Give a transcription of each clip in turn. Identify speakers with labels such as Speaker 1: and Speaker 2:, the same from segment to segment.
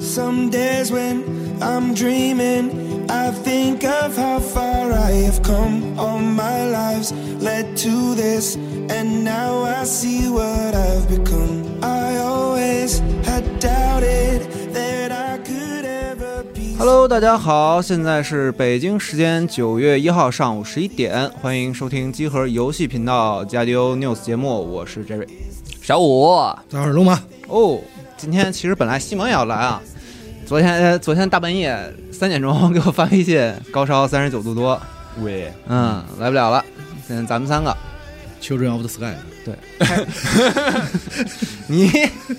Speaker 1: some days when I'm dreaming, I think of how far I have come. All my lives led to this, and now I see what I've become. I always had doubted that I could ever be.
Speaker 2: Hello，大家好，现在是北京时间九月一号上午十一点，欢迎收听集合游戏频道《加迪欧 News》节目，我是 Jerry。
Speaker 3: 小五，
Speaker 4: 早上龙马，
Speaker 2: 哦，今天其实本来西蒙也要来啊，昨天昨天大半夜三点钟给我发微信，高烧三十九度多，
Speaker 3: 喂，
Speaker 2: 嗯，来不了了。现在咱们三个，
Speaker 4: Children of the Sky，
Speaker 2: 你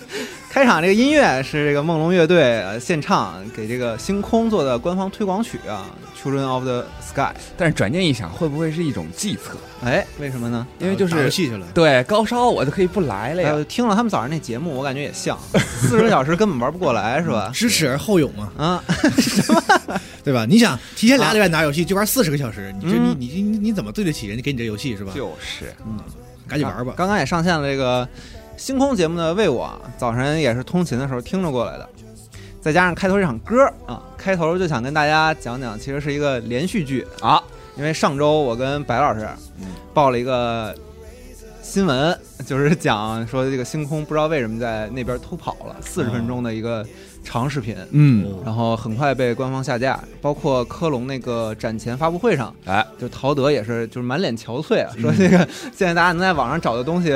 Speaker 2: 开场这个音乐是这个梦龙乐队呃现唱给这个星空做的官方推广曲啊，《Children of the Sky》。
Speaker 3: 但是转念一想，会不会是一种计策？
Speaker 2: 哎，为什么呢？
Speaker 3: 因为就
Speaker 4: 打游
Speaker 3: 是
Speaker 4: 戏去了，
Speaker 3: 对高烧，我就可以不来了
Speaker 2: 哎
Speaker 3: 呀。
Speaker 2: 呦，听了他们早上那节目，我感觉也像，四十个小时根本玩不过 来，是吧？
Speaker 4: 知耻而后勇嘛，
Speaker 2: 啊，
Speaker 4: 对吧？你想提前俩礼拜打游戏就玩四十个小时，你这你
Speaker 2: 嗯
Speaker 4: 你你你你怎么对得起人家给你这游戏是吧？
Speaker 3: 就是，
Speaker 4: 赶紧玩吧。
Speaker 2: 刚刚也上线了这个星空节目的《为我》，早晨也是通勤的时候听着过来的，再加上开头这场歌啊，开头就想跟大家讲讲，其实是一个连续剧啊，因为上周我跟白老师
Speaker 4: 嗯
Speaker 2: 报了一个新闻，就是讲说这个星空不知道为什么在那边偷跑了四十分钟的一个长视频。
Speaker 3: 嗯，
Speaker 2: 然后很快被官方下架，包括科隆那个展前发布会上，
Speaker 3: 哎，
Speaker 2: 就陶德也是就是满脸憔悴啊，说这个现在大家能在网上找的东西，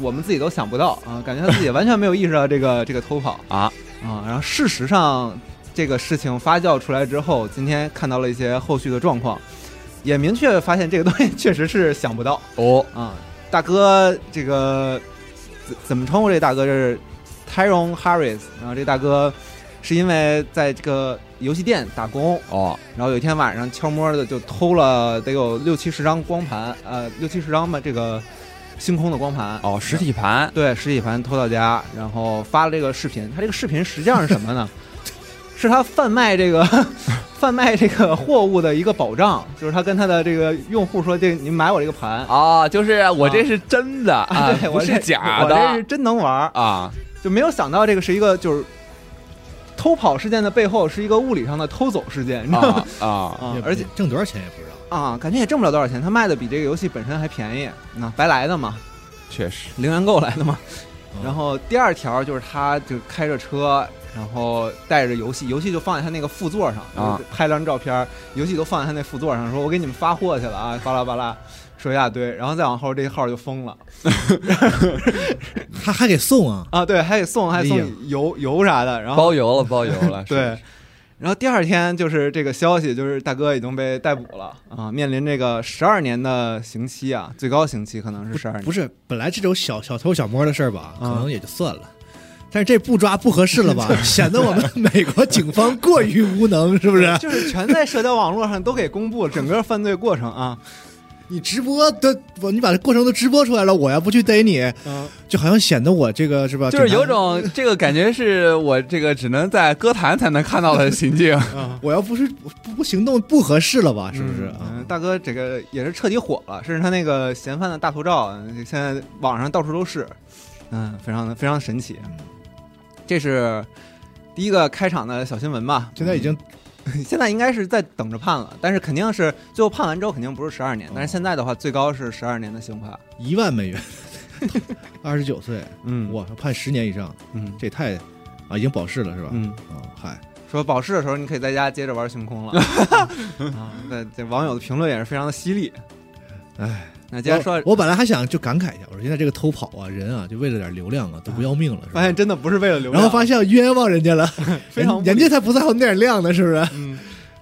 Speaker 2: 我们自己都想不到啊，感觉他自己完全没有意识到这个这个偷跑
Speaker 3: 啊
Speaker 2: 啊，然后事实上这个事情发酵出来之后，今天看到了一些后续的状况，也明确发现这个东西确实是想不到
Speaker 3: 哦，
Speaker 2: 啊，大哥这个怎怎么称呼这大哥？这是 Tyrone Harris，然后这大哥是因为在这个游戏店打工，
Speaker 3: 哦，
Speaker 2: 然后有一天晚上悄摸的就偷了得有六七十张光盘，呃，六七十张吧，这个星空的光盘。
Speaker 3: 哦，实体盘，
Speaker 2: 对，实体盘偷到家，然后发了这个视频。他这个视频实际上是什么呢？ 是他贩卖这个 贩卖这个货物的一个保障，就是他跟他的这个用户说：“这您买我这个盘
Speaker 3: 哦，就是我这是真的 啊，
Speaker 2: 对
Speaker 3: 不
Speaker 2: 我这
Speaker 3: 是假
Speaker 2: 我这是
Speaker 3: 的
Speaker 2: 真能玩儿。
Speaker 3: 啊，”
Speaker 2: 就没有想到这个是一个就是偷跑事件的背后是一个物理上的偷走事件，你知 道吗？
Speaker 3: 啊啊，
Speaker 2: 啊
Speaker 4: 也不
Speaker 2: 而且
Speaker 4: 挣多少钱也不知道，
Speaker 2: 啊，感觉也挣不了多少钱，他卖的比这个游戏本身还便宜，那白来的嘛，
Speaker 3: 确实，
Speaker 2: 零元购来的嘛。
Speaker 4: 嗯
Speaker 2: 然后第二条就是他就开着车，然后带着游戏，游戏就放在他那个副座上，
Speaker 3: 啊
Speaker 2: 就是拍了张照片，游戏都放在他那副座上，说我给你们发货去了啊，巴拉巴拉。说一大堆，然后再往后这号就疯了
Speaker 4: 还还给送啊？
Speaker 2: 啊！对，还给送，还送
Speaker 4: 哎呀
Speaker 2: 油油啥的，
Speaker 4: 啊
Speaker 2: 然后
Speaker 3: 包邮了，包邮了，是
Speaker 2: 对，然后第二天就是这个消息，就是大哥已经被逮捕了
Speaker 4: 嗯
Speaker 2: 啊，面临这个十二年的刑期啊，最高刑期可能是十二
Speaker 3: 嗯
Speaker 2: 年
Speaker 4: 不。是，本来这种小小偷小摸的事儿吧，可
Speaker 2: 啊
Speaker 4: 能也就算了。但是这不抓不合适了吧？ 显得我们美国警方过于无能，是不 是？
Speaker 2: 就是全在社交网络上都给公布了整个犯罪过程啊。
Speaker 4: 你直播的，我你把这过程都直播出来了，我要不去逮你，
Speaker 2: 嗯，
Speaker 4: 就好像显得我这个是吧？
Speaker 3: 就是有
Speaker 4: 警察
Speaker 3: 种这个感觉，是我这个只能在歌坛才能看到的情境。
Speaker 4: 我要不是不不行动不合适了吧？是不是啊？
Speaker 2: 嗯，大哥这个也是彻底火了，甚至他那个嫌犯的大头照，现在网上到处都是，嗯，非常的非常神奇。
Speaker 4: 嗯
Speaker 2: 这是第一个开场的小新闻吧？
Speaker 4: 现在已经
Speaker 2: 现在应该是在等着判了，但是肯定是最后判完之后肯定不是十二年，
Speaker 4: 哦
Speaker 2: 但是现在的话最高是十二年的刑罚。
Speaker 4: 一万美元， 二十九岁，
Speaker 2: 嗯
Speaker 4: 哇，判十年以上，
Speaker 2: 嗯
Speaker 4: 这也太啊，已经保释了是吧？
Speaker 2: 嗯，
Speaker 4: 哦，嗨，
Speaker 2: 说保释的时候你可以在家接着玩星空 了。啊，那这网友的评论也是非常的犀利。
Speaker 4: 哎，
Speaker 2: 那接着说
Speaker 4: 我，我本来还想就感慨一下，我说现在这个偷跑啊，人啊，就为了点流量啊，都不要命了，是吧
Speaker 2: 发现真的不是为了流
Speaker 4: 然
Speaker 2: 量，
Speaker 4: 后发现冤枉人家了，
Speaker 2: 非常
Speaker 4: 人人家才不在乎那点量呢，是不是？
Speaker 2: 嗯，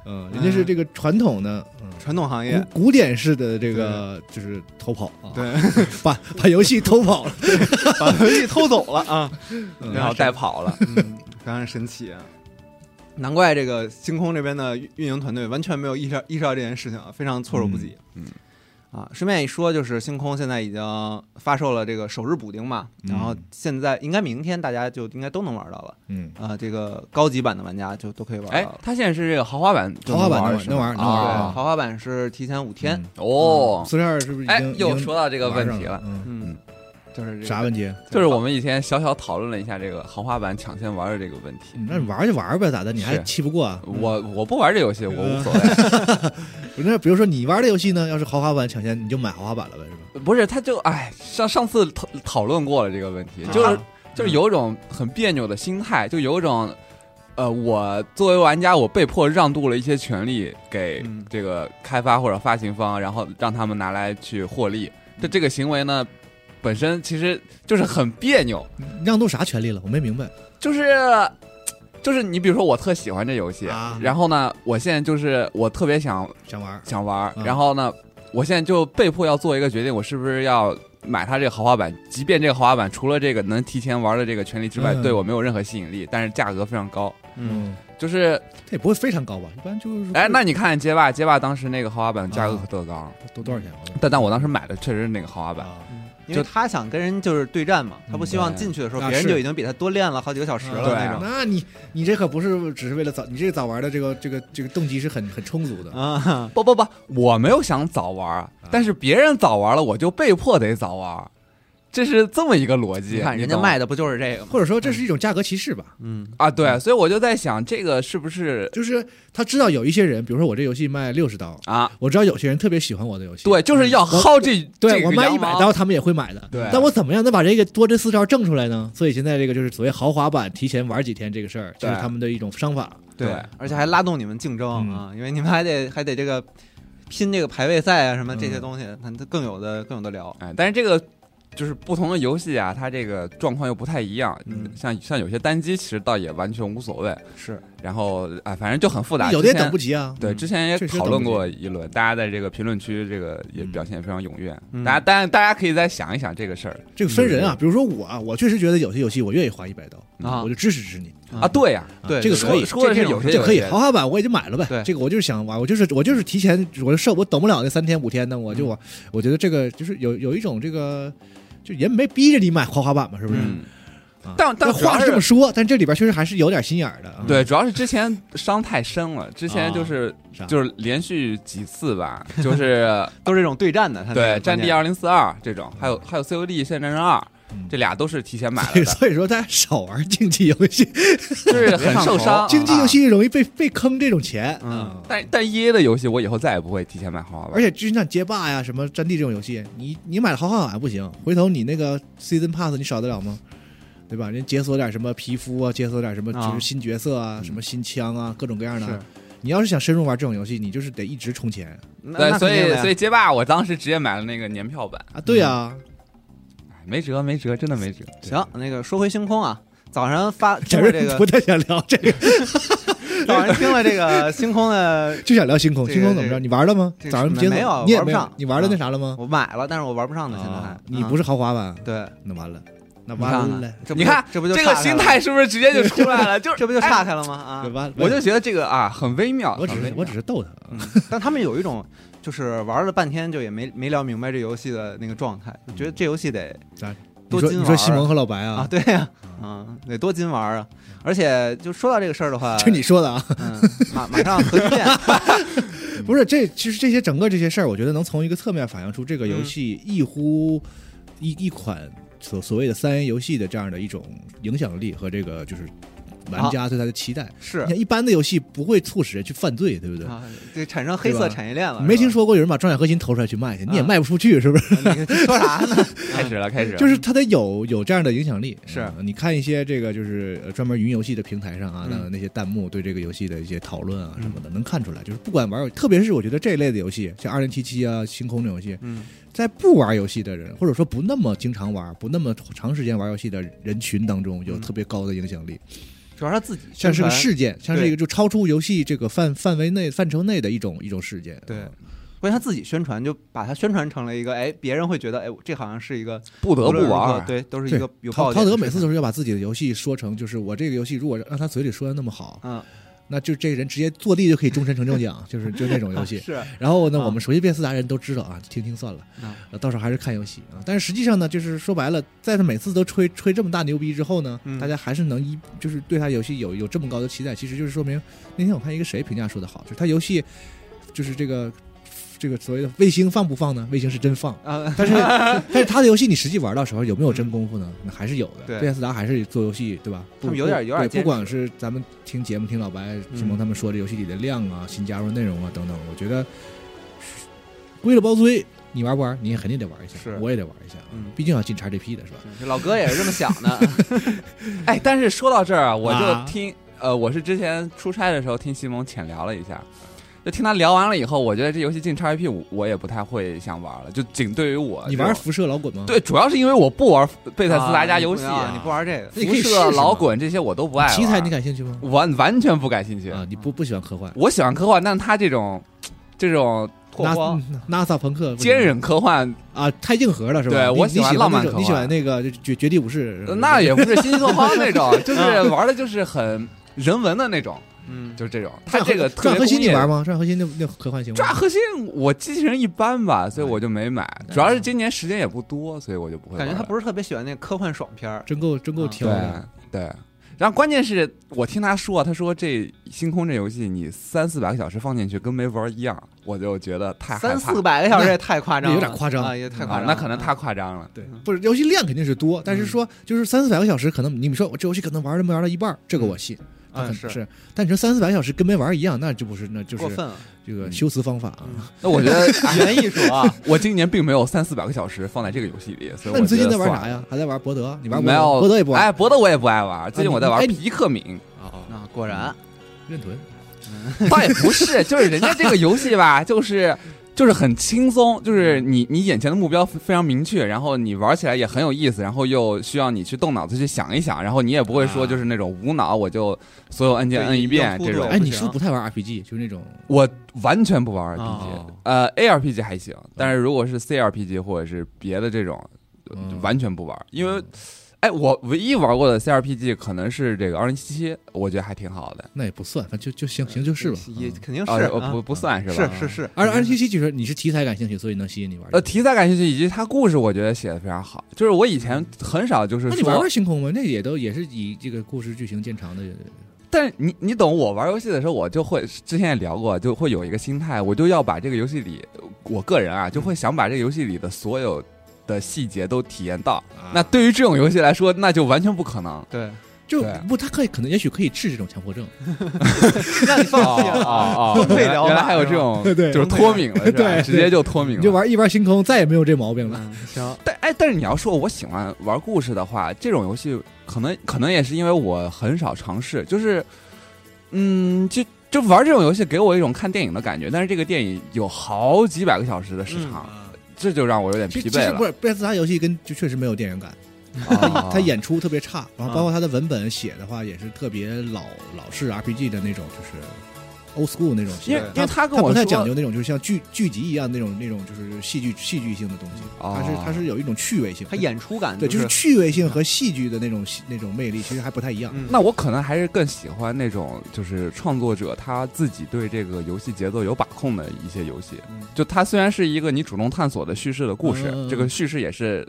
Speaker 4: 嗯，人家是这个传统的，嗯。
Speaker 2: 传统行业，
Speaker 4: 古古典式的这个就是偷跑啊，
Speaker 2: 对，
Speaker 4: 把把游戏偷跑了，
Speaker 2: 把游戏偷走了 啊，
Speaker 4: 嗯
Speaker 3: 然后带跑了，
Speaker 2: 嗯，非常神奇啊。难怪这个星空这边的运运营团队完全没有意识到意识到这件事情啊，非常措手不及。
Speaker 3: 嗯
Speaker 2: 啊，顺便一说，就是星空现在已经发售了这个首日补丁嘛，然后现在应该明天大家就应该都能玩到了
Speaker 4: 嗯，
Speaker 2: 啊、这个高级版的玩家就都可以玩
Speaker 3: 哎
Speaker 2: 到了。，
Speaker 3: 他现在是这个豪华版就
Speaker 4: 豪华版
Speaker 3: 玩
Speaker 4: 能
Speaker 3: 儿
Speaker 4: 玩
Speaker 3: 是
Speaker 4: 能
Speaker 3: 吗，
Speaker 4: 玩能玩
Speaker 2: 对，
Speaker 3: 啊
Speaker 2: 豪华版是提前五天。
Speaker 4: 嗯
Speaker 3: 哦，
Speaker 4: 四十二是不是已
Speaker 3: 哎
Speaker 4: 经？，嗯
Speaker 3: 又
Speaker 4: 已经
Speaker 3: 说到这个问题
Speaker 4: 玩上
Speaker 3: 了
Speaker 4: 了。，嗯，
Speaker 2: 嗯，就是这个
Speaker 4: 啥问题？
Speaker 3: 就是我们以前小小讨论了一下这个豪华版抢先玩的这个问题。
Speaker 4: 那你玩就玩呗，咋的？你还
Speaker 3: 是
Speaker 4: 气不过啊？
Speaker 3: 我我不玩这游戏，我无所谓。
Speaker 4: 那比如说你玩的游戏呢，要是豪华版抢先，你就买豪华版了呗，是吧？
Speaker 3: 不是，他就哎，上上次讨讨论过了这个问题，就是
Speaker 4: 啊
Speaker 3: 就是有一种很别扭的心态，就有一种，呃，我作为玩家，我被迫让渡了一些权利给
Speaker 2: 嗯
Speaker 3: 这个开发或者发行方，然后让他们拿来去获利。这这个行为呢，本身其实就是很别扭，
Speaker 4: 你让渡啥权利了？我没明白。
Speaker 3: 就是。就是你，比如说我特喜欢这游戏，
Speaker 4: 啊
Speaker 3: 然后呢，我现在就是我特别想
Speaker 4: 想玩？
Speaker 3: 想玩儿，
Speaker 4: 嗯
Speaker 3: 然后呢，我现在就被迫要做一个决定，我是不是要买它这个豪华版？即便这个豪华版除了这个能提前玩的这个权利之外，
Speaker 4: 嗯
Speaker 3: 对我没有任何吸引力，但是价格非常高。
Speaker 2: 嗯，，
Speaker 3: 就是，
Speaker 4: 它也不会非常高吧？一般就是
Speaker 3: 哎，那你看街霸，街霸当时那个豪华版
Speaker 2: 嗯
Speaker 3: 价格可特高，
Speaker 4: 多多少钱？我忘了
Speaker 3: 但但我当时买的确实是那个豪华版。
Speaker 2: 嗯
Speaker 4: 啊
Speaker 2: 因为他想跟人就是对战嘛，他不希望
Speaker 3: 对
Speaker 2: 进去的时候
Speaker 4: 啊
Speaker 2: 别人
Speaker 4: 是
Speaker 2: 就已经比他多练了好几个小时了
Speaker 3: 嗯对
Speaker 2: 那
Speaker 3: 啊
Speaker 2: 种
Speaker 4: 那你你这可不是只是为了早，你这个早玩的这个这个这个动机是很很充足的。
Speaker 3: 嗯
Speaker 2: 啊，
Speaker 3: 不不不，我没有想早玩儿，
Speaker 2: 嗯
Speaker 3: 但是别人早玩了，我就被迫得早玩儿，这是这么一个逻辑。
Speaker 2: 你看人家
Speaker 3: 懂吗
Speaker 2: 卖的不就是这个吗？
Speaker 4: 或者说
Speaker 3: 嗯
Speaker 4: 这是一种价格歧视吧，
Speaker 2: 嗯
Speaker 3: 啊，对，所以我就在想，这个是不是
Speaker 4: 就是他知道有一些人，比如说我这游戏卖六十刀，
Speaker 3: 啊？
Speaker 4: 我知道有些人特别喜嗯欢我的游戏，
Speaker 3: 对，就是要薅这这
Speaker 4: 对
Speaker 3: 个
Speaker 4: 我卖
Speaker 3: 羊
Speaker 4: 一百
Speaker 3: 毛
Speaker 4: 刀，他们也会买的。
Speaker 3: 对
Speaker 4: 但我怎么样能把这个多这四招挣出来呢？所以现在这个就是所谓豪华版提前玩几天这个事儿，就是
Speaker 3: 对
Speaker 4: 他们的一种商法。
Speaker 3: 对
Speaker 2: 而且还拉动你们竞争啊，因为你们还得还得这个拼这个排位赛啊什么这些东西，那它更有的更有的聊。
Speaker 3: 哎，但是这个就是不同的游戏啊，它这个状况又不太一样。
Speaker 2: 嗯
Speaker 3: 像像有些单机其实倒也完全无所谓，
Speaker 2: 是，
Speaker 3: 然后啊，反正就很复杂。
Speaker 4: 有的也
Speaker 3: 之前
Speaker 4: 等不及啊。
Speaker 3: 对，
Speaker 2: 嗯
Speaker 3: 之前也
Speaker 4: 确实
Speaker 3: 讨
Speaker 4: 等
Speaker 3: 论
Speaker 4: 不及
Speaker 3: 过一轮，大家在这个评论区这个也表现非常踊跃。
Speaker 2: 嗯
Speaker 3: 大家，当然大家可以再想一想这个事儿、
Speaker 4: 这个分
Speaker 3: 嗯
Speaker 4: 人啊，比如说我，啊，我确实觉得有些游戏我愿意花一百刀
Speaker 2: 啊
Speaker 4: 我就支持支持你。
Speaker 2: 嗯
Speaker 3: 啊。嗯对呀、
Speaker 4: 啊
Speaker 2: 对
Speaker 4: 这个
Speaker 2: 对
Speaker 4: 可以，
Speaker 3: 说说的是
Speaker 4: 这这
Speaker 3: 有些
Speaker 4: 这可以。
Speaker 3: 有些
Speaker 4: 豪华版我也就买了
Speaker 2: 对
Speaker 4: 呗，这个我就是想玩，我就是我就是提前，我就受我等不了那三天五天的，我
Speaker 3: 嗯
Speaker 4: 就玩。我觉得这个就是有有一种这个。就也没逼着你买豪华版嘛，是不是？
Speaker 3: 嗯，
Speaker 4: 啊
Speaker 3: 但但主要
Speaker 4: 话是这么
Speaker 3: 是
Speaker 4: 说，但这里边确实还是有点心眼儿的啊。
Speaker 3: 对，主要是之前伤太深了，之前就是、
Speaker 4: 啥，
Speaker 3: 就是连续几次吧， 就是
Speaker 2: 都是这种对战的，它嗯那
Speaker 3: 对
Speaker 2: 个
Speaker 3: 《战地
Speaker 2: 关键
Speaker 3: 二零四二》这种，还有还有《COD 现代战争二》，
Speaker 4: 嗯
Speaker 3: 这俩都是提前买了
Speaker 4: 对
Speaker 3: 的，
Speaker 4: 所以 说大家少玩竞技游戏，
Speaker 3: 就是很受 伤。
Speaker 4: 竞技游，戏容易被被坑这种钱。
Speaker 2: 哦嗯
Speaker 4: 啊。
Speaker 3: 但但 E A 的游戏我以后再也不会提前买豪华版，
Speaker 4: 而且就像街霸呀、什么战地这种游戏，你你买了豪华版不行，回头你那个 season pass 你少得了吗？对吧？人解锁点什么皮肤啊，解锁点什么
Speaker 2: 啊
Speaker 4: 就是新角色啊，什么新枪啊，各种各样
Speaker 2: 是
Speaker 4: 的。你要是想深入玩这种游戏，你就是得一直充钱
Speaker 2: 那
Speaker 3: 对，
Speaker 2: 那
Speaker 3: 所
Speaker 2: 肯定
Speaker 3: 以
Speaker 2: 的呀
Speaker 3: 所以街霸我当时直接买了那个年票版，
Speaker 4: 啊。对呀、啊，
Speaker 2: 嗯
Speaker 3: 哎没辙没辙，真的没辙。
Speaker 2: 行，那个说回星空啊。早上发听
Speaker 4: 前
Speaker 2: 了
Speaker 4: 面
Speaker 2: 这个
Speaker 4: 不，太想聊这 个，
Speaker 2: 早上听了这个星空的，
Speaker 4: 就想聊星空。
Speaker 2: 这个
Speaker 4: 星空怎么
Speaker 2: 这个
Speaker 4: 着？你玩了吗？
Speaker 2: 这个
Speaker 4: 早上解锁
Speaker 2: 没有
Speaker 4: 你也
Speaker 2: 玩不
Speaker 4: 没有
Speaker 2: 上，
Speaker 4: 你玩了那
Speaker 2: 啊
Speaker 4: 啥了吗？
Speaker 2: 我买了，但是我玩不上的，现在还
Speaker 4: 啊。你不
Speaker 2: 是
Speaker 4: 是豪华版，
Speaker 2: 对，
Speaker 4: 那完了，那
Speaker 2: 你
Speaker 4: 完
Speaker 2: 看
Speaker 4: 了
Speaker 2: 看，，这不
Speaker 3: 你看
Speaker 2: 这不就
Speaker 3: 这个
Speaker 2: 岔开
Speaker 3: 心
Speaker 2: 了
Speaker 3: 态是不是直接就出来了？就是
Speaker 2: 这不就
Speaker 3: 哎
Speaker 2: 岔开了吗？ 啊，
Speaker 4: 对吧？
Speaker 3: 我就觉得这个啊很微妙，
Speaker 4: 我只
Speaker 3: 很微
Speaker 4: 是
Speaker 3: 妙
Speaker 4: 我只是逗他啊。
Speaker 2: 但他们有一种就是玩了半天就也没没聊明白这游戏的那个状态，
Speaker 4: 嗯
Speaker 2: 就觉得这游戏得
Speaker 4: 你
Speaker 2: 多
Speaker 4: 说
Speaker 2: 金
Speaker 4: 你
Speaker 2: 玩
Speaker 4: 说
Speaker 2: 儿
Speaker 4: 西蒙和老白
Speaker 2: 啊，
Speaker 4: 啊，
Speaker 2: 对呀、啊，得多金玩啊！而且就说到这个事儿的话，
Speaker 4: 这你说的啊？
Speaker 2: 嗯，马马上核聚 变，嗯
Speaker 4: 不是，这其实这些整个这些事儿，我觉得能从一个侧面反映出这个
Speaker 2: 嗯
Speaker 4: 游戏一乎一一款所所谓的三 A 游戏的这样的一种影响力和这个就是玩家对它的期待。
Speaker 2: 是
Speaker 4: 你看一般的游戏不会促使人去犯罪，对不对？
Speaker 2: 啊，就产生黑色产业链了。
Speaker 4: 你没听
Speaker 2: 说？
Speaker 4: 说过有人把《装甲核心》投出来去卖去，你也
Speaker 2: 啊
Speaker 4: 卖不出去，是不是？
Speaker 2: 呃你说啥呢？
Speaker 3: 开始了开始了，
Speaker 4: 就是它得有有这样的影响力。
Speaker 2: 嗯是
Speaker 4: 嗯你看一些这个就是呃专门云游戏的平台上啊，
Speaker 2: 嗯
Speaker 4: 那那些弹幕对这个游戏的一些讨论啊什么的，能看出来，就是不管玩，特别是我觉得这一类的游戏，像二零七七啊、星空这种游戏，
Speaker 2: 嗯，
Speaker 4: 在不玩游戏的人，或者说不那么经常玩、不那么长时间玩游戏的人群当中，有
Speaker 2: 嗯
Speaker 4: 特别高的影响力，
Speaker 2: 主要是他自己
Speaker 4: 像是个
Speaker 2: 宣传，
Speaker 4: 事件，像是一个就超出游戏这个范范围内范畴内的一种一种事件。嗯
Speaker 2: 对关键他自己宣传就把它宣传成了一个，哎，别人会觉得，哎，我这好像是一个
Speaker 3: 不得
Speaker 2: 无论
Speaker 3: 不
Speaker 2: 如
Speaker 3: 玩
Speaker 2: 何
Speaker 3: 儿，啊
Speaker 2: 对，都是一
Speaker 4: 对
Speaker 2: 个有，
Speaker 4: 陶
Speaker 2: 爆
Speaker 4: 陶
Speaker 2: 点的
Speaker 4: 德
Speaker 2: 事情。
Speaker 4: 每次都是要把自己的游戏说成，就是我这个游戏，如果让他嘴里说的那么好，
Speaker 2: 嗯，
Speaker 4: 那就这人直接坐地就可以终身成就 奖，就是就那种游戏。
Speaker 2: 是
Speaker 4: 然后呢，
Speaker 2: 啊
Speaker 4: 我们熟悉变斯达人都知道啊，听听算了
Speaker 2: 啊，
Speaker 4: 呃到时候还是看游戏啊。但是实际上呢，就是说白了，在他每次都吹吹这么大牛逼之后呢
Speaker 2: 嗯，
Speaker 4: 大家还是能一就是对他游戏有有这么高的期待，其实就是说明那天我看一个谁评价说的好，就是他游戏就是这个这个所谓的卫星放不放呢？卫星是真放，
Speaker 2: 啊，
Speaker 4: 但是 但是他的游戏你实际玩到时候有没有真功夫呢？
Speaker 3: 嗯
Speaker 4: 那还是有的。
Speaker 2: 对
Speaker 4: 贝塞斯达还是做游戏，对吧？不
Speaker 2: 他们有点有点
Speaker 4: 对
Speaker 2: 坚持
Speaker 4: 不管是咱们听节目听老白、
Speaker 3: 嗯
Speaker 4: 志萌他们说这游戏里的量啊、新加入内容啊等等，我觉得归了包堆，你玩不玩？你也肯定得玩一下，
Speaker 2: 是
Speaker 4: 我也得玩一下，
Speaker 2: 嗯
Speaker 4: 毕竟要进 XGP 的是吧？
Speaker 2: 这老哥也是这么想的。
Speaker 3: 哎，但是说到这儿啊，我
Speaker 4: 啊
Speaker 3: 就听、呃，我是之前出差的时候听西蒙浅聊了一下，就听他聊完了以后，我觉得这游戏进 XGP 我我也不太会想玩了，就仅对于我
Speaker 4: 你
Speaker 3: 这种
Speaker 4: 玩辐射老滚吗？
Speaker 3: 啊对，主要是因为我不玩贝塞斯达
Speaker 2: 啊
Speaker 3: 加
Speaker 2: 你
Speaker 3: 游
Speaker 2: 不
Speaker 3: 戏，
Speaker 2: 啊你不玩这个，
Speaker 4: 那你
Speaker 3: 辐
Speaker 4: 可以试试嘛
Speaker 3: 射、老滚这些我都不爱玩。
Speaker 4: 题材你感兴趣吗？
Speaker 3: 完完全不感兴趣
Speaker 4: 啊，你不不喜欢科幻？
Speaker 3: 我喜欢科幻，但他这种这种拓
Speaker 4: 纳
Speaker 3: 荒、
Speaker 4: NASA 朋克不行
Speaker 3: 坚忍科幻，
Speaker 4: 啊，太硬核了是吧？
Speaker 3: 对
Speaker 4: 你
Speaker 3: 我
Speaker 4: 你
Speaker 3: 喜欢
Speaker 4: 喜
Speaker 3: 浪漫
Speaker 4: 那种
Speaker 3: 科
Speaker 4: 你喜
Speaker 3: 幻
Speaker 4: 欢那个就绝绝地武士？
Speaker 3: 那也不是 新拓荒那种，
Speaker 4: 啊
Speaker 3: 就是玩的就是很人文的那种，
Speaker 2: 嗯，
Speaker 3: 就是这种。他
Speaker 4: 转
Speaker 3: 这个特
Speaker 4: 转
Speaker 3: 别
Speaker 4: 核心
Speaker 3: 工
Speaker 4: 你
Speaker 3: 业
Speaker 4: 玩吗？转核心那那科幻型吗？
Speaker 3: 抓核心，我机器人一般吧，所以我就没买。
Speaker 4: 嗯
Speaker 3: 主要是今年时间也不多，所以我就不会玩
Speaker 2: 感
Speaker 3: 了。
Speaker 2: 觉他不是特别喜欢那科幻爽片儿。
Speaker 4: 真够真够挑的。
Speaker 3: 对对。然后关键是我听他说，他说这《星空》这游戏你三四百个小时放进去跟没玩一样，我就觉得太害怕
Speaker 2: 三四百个小时
Speaker 4: 那
Speaker 2: 也太夸张了，
Speaker 4: 有点夸张
Speaker 2: 啊，也太夸
Speaker 3: 啊
Speaker 2: 张，了。
Speaker 3: 那可能太
Speaker 2: 他
Speaker 3: 夸张了。
Speaker 4: 对，不是游戏量肯定是多，
Speaker 3: 嗯
Speaker 4: 但是说就是三四百个小时，可能你说我这游戏可能玩儿都没玩到一半儿，
Speaker 3: 嗯
Speaker 4: 这个我信，那
Speaker 2: 啊
Speaker 4: 很
Speaker 2: 是
Speaker 4: 是。但你说三四百小时跟没玩儿一样，那就不是，那就
Speaker 2: 过
Speaker 4: 是
Speaker 2: 分了，
Speaker 4: 这
Speaker 3: 嗯
Speaker 4: 个修辞方法啊。
Speaker 3: 那我觉 得
Speaker 2: 原艺术 啊，
Speaker 3: 我今年并没有三四百个小时放在这个游戏里，所
Speaker 4: 那
Speaker 3: 以我
Speaker 4: 你最近
Speaker 3: 觉
Speaker 4: 在
Speaker 3: 得
Speaker 4: 玩
Speaker 3: 算
Speaker 4: 啥
Speaker 3: 了？
Speaker 4: 呀？还在玩博德？你玩博
Speaker 3: 没
Speaker 4: 德吗？
Speaker 3: 有
Speaker 4: 博德也不玩
Speaker 3: 哎，哦博德我也不爱玩，最近我在玩
Speaker 4: 哎你
Speaker 3: 皮克敏，
Speaker 4: 啊？
Speaker 2: 啊，果然
Speaker 4: 认屯
Speaker 3: 哦 倒也不是，就是人家这个游戏吧，就是就是很轻松，就是
Speaker 2: 嗯
Speaker 3: 你你眼前的目标非非常明确，然后你玩起来也很有意思，然后又需要你去动脑子去想一想，然后你也不会说
Speaker 4: 啊
Speaker 3: 就是那种无脑我就所有按键
Speaker 2: 对
Speaker 3: 摁一遍
Speaker 2: 一定
Speaker 3: 这
Speaker 2: 要互
Speaker 3: 种
Speaker 2: 动，
Speaker 4: 哎，你是不是不太玩 RPG？就是那种
Speaker 3: 我完全不玩 RPG，、
Speaker 2: 哦嗯
Speaker 3: 呃 ARPG 还行，但是如果是 CRPG 或者是别的这种，就
Speaker 4: 嗯
Speaker 3: 完全不玩，因
Speaker 2: 嗯
Speaker 3: 为。哎，我唯一玩过的 CRPG 可能是这个二零七七，我觉得还挺好的。
Speaker 4: 那也不算，反正就就行行就是吧。
Speaker 2: 也
Speaker 4: 嗯
Speaker 2: 肯定是
Speaker 3: 啊，
Speaker 2: 啊
Speaker 3: 呃不不算是吧？
Speaker 2: 是是是，
Speaker 4: 而而七七就是你是题材感兴趣，所以能吸引你玩。
Speaker 3: 呃，题材感兴趣，以及它故事，我觉得写的非常好。就是我以前很少就是
Speaker 4: 那你玩
Speaker 3: 说
Speaker 4: 玩，星空吧，那也都也是以这个故事剧情见长的。
Speaker 3: 但是你你懂，我玩游戏的时候，我就会之前也聊过，就会有一个心态，我就要把这个游戏里，我个人啊，就会想把这个游戏里的所有的细节都体验到。
Speaker 4: 啊
Speaker 3: 那对于这种游戏来说，那就完全不可能。
Speaker 2: 对，
Speaker 4: 就
Speaker 3: 对
Speaker 4: 不，他可以可能也许可以治这种强迫症。
Speaker 2: 让你放弃
Speaker 3: 哦
Speaker 2: 了啊，
Speaker 3: 哦，
Speaker 2: 都被
Speaker 3: 原来
Speaker 2: 聊
Speaker 3: 原来
Speaker 2: 满
Speaker 3: 还有
Speaker 2: 是
Speaker 3: 这种，
Speaker 4: 吧对
Speaker 3: 就是脱敏了，是吧
Speaker 4: 对
Speaker 3: 直接就脱敏
Speaker 4: 你
Speaker 3: 了。
Speaker 4: 就玩一玩星空，再也没有这毛病了。
Speaker 2: 嗯行，
Speaker 3: 但哎，但是你要说我喜欢玩故事的话，这种游戏可能可能也是因为我很少尝试，就是，嗯，就就玩这种游戏给我一种看电影的感觉，但是这个电影有好几百个小时的时长，这就让我有点
Speaker 4: 嗯啊其
Speaker 3: 嗯疲
Speaker 4: 实
Speaker 3: 惫
Speaker 4: 不
Speaker 3: 了。
Speaker 4: 是贝斯达游戏跟就确实没有电影感，
Speaker 3: 啊
Speaker 4: 他演出特别差，然后包括他的文本写的话也是特别老老式 RPG 的那种，就是 old school 那种写
Speaker 3: 因为
Speaker 4: 的。
Speaker 3: 因
Speaker 4: 他
Speaker 3: 为他跟
Speaker 4: 他
Speaker 3: 我
Speaker 4: 不太
Speaker 3: 说
Speaker 4: 讲究那种就是像剧剧集一样那种那种就是戏剧戏剧性的东西，
Speaker 3: 哦
Speaker 4: 他是他是有一种趣味性。
Speaker 2: 他演出感
Speaker 4: 对，就是是趣味性和戏剧的那种那种魅力，其实还不太一样。
Speaker 2: 嗯
Speaker 3: 那我可能还是更喜欢那种就是创作者他自己对这个游戏节奏有把控的一些游戏。
Speaker 2: 嗯
Speaker 3: 就它虽然是一个你主动探索的叙事的故事，
Speaker 4: 嗯嗯嗯
Speaker 3: 这个叙事也是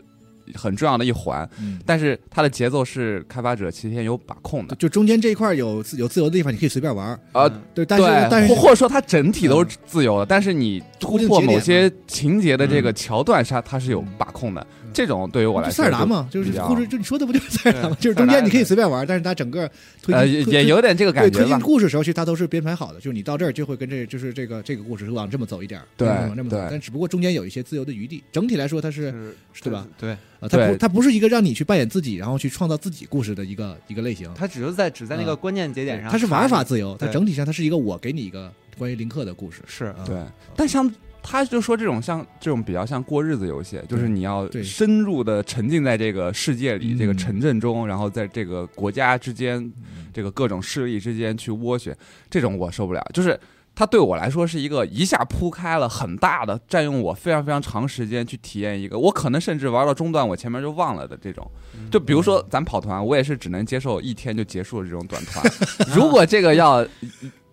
Speaker 3: 很重要的一环，
Speaker 4: 嗯
Speaker 3: 但是它的节奏是开发者其实也有把控的。
Speaker 4: 就中间这一块有自有自由的地方，你可以随便玩儿。
Speaker 2: 嗯
Speaker 3: 啊，
Speaker 4: 呃对，嗯但是但
Speaker 3: 对，
Speaker 4: 是
Speaker 3: 或或者说它整体都是自由的，但是你突破某些情节的这个桥段上，它是有把控的
Speaker 4: 嗯。
Speaker 3: 这种对于我来
Speaker 4: 就
Speaker 3: 说
Speaker 4: 塞尔
Speaker 3: 就，
Speaker 4: 达嘛，就是
Speaker 3: 比较
Speaker 4: 故事，就你说的不就是塞尔达吗？
Speaker 2: 对
Speaker 4: 就是中间你可以随便玩，但是它整个推
Speaker 3: 呃，
Speaker 4: 进
Speaker 3: 也
Speaker 4: 推
Speaker 3: 也有点这个
Speaker 4: 对
Speaker 3: 感觉
Speaker 4: 推进
Speaker 3: 吧。
Speaker 4: 故事的时候，其实它都是编排好的，就是你到这儿就会跟这就是这个这个故事是往这么走一点儿，
Speaker 3: 对
Speaker 4: 往这么走
Speaker 3: 对，
Speaker 4: 但只不过中间有一些自由的余地。整体来说，它是
Speaker 2: 嗯是
Speaker 4: 对吧？
Speaker 2: 对，
Speaker 4: 呃它不
Speaker 3: 对
Speaker 4: 它不是一个让你去扮演自己，然后去创造自己故事的一个一个类型。
Speaker 2: 他只是在只在那个
Speaker 4: 嗯
Speaker 2: 关键节点上，
Speaker 4: 它是玩法自由，它
Speaker 2: 对
Speaker 4: 整体上它是一个我给你一个关于林克的故事。
Speaker 2: 是
Speaker 4: 啊
Speaker 3: 对，但像他就说这种像这种比较像过日子游戏，就是你要
Speaker 4: 对
Speaker 3: 深入的沉浸在这个世界里、
Speaker 4: 嗯嗯
Speaker 3: 这个城镇中，然后在这个国家之间、这个各种势力之间去斡旋，这种我受不了。就是它对我来说是一个一下铺开了很大的，占用我非常非常长时间去体验一个，我可能甚至玩到中段，我前面就忘了的这种。
Speaker 4: 嗯
Speaker 3: 就比如说咱跑团，我也是只能接受一天就结束的这种短团。如果这个要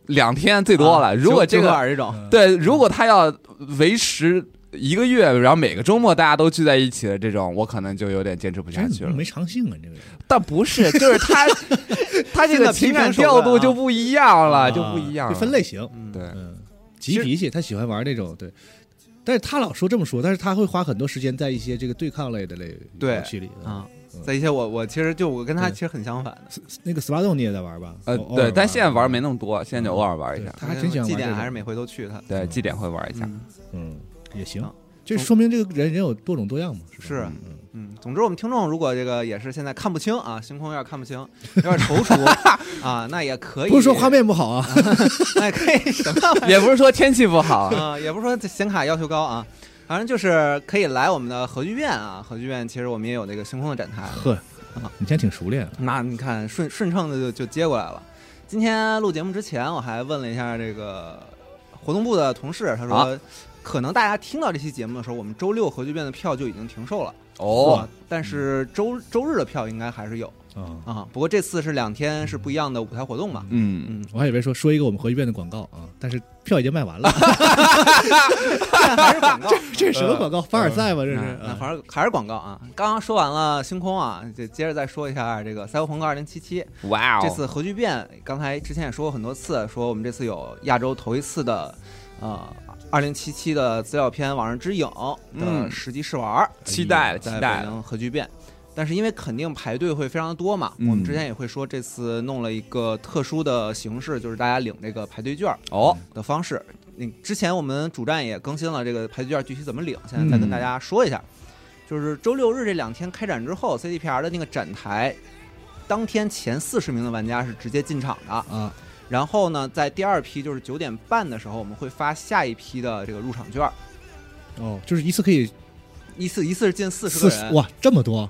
Speaker 3: 两天最多
Speaker 4: 啊
Speaker 2: 啊
Speaker 3: 了，如果这个
Speaker 2: 玩这种，
Speaker 3: 对，如果他要维持一个月，然后每个周末大家都聚在一起的这种，我可能就有点坚持不
Speaker 4: 真
Speaker 3: 下去
Speaker 4: 是
Speaker 3: 了。
Speaker 4: 没长性啊，你这个人。
Speaker 3: 但不是，就是他 他这
Speaker 2: 真
Speaker 3: 个
Speaker 2: 的
Speaker 3: 情感
Speaker 2: 平衡手
Speaker 3: 调
Speaker 2: 段
Speaker 3: 度
Speaker 2: 啊
Speaker 3: 就不一样了，就
Speaker 4: 啊
Speaker 3: 不一样了。
Speaker 4: 就分类型。
Speaker 2: 嗯
Speaker 3: 对，
Speaker 4: 嗯，急脾气，他喜欢玩那种对。但是他老说这么说，但是他会花很多时间在一些这个对抗类的类
Speaker 2: 对
Speaker 4: 游戏里。
Speaker 2: 啊
Speaker 4: 嗯，
Speaker 2: 在一些我我其实就我跟他
Speaker 4: 对
Speaker 2: 其实很相反的，
Speaker 4: 那个 Splatoon 你也在玩吧？
Speaker 3: 呃，
Speaker 4: 偶
Speaker 3: 对，但现在玩
Speaker 4: 偶尔啊
Speaker 3: 没那么多，现在就偶尔玩一下
Speaker 4: 对。他还挺喜欢玩
Speaker 2: 祭
Speaker 4: 这
Speaker 2: 典
Speaker 4: 种
Speaker 2: 还是每回都去他。
Speaker 3: 对，祭典会玩一下。
Speaker 2: 嗯
Speaker 4: 嗯，也行
Speaker 2: 啊。
Speaker 4: 这
Speaker 2: 从
Speaker 4: 说明这个人人有多种多样嘛？吧
Speaker 2: 是
Speaker 4: 嗯
Speaker 2: 嗯，总之我们听众如果这个也是现在看不清啊，星空有点看不 清，有点踌躇啊，那也可以。
Speaker 4: 不是说画，面不好啊，
Speaker 2: 那也可以什么玩意儿
Speaker 3: 也不是说天气不好，
Speaker 2: 啊、也不是说这显卡要求高啊，反正就是可以来我们的核聚变啊。核聚变其实我们也有那个星空的展台，
Speaker 4: 呵，你现在挺熟练啊。
Speaker 2: 那你看顺顺畅的就就接过来了。今天录节目之前，我还问了一下这个活动部的同事，他说、
Speaker 3: 啊
Speaker 2: 可能大家听到这期节目的时候，我们周六核聚变的票就已经停售了
Speaker 3: 哦，
Speaker 2: 啊但是周周日的票应该还是有
Speaker 4: 啊，
Speaker 2: 啊。不过这次是两天是不一样的舞台活 动嘛，
Speaker 3: 嗯，
Speaker 2: 嗯，
Speaker 4: 我还以为说说一个我们核聚变的广告啊，但是票已经卖完了，
Speaker 2: 还是广告。
Speaker 4: 这是什么广告？凡尔赛吗？这是
Speaker 3: 嗯
Speaker 2: 那
Speaker 4: 啊
Speaker 2: 反正还是广告啊！刚刚说完了星空啊，就接着再说一下这个《赛博朋克2077》
Speaker 3: 哇哦，
Speaker 2: 这次核聚变。刚才之前也说过很多次，说我们这次有亚洲头一次的呃2077的资料片《往日之影》的
Speaker 3: 嗯
Speaker 2: 实际试玩儿，
Speaker 3: 期待了，期
Speaker 2: 在
Speaker 3: 待
Speaker 2: 北
Speaker 3: 了，
Speaker 2: 京核聚变。但是因为肯定排队会非常的多嘛，
Speaker 3: 嗯
Speaker 2: 我们之前也会说这次弄了一个特殊的形式，就是大家领这个排队券儿
Speaker 3: 哦，
Speaker 2: 的方式。那之前我们主站也更新了这个排队券具体怎么领，现在再跟大
Speaker 3: 嗯
Speaker 2: 家说一下。就是周六日这两天开展之后，CDPR 的那个展台，当天前四十名的玩家是直接进场的。
Speaker 4: 啊，
Speaker 2: 然后呢，在第二批就是九点半的时候，我们会发下一批的这个入场券，
Speaker 4: 哦，就是一次可以
Speaker 2: 一次一次是进四十
Speaker 4: 四
Speaker 2: 个
Speaker 4: 十
Speaker 2: 人，
Speaker 4: 哇，这么多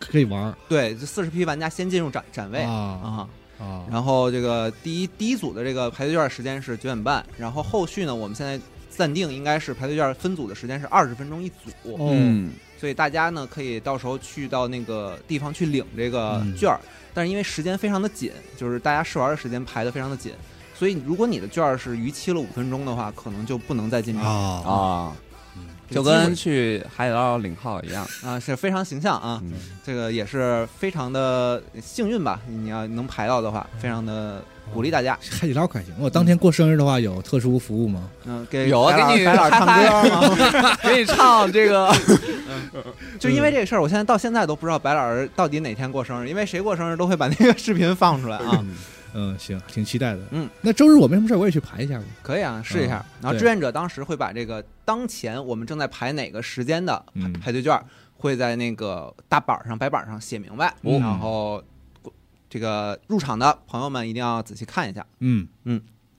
Speaker 4: 可以玩儿
Speaker 2: 对，就四十批玩家先进入展展位
Speaker 4: 啊
Speaker 2: 啊
Speaker 4: 啊，
Speaker 2: 然后这个第一第一组的这个排队券时间是九点半，然后后续呢，我们现在暂定应该是排队券分组的时间是二十分钟一组，
Speaker 4: 哦
Speaker 3: 嗯，
Speaker 2: 所以大家呢可以到时候去到那个地方去领这个
Speaker 4: 嗯
Speaker 2: 券儿，但是因为时间非常的紧，就是大家试玩的时间排的非常的紧，所以如果你的券儿是逾期了五分钟的话，可能就不能再进场
Speaker 4: 啊
Speaker 3: 啊，
Speaker 2: 这
Speaker 3: 就
Speaker 2: 个机会
Speaker 3: 跟去海底捞领号一样，
Speaker 2: 啊是非常形象啊，
Speaker 3: 嗯，
Speaker 2: 这个也是非常的幸运吧，你要能排到的话，非常的鼓励大家，
Speaker 4: 海底捞可还行，我当
Speaker 3: 嗯
Speaker 4: 天过生日的话有特殊服务吗？
Speaker 2: 嗯、给
Speaker 3: 有
Speaker 2: 白老
Speaker 3: 给你
Speaker 2: 白老师唱歌吗？
Speaker 3: 给你唱这个，
Speaker 2: 就因为这个事儿，我现在到现在都不知道白老师到底哪天过生日，因为谁过生日都会把那个视频放出来啊。
Speaker 4: 嗯，行，挺期待的。
Speaker 2: 嗯，
Speaker 4: 那周日我没什么事儿，我也去排一下吧。
Speaker 2: 可以啊，试一下。然后
Speaker 4: 对
Speaker 2: 志愿者当时会把这个当前我们正在排哪个时间的排
Speaker 4: 嗯
Speaker 2: 排队券儿，会在那个大板儿上、白板儿上写明白，
Speaker 4: 哦
Speaker 2: 然后这个入场的朋友们一定要仔细看一下。
Speaker 4: 嗯，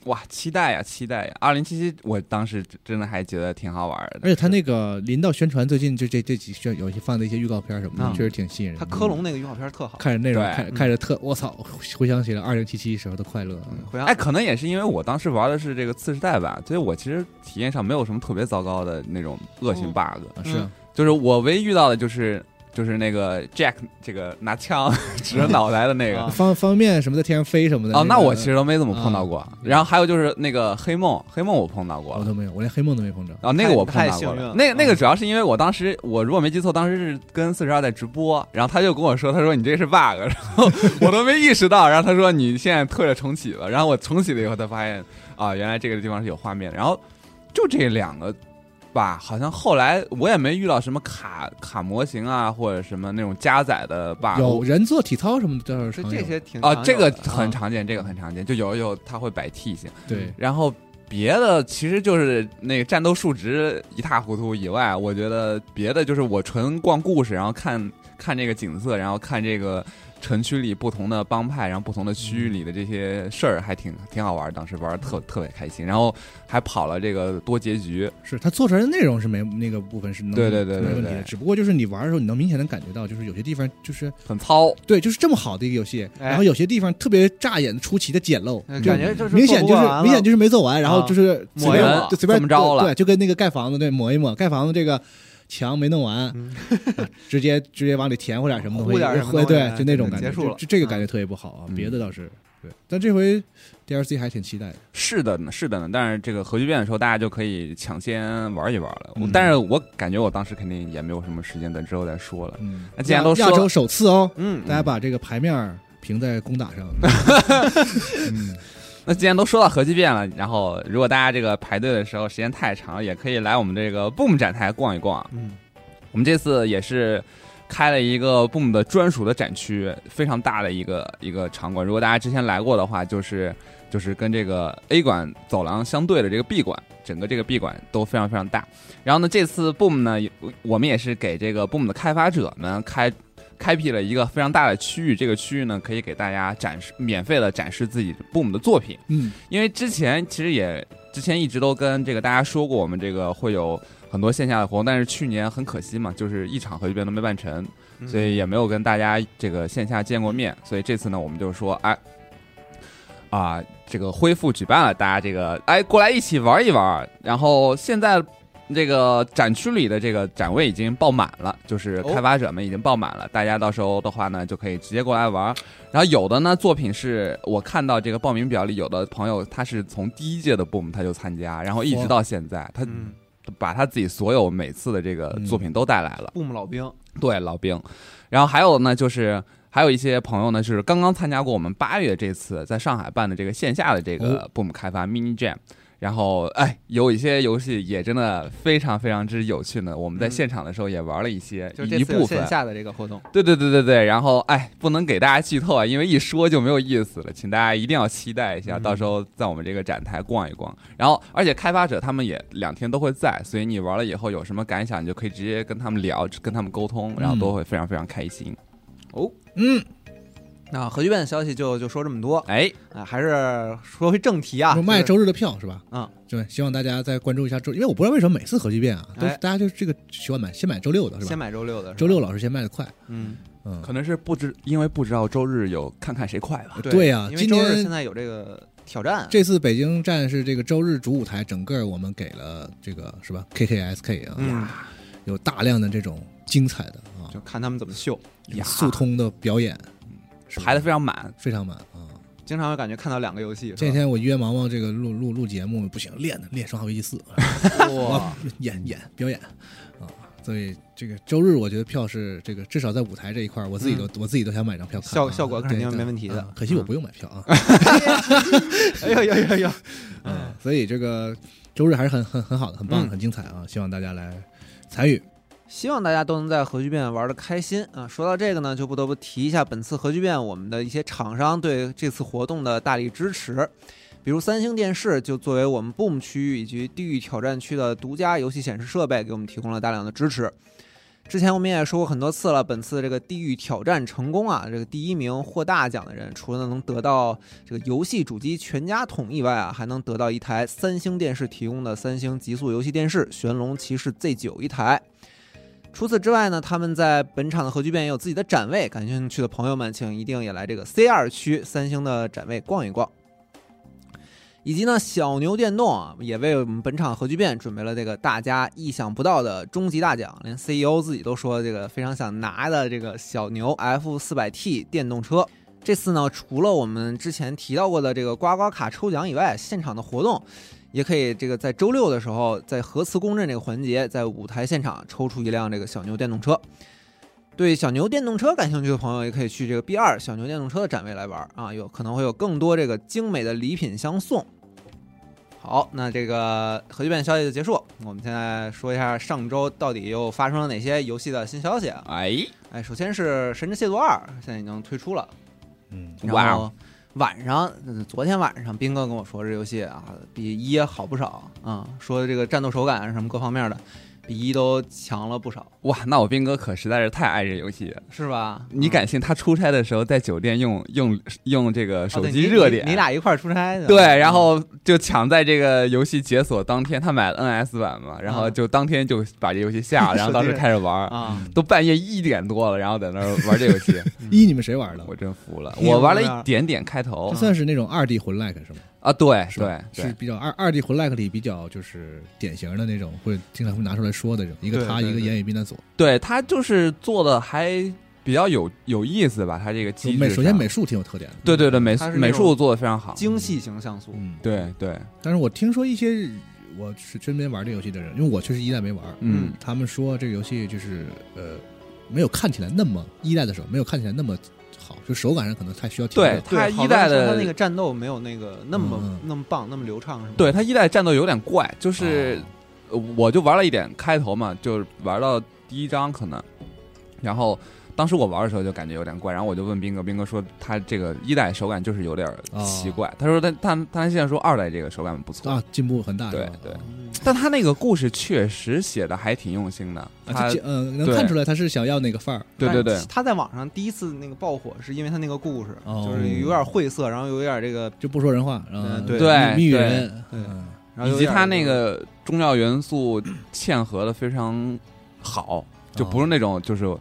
Speaker 3: 哇，期待呀，期待呀！二零七七，我当时真的还觉得挺好玩的，
Speaker 4: 而且他那个临到宣传，最近就这这几宣有一些放的一些预告片什么的，
Speaker 2: 嗯
Speaker 4: 确实挺吸引人
Speaker 2: 他
Speaker 4: 的。
Speaker 2: 科隆那个预告片儿特好，
Speaker 4: 看着内容，
Speaker 3: 对
Speaker 4: 看
Speaker 2: 嗯
Speaker 4: 看着特，我操，回想起了二零七七时候的快乐。
Speaker 2: 回想
Speaker 3: 哎，可能也是因为我当时玩的是这个次世代版，所以我其实体验上没有什么特别糟糕的那种恶性
Speaker 2: 嗯
Speaker 3: bug，、
Speaker 4: 啊，是啊，
Speaker 3: 就是我唯一遇到的就是就是那个 Jack 这个拿枪 指着脑袋的那个。
Speaker 2: 啊
Speaker 4: 方方便面什么在天上飞什么的。
Speaker 3: 哦，嗯那
Speaker 4: 个
Speaker 3: 我其实都没怎么碰到过。
Speaker 4: 嗯嗯
Speaker 3: 然后还有就是那个黑梦，黑梦我碰到过。
Speaker 4: 我都没有，我连黑梦都没碰着。
Speaker 3: 哦，那个我碰
Speaker 2: 太
Speaker 3: 到
Speaker 2: 幸
Speaker 3: 过
Speaker 2: 运
Speaker 3: 了
Speaker 2: 了。
Speaker 3: 那个那个
Speaker 2: 嗯
Speaker 3: 主要是因为我当时，我如果没记错，当时是跟四十二在直播，然后他就跟我说，他说你这是 bug，然 后我都没意识到，然后他说你现在退了重启了，然后我重启了以后才发现啊，原来这个地方是有画面的，然后就这两个吧，好像后来我也没遇到什么卡卡模型啊或者什么那种加载的 bug，
Speaker 4: 有人做体操什么的倒是
Speaker 2: 这
Speaker 4: 常有
Speaker 2: 这些挺
Speaker 3: 啊，
Speaker 2: 常
Speaker 3: 这
Speaker 2: 有
Speaker 3: 个
Speaker 2: 的
Speaker 3: 很
Speaker 2: 啊
Speaker 3: 常见，这个很常见，就有有它会摆 T 型，
Speaker 4: 对，
Speaker 3: 然后别的其实就是那个战斗数值一塌糊涂以外，我觉得别的就是我纯逛故事，然后看看这个景色，然后看这个城区里不同的帮派，然后不同的区域里的这些事儿，还挺挺好玩。当时玩的特特别开心，然后还跑了这个多结局，
Speaker 4: 是他做出来的内容是没那个部分是能
Speaker 3: 对对对
Speaker 4: 没问题
Speaker 3: 对
Speaker 4: 的，
Speaker 3: 对
Speaker 4: 只不过就是你玩的时候，你能明显的感觉到，就是有些地方就是
Speaker 3: 很糙。
Speaker 4: 对，就是这么好的一个游戏，
Speaker 2: 哎
Speaker 4: 然后有些地方特别扎眼、出奇的简陋，
Speaker 2: 嗯
Speaker 4: 就
Speaker 2: 感觉就是
Speaker 4: 明显
Speaker 2: 做
Speaker 4: 就
Speaker 2: 不完
Speaker 4: 是
Speaker 2: 了啊
Speaker 4: 明显就是没做完，然后就是随
Speaker 2: 抹一
Speaker 4: 便
Speaker 2: 抹
Speaker 4: 就随便
Speaker 3: 这么着了
Speaker 4: 对，就跟那个盖房子对抹一抹，盖房子这个墙没弄完，
Speaker 2: 嗯
Speaker 4: 啊 直接直接往里填或点什么东
Speaker 2: 糊
Speaker 4: 西，
Speaker 2: 点什么
Speaker 4: 或
Speaker 2: 东西啊
Speaker 4: 对，就那种
Speaker 2: 就
Speaker 4: 感觉，
Speaker 2: 结束了
Speaker 4: 就就这个感觉特别不好啊，
Speaker 3: 嗯
Speaker 4: 别的倒是对，但这回 DLC 还挺期待的，
Speaker 3: 是的呢，是的呢，但是这个核聚变的时候，大家就可以抢先玩一玩了。
Speaker 4: 嗯
Speaker 3: 但是我感觉我当时肯定也没有什么时间，等之后再说了。
Speaker 4: 嗯，
Speaker 3: 那既然都说
Speaker 4: 亚
Speaker 3: 了
Speaker 4: 洲首次哦，
Speaker 2: 嗯
Speaker 4: 大家把这个牌面儿评在攻打上，
Speaker 3: 那既然都说到核聚变了，然后如果大家这个排队的时候时间太长了，也可以来我们这个 Boom 展台逛一逛。
Speaker 2: 嗯，
Speaker 3: 我们这次也是开了一个 Boom 的专属的展区，非常大的一个一个场馆。如果大家之前来过的话，就是就是跟这个 A 馆走廊相对的这个 B 馆，整个这个 B 馆都非常非常大。然后呢，这次 Boom 呢，也我们也是给这个 Boom 的开发者们开。开辟了一个非常大的区域，这个区域呢可以给大家展示免费的展示自己 Boom 的作品。
Speaker 4: 嗯，
Speaker 3: 因为之前其实也之前一直都跟这个大家说过，我们这个会有很多线下的活动，但是去年很可惜嘛，就是一场核聚变都没办成，所以也没有跟大家这个线下见过面。所以这次呢，我们就说，哎，啊，这个恢复举办了，大家这个哎过来一起玩一玩。然后现在。这个展区里的这个展位已经爆满了，就是
Speaker 2: 哦
Speaker 3: 开发者们已经爆满了，大家到时候的话呢，就可以直接过来玩儿。然后有的呢作品是我看到这个报名表里有的朋友他是从第一届的 Boom 他就参加，然后一直到现在，他
Speaker 2: 嗯
Speaker 3: 把他自己所有每次的这个作品都带来了。
Speaker 2: ，boom 老兵，
Speaker 3: 对，老兵。然后还有呢，就是还有一些朋友呢，是刚刚参加过我们八月这次在上海办的这个线下的
Speaker 2: 哦
Speaker 3: 这个 Boom 开发 Mini Jam。然后，哎，有一些游戏也真的非常非常之有趣呢。我们在
Speaker 2: 嗯
Speaker 3: 现场的时候也玩了一些，
Speaker 2: 就是
Speaker 3: 一
Speaker 2: 这次有
Speaker 3: 部分
Speaker 2: 线。下的这个活动，
Speaker 3: 对对对对对，然后哎，不能给大家剧透啊，因为一说就没有意思了，请大家一定要期待一下，
Speaker 2: 嗯
Speaker 3: 到时候在我们这个展台逛一逛。然后，而且开发者他们也两天都会在，所以你玩了以后有什么感想，你就可以直接跟他们聊，跟他们沟通，然后
Speaker 2: 嗯
Speaker 3: 都会非常非常开心。
Speaker 2: 那核聚变的消息就就说这么多
Speaker 3: 哎，
Speaker 2: 啊，还是说回正题啊，
Speaker 4: 我卖
Speaker 2: 就是
Speaker 4: 周日的票是吧？
Speaker 2: 嗯，
Speaker 4: 对，希望大家再关注一下周，因为我不知道为什么每次核聚变啊，都是
Speaker 2: 哎
Speaker 4: 大家就这个喜欢买，先买周六的是
Speaker 2: 先
Speaker 4: 吧？
Speaker 2: 买周六的，
Speaker 4: 周六，老师先卖的快，
Speaker 2: 嗯，
Speaker 4: 嗯，
Speaker 3: 可能是不知因为不知道周日有看看谁快吧。
Speaker 4: 对呀
Speaker 2: 因为
Speaker 4: 今
Speaker 2: 周
Speaker 4: 年
Speaker 2: 日现在有这个挑战，
Speaker 4: 这次北京站是这个周日主舞台，整个我们给了这个是吧？KKSK 啊，
Speaker 2: 嗯，
Speaker 4: 有大量的这种精彩的啊，
Speaker 2: 就看他们怎么秀，
Speaker 3: 呀
Speaker 4: 速通的表演，是吧
Speaker 3: 排的非常满，
Speaker 4: 非常满啊。
Speaker 2: 经常会感觉看到两个游戏，是吧
Speaker 4: 这天我约毛毛这个录录录节目不行，练呢练《生化危机四》
Speaker 2: 哇，
Speaker 4: 演演表演啊，所以这个周日我觉得票是这个至少在舞台这一块儿，我自己
Speaker 3: 嗯
Speaker 4: 都、我自己都想买张票看啊、
Speaker 2: 效效果肯定
Speaker 4: 对
Speaker 2: 没问题的嗯
Speaker 4: 啊可惜我不用买票啊，
Speaker 2: 哎呦呦呦呦，
Speaker 4: 嗯，所以这个周日还是很很很好的，很棒的，
Speaker 2: 嗯
Speaker 4: 很精彩啊！希望大家来参与。
Speaker 2: 希望大家都能在核聚变玩的开心啊！说到这个呢，就不得不提一下本次核聚变我们的一些厂商对这次活动的大力支持，比如三星电视就作为我们 Boom 区域以及地狱挑战区的独家游戏显示设备，给我们提供了大量的支持。之前我们也说过很多次了，本次这个地狱挑战成功啊，这个第一名获大奖的人，除了能得到这个游戏主机全家桶以外啊，还能得到一台三星电视提供的三星极速游戏电视《玄龙骑士 Z 9一台。除此之外呢，他们在本场的核聚变也有自己的展位，感兴趣的朋友们，请一定也来这个 C 二区三星的展位逛一逛。以及呢，小牛电动啊，也为我们本场核聚变准备了这个大家意想不到的终极大奖，连 CEO 自己都说这个非常想拿的这个小牛 F 四百 T 电动车。这次呢，除了我们之前提到过的这个刮刮卡抽奖以外，现场的活动也可以这个在周六的时候，在核磁共振这个环节，在舞台现场抽出一辆这个小牛电动车。对小牛电动车感兴趣的朋友，也可以去这个 B 二小牛电动车的展位来玩儿啊，有可能会有更多这个精美的礼品相送。好，那这个核聚变消息就结束，我们现在说一下上周到底又发生了哪些游戏的新消息啊？
Speaker 3: 哎，
Speaker 2: 哎，首先是《神之蟹座二》，现在已经推出了，
Speaker 4: 嗯，
Speaker 3: 哇
Speaker 2: 然
Speaker 3: 哦
Speaker 2: 后晚上，嗯昨天晚上，斌哥跟我说这游戏啊，比一好不少啊、说这个战斗手感啊什么各方面的，比一都强了不少，
Speaker 3: 哇，那我斌哥可实在是太爱这游戏了。
Speaker 2: 是吧？
Speaker 3: 你
Speaker 2: 嗯
Speaker 3: 敢信他出差的时候在酒店用用用这个
Speaker 2: 哦
Speaker 3: 手
Speaker 2: 对
Speaker 3: 机
Speaker 2: 你
Speaker 3: 热点？
Speaker 2: 你你俩一块儿出差的，
Speaker 3: 对，
Speaker 2: 嗯
Speaker 3: 然后就抢在这个游戏解锁当天，他买了 NS 版嘛，然后就当天就把这游戏下了，然后当时开始玩，
Speaker 2: 啊，
Speaker 3: 都半夜一点多了，然后在那儿玩这游戏，
Speaker 4: 一你们谁玩的？
Speaker 3: 我真服了，
Speaker 2: 你有
Speaker 3: 我玩了
Speaker 2: 没有
Speaker 3: 一点点开头
Speaker 4: 这算是那种二 D 魂 like 是吗？
Speaker 3: 啊，对
Speaker 4: 嗯是
Speaker 3: 对
Speaker 4: 吧是
Speaker 3: 对，
Speaker 4: 比较二二 D 魂 like 里比较就是典型的那种，会经常会拿出来说的这种，一个
Speaker 2: 对
Speaker 4: 他
Speaker 2: 对
Speaker 4: 一个
Speaker 2: 对
Speaker 4: 言语避难所。
Speaker 3: 对他就是做的还比较有有意思吧，他这个机制
Speaker 4: 美首先
Speaker 3: 上
Speaker 4: 美术挺有特点的，
Speaker 3: 对对对美
Speaker 2: 它是那
Speaker 3: 美
Speaker 2: 种
Speaker 3: 术做的非常好，
Speaker 2: 精细型像素，
Speaker 4: 嗯，
Speaker 3: 对对，
Speaker 4: 但是我听说一些我是身边玩这游戏的人，因为我确实一代没玩，
Speaker 3: 嗯
Speaker 2: 嗯
Speaker 4: 他们说这个游戏就是呃，没有看起来那么一代的时候没有看起来那么好，就手感上可能太需要调
Speaker 3: 对
Speaker 4: 整。
Speaker 3: 他
Speaker 2: 对好多
Speaker 3: 一
Speaker 2: 人
Speaker 3: 代
Speaker 2: 说
Speaker 3: 的
Speaker 2: 他那个战斗没有那个那么、
Speaker 4: 嗯
Speaker 2: 那么棒，那么流畅，是吗？
Speaker 3: 对他一代战斗有点怪，
Speaker 4: 哦
Speaker 3: 就是呃我就玩了一点开头嘛，就是玩到第一章可能，然后当时我玩的时候就感觉有点怪，然后我就问斌哥，斌哥说他这个一代手感就是有点
Speaker 2: 哦
Speaker 3: 奇怪，他说他他他现在说二代这个手感不错，
Speaker 4: 啊，进步很大。
Speaker 3: 对
Speaker 4: 是吧
Speaker 3: 对
Speaker 4: 啊
Speaker 2: 嗯，
Speaker 3: 但他那个故事确实写的还挺用心的，
Speaker 4: 啊
Speaker 3: 他
Speaker 4: 他进嗯，能
Speaker 3: 对
Speaker 4: 看出来他是想要那个范儿。
Speaker 3: 对对对
Speaker 2: 但。他在网上第一次那个爆火是因为他那个故事，
Speaker 4: 哦
Speaker 2: 就是有点晦涩，然后有点这个，
Speaker 4: 就不说人话，然后
Speaker 2: 对
Speaker 3: 对
Speaker 4: 谜语
Speaker 3: 对
Speaker 4: 人，
Speaker 2: 对
Speaker 4: 嗯
Speaker 2: 然后
Speaker 3: 以
Speaker 2: 有
Speaker 3: 及
Speaker 2: 点
Speaker 3: 他那个中药元素嵌合的非常好，就不
Speaker 2: 哦
Speaker 3: 是那种就是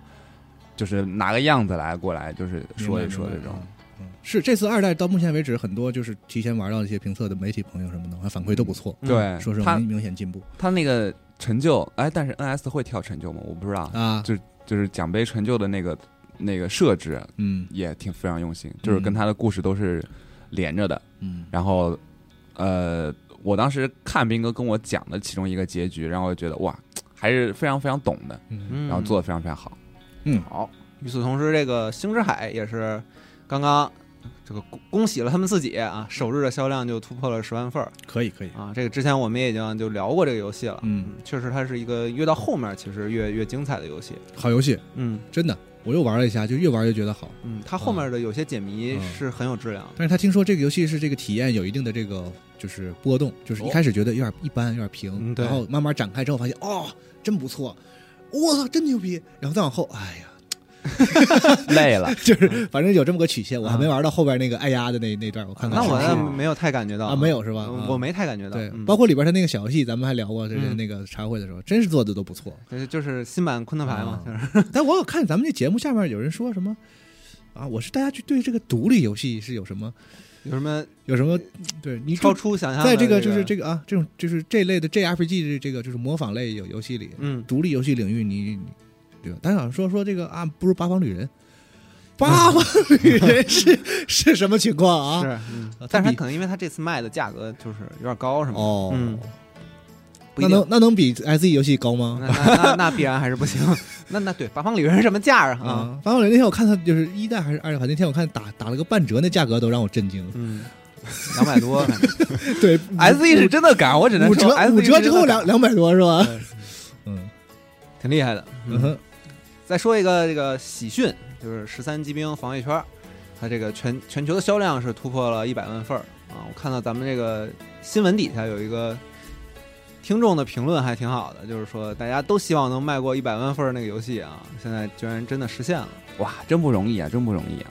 Speaker 3: 就是拿个样子来过来就是说一说这种。
Speaker 4: 嗯是这次二代到目前为止，很多就是提前玩到一些评测的媒体朋友什么的，还反馈都不错，
Speaker 2: 嗯
Speaker 3: 对，
Speaker 4: 说是
Speaker 3: 他
Speaker 4: 明明显进步
Speaker 3: 他那个成就，哎，但是 NS 会跳成就吗？我不知道，
Speaker 4: 啊
Speaker 3: 就，就是奖杯成就的那个那个设置
Speaker 4: 嗯
Speaker 3: 也挺非常用心，就是
Speaker 4: 嗯
Speaker 3: 跟他的故事都是连着的。
Speaker 4: 嗯
Speaker 3: 然后，呃，我当时看斌哥跟我讲的其中一个结局，然后我就觉得哇，还是非常非常懂的，
Speaker 4: 嗯
Speaker 2: 嗯，
Speaker 3: 然后做的非常非常好。
Speaker 2: 好。与此同时，这个星之海也是刚刚这个恭恭喜了他们自己啊，首日的销量就突破了十万份儿
Speaker 4: 可以可以，
Speaker 2: 啊。这个之前我们也已经就聊过这个游戏了，
Speaker 4: 嗯，
Speaker 2: 确实它是一个越到后面其实越越精彩的游戏，
Speaker 4: 好游戏，
Speaker 2: 嗯
Speaker 4: 真的，我又玩了一下，就越玩越觉得好。
Speaker 2: 嗯，它后面的有些解谜
Speaker 4: 嗯
Speaker 2: 是很有质量的，
Speaker 4: 但是他听说这个游戏是这个体验有一定的这个就是波动，就是一开始觉得有点一般，有点平
Speaker 2: 嗯，对
Speaker 4: 然后慢慢展开之后发现，哦，真不错，我操，真牛逼，然后再往后，哎呀，
Speaker 3: 累了，
Speaker 2: 嗯
Speaker 4: 就是反正有这么个曲线，我还
Speaker 2: 啊
Speaker 4: 没玩到后边那个爱鸭的那那段，我看看
Speaker 2: 那
Speaker 4: 是
Speaker 2: 我
Speaker 4: 不是。
Speaker 2: 倒没有太感觉到嗯
Speaker 4: 啊，没有是吧？啊
Speaker 2: 我没太感觉到，
Speaker 4: 对，
Speaker 2: 嗯
Speaker 4: 包括里边他那个小游戏，咱们还聊过，就是
Speaker 2: 嗯
Speaker 4: 那个茶会的时候，真是做的都不错。
Speaker 2: 就是就是新版昆特牌嘛
Speaker 4: 啊，
Speaker 2: 就是
Speaker 4: 但我有看咱们这节目下面有人说什么啊，我是大家去对这个独立游戏是有什么
Speaker 2: 有什么
Speaker 4: 有什么，对 你
Speaker 2: 超
Speaker 4: 就
Speaker 2: 出想象的
Speaker 4: 在这个就是
Speaker 2: 这
Speaker 4: 这个啊这种就是这类的 JRPG 的这个就是模仿类游游戏里，
Speaker 2: 嗯
Speaker 4: 独立游戏领域你你对吧？但是好像说说这个啊，不如八方旅人。八方旅人是是什么情况啊？
Speaker 2: 是，嗯
Speaker 4: 它
Speaker 2: 但是它
Speaker 4: 比
Speaker 2: 可能因为它这次卖的价格就是有点高什么的，
Speaker 4: 哦，
Speaker 2: 嗯，不
Speaker 4: 那
Speaker 2: 一定
Speaker 4: 能那能比 SE 游戏高吗？
Speaker 2: 那那那那必然还是不行。那那对，八方旅人是什么价儿啊？
Speaker 4: 啊，反正我那天我看他就是一代还是二代，那天我看打打了个半折，那价格都让我震惊了。
Speaker 2: 嗯，两百 多。反正
Speaker 4: 对
Speaker 3: S E 是真的敢，我只能
Speaker 4: 五
Speaker 3: 说
Speaker 4: 折
Speaker 3: S
Speaker 2: E
Speaker 4: 五折之后两两百多是吧？ 嗯
Speaker 2: 挺厉害的。
Speaker 4: 嗯
Speaker 2: 嗯，
Speaker 4: 哼
Speaker 2: 再说一个这个喜讯，就是十三机兵防御圈儿，它这个全全球的销量是突破了一百万份儿啊！我看到咱们这个新闻底下有一个听众的评论还挺好的，就是说大家都希望能卖过一百万份儿那个游戏啊，现在居然真的实现了。
Speaker 3: 哇，真不容易啊，真不容易啊！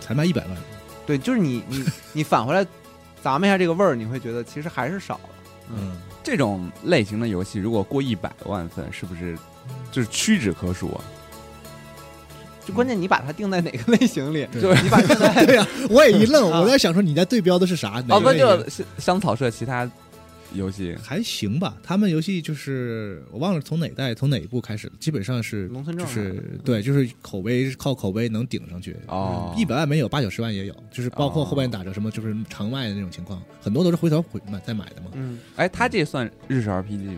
Speaker 4: 才卖一百万，
Speaker 2: 对，就是你你你返回来咂摸一下这个味儿，你会觉得其实还是少了。
Speaker 4: 嗯，
Speaker 3: 这种类型的游戏如果过一百万份，是不是就是屈指可数啊？
Speaker 2: 就关键你把它定在哪个类型里，
Speaker 4: 对
Speaker 2: 就是你把它定在
Speaker 4: 嗯 对呀，我也一愣，
Speaker 2: 啊
Speaker 4: 我在想说你在对标的是啥？哪
Speaker 3: 哦，不
Speaker 4: 个类
Speaker 3: 就
Speaker 4: 型
Speaker 3: 香香草社其他游戏
Speaker 4: 还行吧，他们游戏就是我忘了从哪代从哪一部开始，基本上是
Speaker 2: 农村啊
Speaker 4: 就
Speaker 2: 证
Speaker 4: 是对，就是口碑靠口碑能顶上去。
Speaker 3: 哦，
Speaker 4: 一百万没有，八九十万也有，就是包括后半打折什么，就是常卖的那种情
Speaker 3: 哦
Speaker 4: 况，很多都是回头回买再买的嘛，
Speaker 2: 嗯，
Speaker 3: 哎，他这算日式 RPG 吗？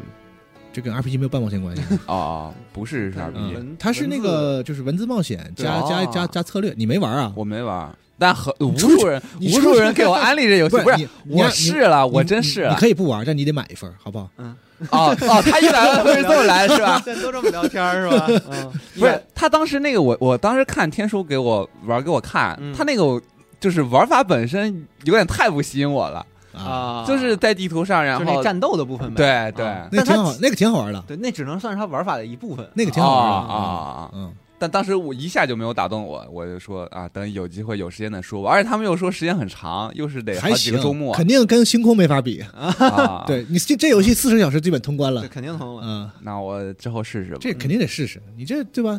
Speaker 4: 这跟 RPG 没有半毛钱 关系。嗯
Speaker 3: 哦哦，不是日式 RPG，
Speaker 2: 文
Speaker 4: 它是那个就是文字冒险
Speaker 2: 对
Speaker 4: 加加加加策略，你没玩啊？
Speaker 3: 哦我没玩儿，但很无
Speaker 4: 出去
Speaker 3: 数人
Speaker 4: 你
Speaker 3: 无
Speaker 4: 出
Speaker 3: 数
Speaker 4: 去
Speaker 3: 人给我安利这游戏，
Speaker 4: 不
Speaker 3: 不
Speaker 4: 是
Speaker 3: 是
Speaker 4: 你你
Speaker 3: 我
Speaker 4: 你
Speaker 3: 试了，我
Speaker 4: 你
Speaker 3: 真啊
Speaker 4: 你
Speaker 3: 试
Speaker 4: 你
Speaker 3: 了。
Speaker 4: 可以不玩，但你得买一份儿，好不好？
Speaker 3: 哦哦，他一百万份是这么来的 是 吧？
Speaker 2: 现在都这么聊天儿 是吧？嗯，
Speaker 3: 不是，他当时那个我我当时看天叔给我玩儿给我看，
Speaker 2: 嗯
Speaker 3: 他那个我就是玩法本身有点太不吸引我了，
Speaker 4: 啊，
Speaker 2: 啊，
Speaker 3: 就是在地图上，然
Speaker 2: 就是
Speaker 3: 后
Speaker 2: 那战斗的部分呗。
Speaker 3: 对对，
Speaker 2: 啊
Speaker 4: 那个
Speaker 2: 但它
Speaker 4: 挺好，那个挺好玩的，
Speaker 2: 对，那只能算是它玩法的一部分。
Speaker 4: 那个挺
Speaker 3: 哦
Speaker 4: 好玩的
Speaker 3: 啊啊！啊
Speaker 4: 嗯，
Speaker 3: 但当时我一下就没有打动我，我就说啊，等有机会有时间再说吧。而且他们又说时间很长，又是得好
Speaker 4: 还
Speaker 3: 几个
Speaker 4: 行
Speaker 3: 周，末
Speaker 4: 肯定跟星空没法比。
Speaker 3: 啊。，
Speaker 4: 对你这这游戏四十小时基本通关
Speaker 2: 对，
Speaker 4: 了，
Speaker 2: 肯定同文。
Speaker 4: 嗯，
Speaker 3: 那我之后试试吧。
Speaker 4: 这肯定得试试，你这对吧？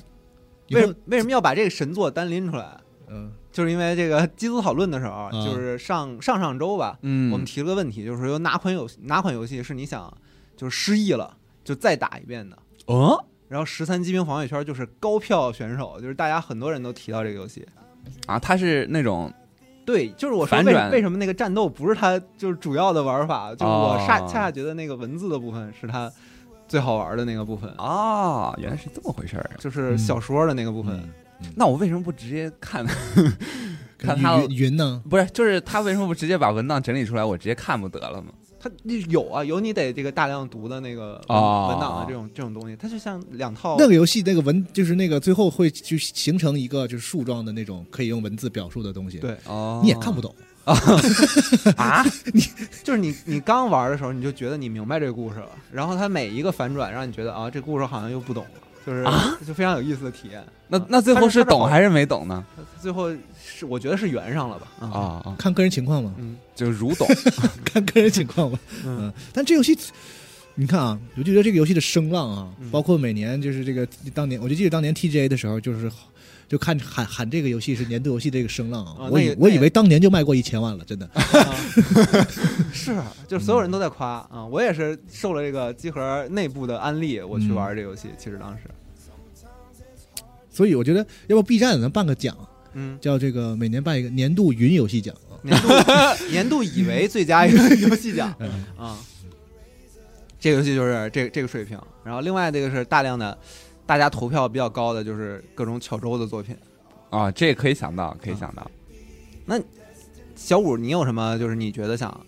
Speaker 4: 以
Speaker 2: 为
Speaker 4: 后
Speaker 2: 什为什么要把这个神作单拎出来？
Speaker 4: 嗯
Speaker 2: 就是因为这个 机组讨论的时候，啊就是上上上周吧，
Speaker 3: 嗯，
Speaker 2: 我们提了个问题，就是说有哪款游哪款游戏是你想就是失忆了就再打一遍的？
Speaker 3: 哦
Speaker 2: 然后十三机兵防御圈就是高票选手，就是大家很多人都提到这个游戏。
Speaker 3: 啊，他是那种
Speaker 2: 对，就是我说
Speaker 3: 反
Speaker 2: 为
Speaker 3: 转
Speaker 2: 为什么那个战斗不是它就是主要的玩法，就是我
Speaker 3: 哦
Speaker 2: 恰恰恰觉得那个文字的部分是它最好玩的那个部分，
Speaker 3: 啊，原来是这么回事儿。
Speaker 2: 就是小说的那个部分。
Speaker 4: 嗯
Speaker 3: 那我为什么不直接看？ 看他
Speaker 4: 云云呢？
Speaker 3: 不是，就是他为什么不直接把文档整理出来，我直接看不得了吗？
Speaker 2: 它有啊，有你得这个大量读的那个文
Speaker 3: 哦
Speaker 2: 文档的啊这种这种东西，它就像两套
Speaker 4: 那个游戏那个文就是那个最后会就形成一个就是树状的那种可以用文字表述的东西，
Speaker 2: 对，
Speaker 3: 哦
Speaker 4: 你也看不懂。
Speaker 3: 啊？
Speaker 2: 就是你你刚玩的时候，你就觉得你明白这个故事了，然后它每一个反转，让你觉得啊，这故事好像又不懂了，就是、就非常有意思的体验。
Speaker 3: 那
Speaker 2: 啊
Speaker 3: 那最后
Speaker 2: 但是
Speaker 3: 是
Speaker 2: 它
Speaker 3: 懂还是没懂呢？
Speaker 2: 好最后是我觉得是圆上了吧？啊、
Speaker 3: 啊啊，
Speaker 4: 看个人情况嘛，
Speaker 2: 嗯
Speaker 3: 就 如懂
Speaker 4: 看个人情况吧。
Speaker 2: 嗯
Speaker 4: 嗯，但这游戏，你看啊，我就觉得这个游戏的声浪啊
Speaker 2: 嗯，
Speaker 4: 包括每年就是这个当年，我就记得当年 TGA 的时候，就是就看喊喊这个游戏是年度游戏这个声浪啊
Speaker 2: 啊，
Speaker 4: 我
Speaker 2: 那
Speaker 4: 以
Speaker 2: 也
Speaker 4: 我以
Speaker 2: 那
Speaker 4: 为当年就卖过一千万了，真的。
Speaker 2: 啊 是，就是所有人都在夸啊，我也是受了这个集合内部的安利，我去玩这游戏。其实当时，
Speaker 4: 所以我觉得，要不 B 站咱办个奖，
Speaker 2: 嗯，
Speaker 4: 叫这个每年办一个年度云游戏奖 啊。
Speaker 2: 年度年度以为最佳 游戏奖
Speaker 4: 嗯
Speaker 2: 啊，这个游戏就是这这个水平。然后另外这个是大量的大家投票比较高的，就是各种巧周的作品。
Speaker 3: 啊，这也可以想到，可以想到。
Speaker 2: 小五，你有什么就是你觉得想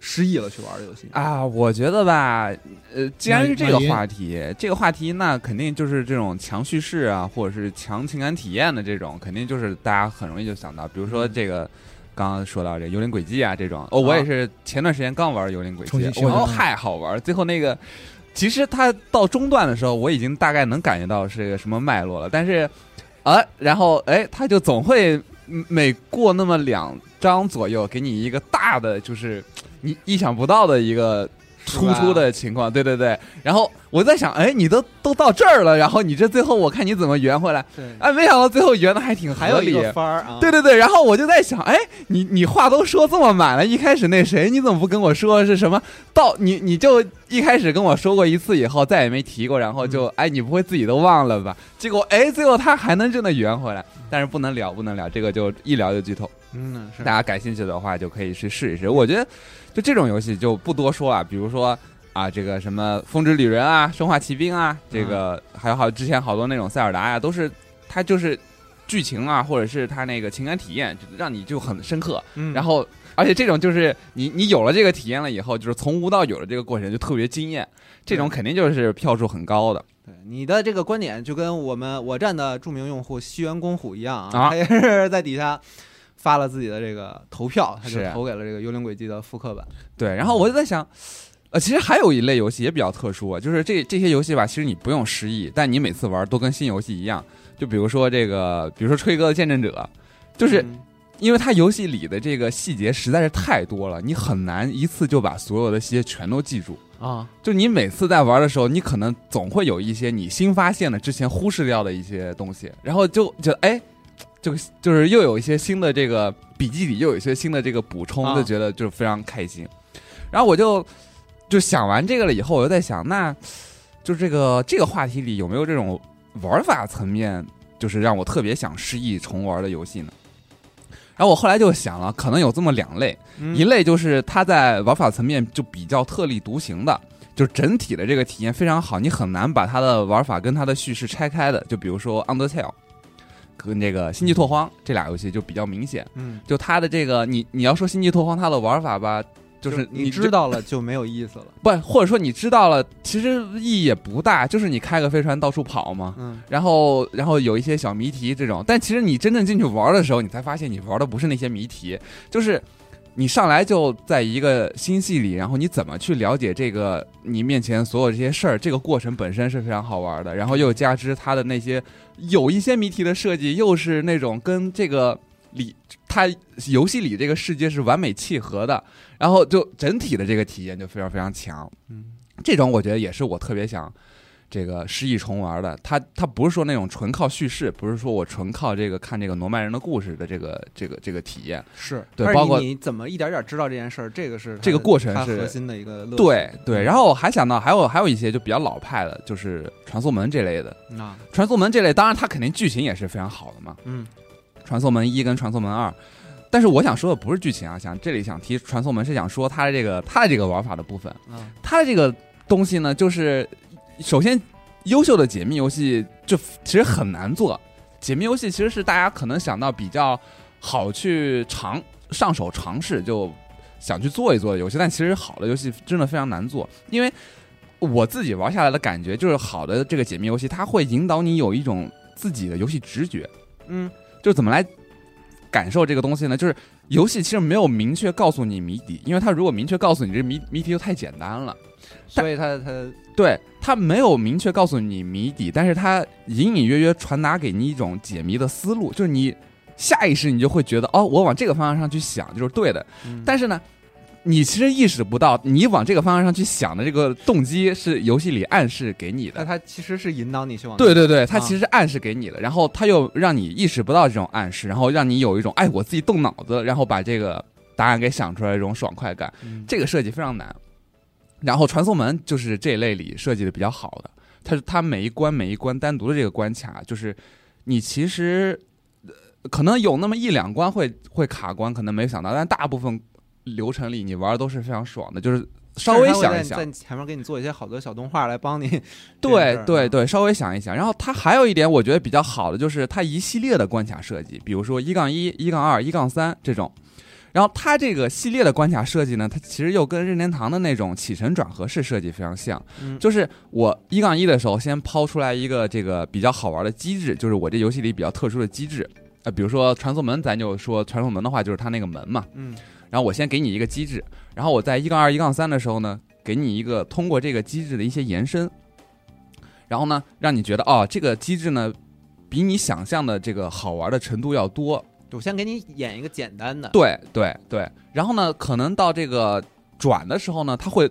Speaker 2: 失忆了去玩的游戏？
Speaker 3: 啊，我觉得吧，呃，既然是这个
Speaker 4: 马云
Speaker 3: 话题，这个话题那肯定就是这种强叙事啊，或者是强情感体验的这种，肯定就是大家很容易就想到，比如
Speaker 4: 嗯
Speaker 3: 说这个。刚刚说到这《幽灵轨迹》啊，这种哦，我
Speaker 2: 啊
Speaker 3: 也是前段时间刚玩《幽灵轨迹
Speaker 4: 重新》，学
Speaker 3: 我觉得
Speaker 4: 了
Speaker 3: 太好玩儿。最后那个，其实它到中段的时候，我已经大概能感觉到是个什么脉络了，但是，啊，然后哎，它就总会嗯每过那么两张左右，给你一个大的，就是你意想不到的一个
Speaker 2: 是
Speaker 3: 突
Speaker 2: 吧
Speaker 3: 出的情况，对对对。然后我在想，哎，你都都到这儿了，然后你这最后我看你怎么圆回来，
Speaker 2: 对，
Speaker 3: 哎，没想到最后圆的还挺
Speaker 2: 还
Speaker 3: 合
Speaker 2: 有一
Speaker 3: 理。
Speaker 2: 个番儿啊，
Speaker 3: 对对对，然后我就在想，哎，你你话都说这么满了，一开始那谁你怎么不跟我说是什么？到你你就一开始跟我说过一次以后，再也没提过，然后就哎，你不会自己都忘了吧？结果哎，最后他还能真的圆回来，但是不能聊，不能聊，这个就一聊就剧透。
Speaker 2: 嗯是
Speaker 3: 大家感兴趣的话就可以去试一试。我觉得就这种游戏就不多说了，比如说啊，这个什么《风之旅人》啊，《生化奇兵》啊，这个
Speaker 2: 嗯
Speaker 3: 还有好之前好多那种塞尔达呀、都是它就是剧情啊，或者是它那个情感体验，就让你就很深刻。
Speaker 2: 嗯
Speaker 3: 然后，而且这种就是你你有了这个体验了以后，就是从无到有的这个过程就特别惊艳，这
Speaker 2: 嗯
Speaker 3: 种肯定就是票数很高的。
Speaker 2: 对你的这个观点，就跟我们我站的著名用户西园公虎一样啊，
Speaker 3: 啊
Speaker 2: 他也是在底下发了自己的这个投票，他就是投给了这个《幽灵轨迹》的复刻版。
Speaker 3: 对，然后我就在想，呃，其实还有一类游戏也比较特殊啊，就是这这些游戏吧，其实你不用失忆，但你每次玩都跟新游戏一样。就比如说这个，比如说吹哥的见证者，就是
Speaker 2: 嗯
Speaker 3: 因为它游戏里的这个细节实在是太多了，你很难一次就把所有的细节全都记住。
Speaker 2: 啊，
Speaker 3: 就你每次在玩的时候，你可能总会有一些你新发现的、之前忽视掉的一些东西，然后就觉得哎，就就是又有一些新的这个笔记里又有一些新的这个补充，
Speaker 2: 啊
Speaker 3: 就觉得就是非常开心。然后我就就想完这个了以后，我就在想，那就这个这个话题里有没有这种玩法层面，就是让我特别想失忆重玩的游戏呢？然后我后来就想了，可能有这么两类，
Speaker 2: 嗯
Speaker 3: 一类就是它在玩法层面就比较特立独行的，就是整体的这个体验非常好，你很难把它的玩法跟它的叙事拆开的。就比如说《Undertale》跟这个《星际拓荒》这俩游戏就比较明显，
Speaker 2: 嗯，
Speaker 3: 就它的这个你你要说《星际拓荒》它的玩法吧，就是
Speaker 2: 你
Speaker 3: 知
Speaker 2: 知道了就没有意思了。
Speaker 3: 不，或者说你知道了，其实意义也不大，就是你开个飞船到处跑嘛。
Speaker 2: 嗯，
Speaker 3: 然后，然后有一些小谜题这种，但其实你真正进去玩的时候，你才发现你玩的不是那些谜题，就是你上来就在一个星系里，然后你怎么去了解这个你面前所有这些事儿，这个过程本身是非常好玩的。然后又加之它的那些有一些谜题的设计，又是那种跟这个里它游戏里这个世界是完美契合的，然后就整体的这个体验就非常非常强。
Speaker 2: 嗯，
Speaker 3: 这种我觉得也是我特别想这个失忆重玩的。它它不是说那种纯靠叙事，不是说我纯靠这个看这个挪曼人的故事的这个这个这个体验。
Speaker 2: 是
Speaker 3: 对
Speaker 2: 嗯它是
Speaker 3: 包括
Speaker 2: 你怎么一点点知道这件事儿，这个是它
Speaker 3: 这个过程
Speaker 2: 它
Speaker 3: 是
Speaker 2: 核心的一个乐趣。
Speaker 3: 对对，然后我还想到还有还有一些就比较老派的，就是传送门这类的。
Speaker 2: 嗯啊，
Speaker 3: 传送门这类，当然它肯定剧情也是非常好的嘛。
Speaker 2: 嗯
Speaker 3: 传送门一跟传送门二。但是我想说的不是剧情啊，想这里想提传送门是想说它的这个它的这个玩法的部分，
Speaker 2: 啊，
Speaker 3: 它的这个东西呢，就是首先优秀的解密游戏就其实很难做，解谜游戏其实是大家可能想到比较好去尝上手尝试，就想去做一做的游戏，但其实好的游戏真的非常难做，因为我自己玩下来的感觉就是，好的这个解谜游戏，它会引导你有一种自己的游戏直觉，
Speaker 2: 嗯，
Speaker 3: 就是怎么来感受这个东西呢？就是游戏其实没有明确告诉你谜底，因为它如果明确告诉你这谜谜题就太简单了。
Speaker 2: 所以它它
Speaker 3: 对，它没有明确告诉你谜底，但是它隐隐约约传达给你一种解谜的思路，就是你下意识你就会觉得，哦，我往这个方向上去想就是对的。
Speaker 2: 嗯
Speaker 3: 但是呢，你其实意识不到，你往这个方向上去想的这个动机是游戏里暗示给你
Speaker 2: 那
Speaker 3: 的。
Speaker 2: 它其实是引导你去往
Speaker 3: 对对对，它
Speaker 2: 嗯啊
Speaker 3: 其实是暗示给你的，然后它又让你意识不到这种暗示，然后让你有一种哎，我自己动脑子，然后把这个答案给想出来的这种爽快感。
Speaker 2: 嗯
Speaker 3: 这个设计非常难。然后传送门就是这一类里设计的比较好的，它是它每一关每一关单独的这个关卡，就是你其实、呃可能有那么一两关会会卡关，可能没想到，但大部分流程里你玩的都是非常爽的，就是稍微
Speaker 2: 甚至它会
Speaker 3: 想一
Speaker 2: 在
Speaker 3: 想
Speaker 2: 在，你前面给你做一些好多小动画来帮 你这个事
Speaker 3: 对
Speaker 2: 儿
Speaker 3: 对
Speaker 2: 啊
Speaker 3: 对，稍微想一想。然后它还有一点我觉得比较好的就是它一系列的关卡设计，比如说一杠一、一杠二、一杠三这种。然后它这个系列的关卡设计呢，它其实又跟任天堂的那种起承转合式设计非常像。
Speaker 2: 嗯
Speaker 3: 就是我一杠一的时候，先抛出来一个这个比较好玩的机制，就是我这游戏里比较特殊的机制。呃，比如说传送门，咱就说传送门的话，就是它那个门嘛。
Speaker 2: 嗯
Speaker 3: 然后我先给你一个机制，然后我在一杠二、一杠三的时候呢，给你一个通过这个机制的一些延伸，然后呢，让你觉得哦，这个机制呢，比你想象的这个好玩的程度要多。
Speaker 2: 我先给你演一个简单的
Speaker 3: 对对对，然后呢，可能到这个转的时候呢，它会，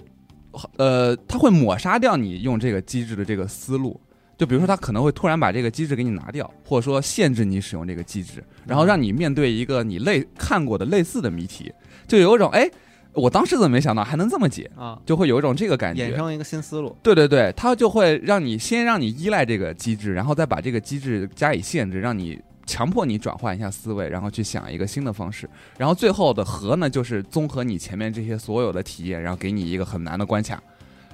Speaker 3: 呃，它会抹杀掉你用这个机制的这个思路。就比如说，它可能会突然把这个机制给你拿掉，或者说限制你使用这个机制，然后让你面对一个你类看过的类似的谜题，就有一种哎，我当时怎么没想到还能这么解，
Speaker 2: 啊，
Speaker 3: 就会有一种这个感觉
Speaker 2: 衍。生一个新思路，
Speaker 3: 对对对，它就会让你先让你依赖这个机制，然后再把这个机制加以限制，让你强迫你转换一下思维，然后去想一个新的方式。然后最后的和呢，就是综合你前面这些所有的体验，然后给你一个很难的关卡。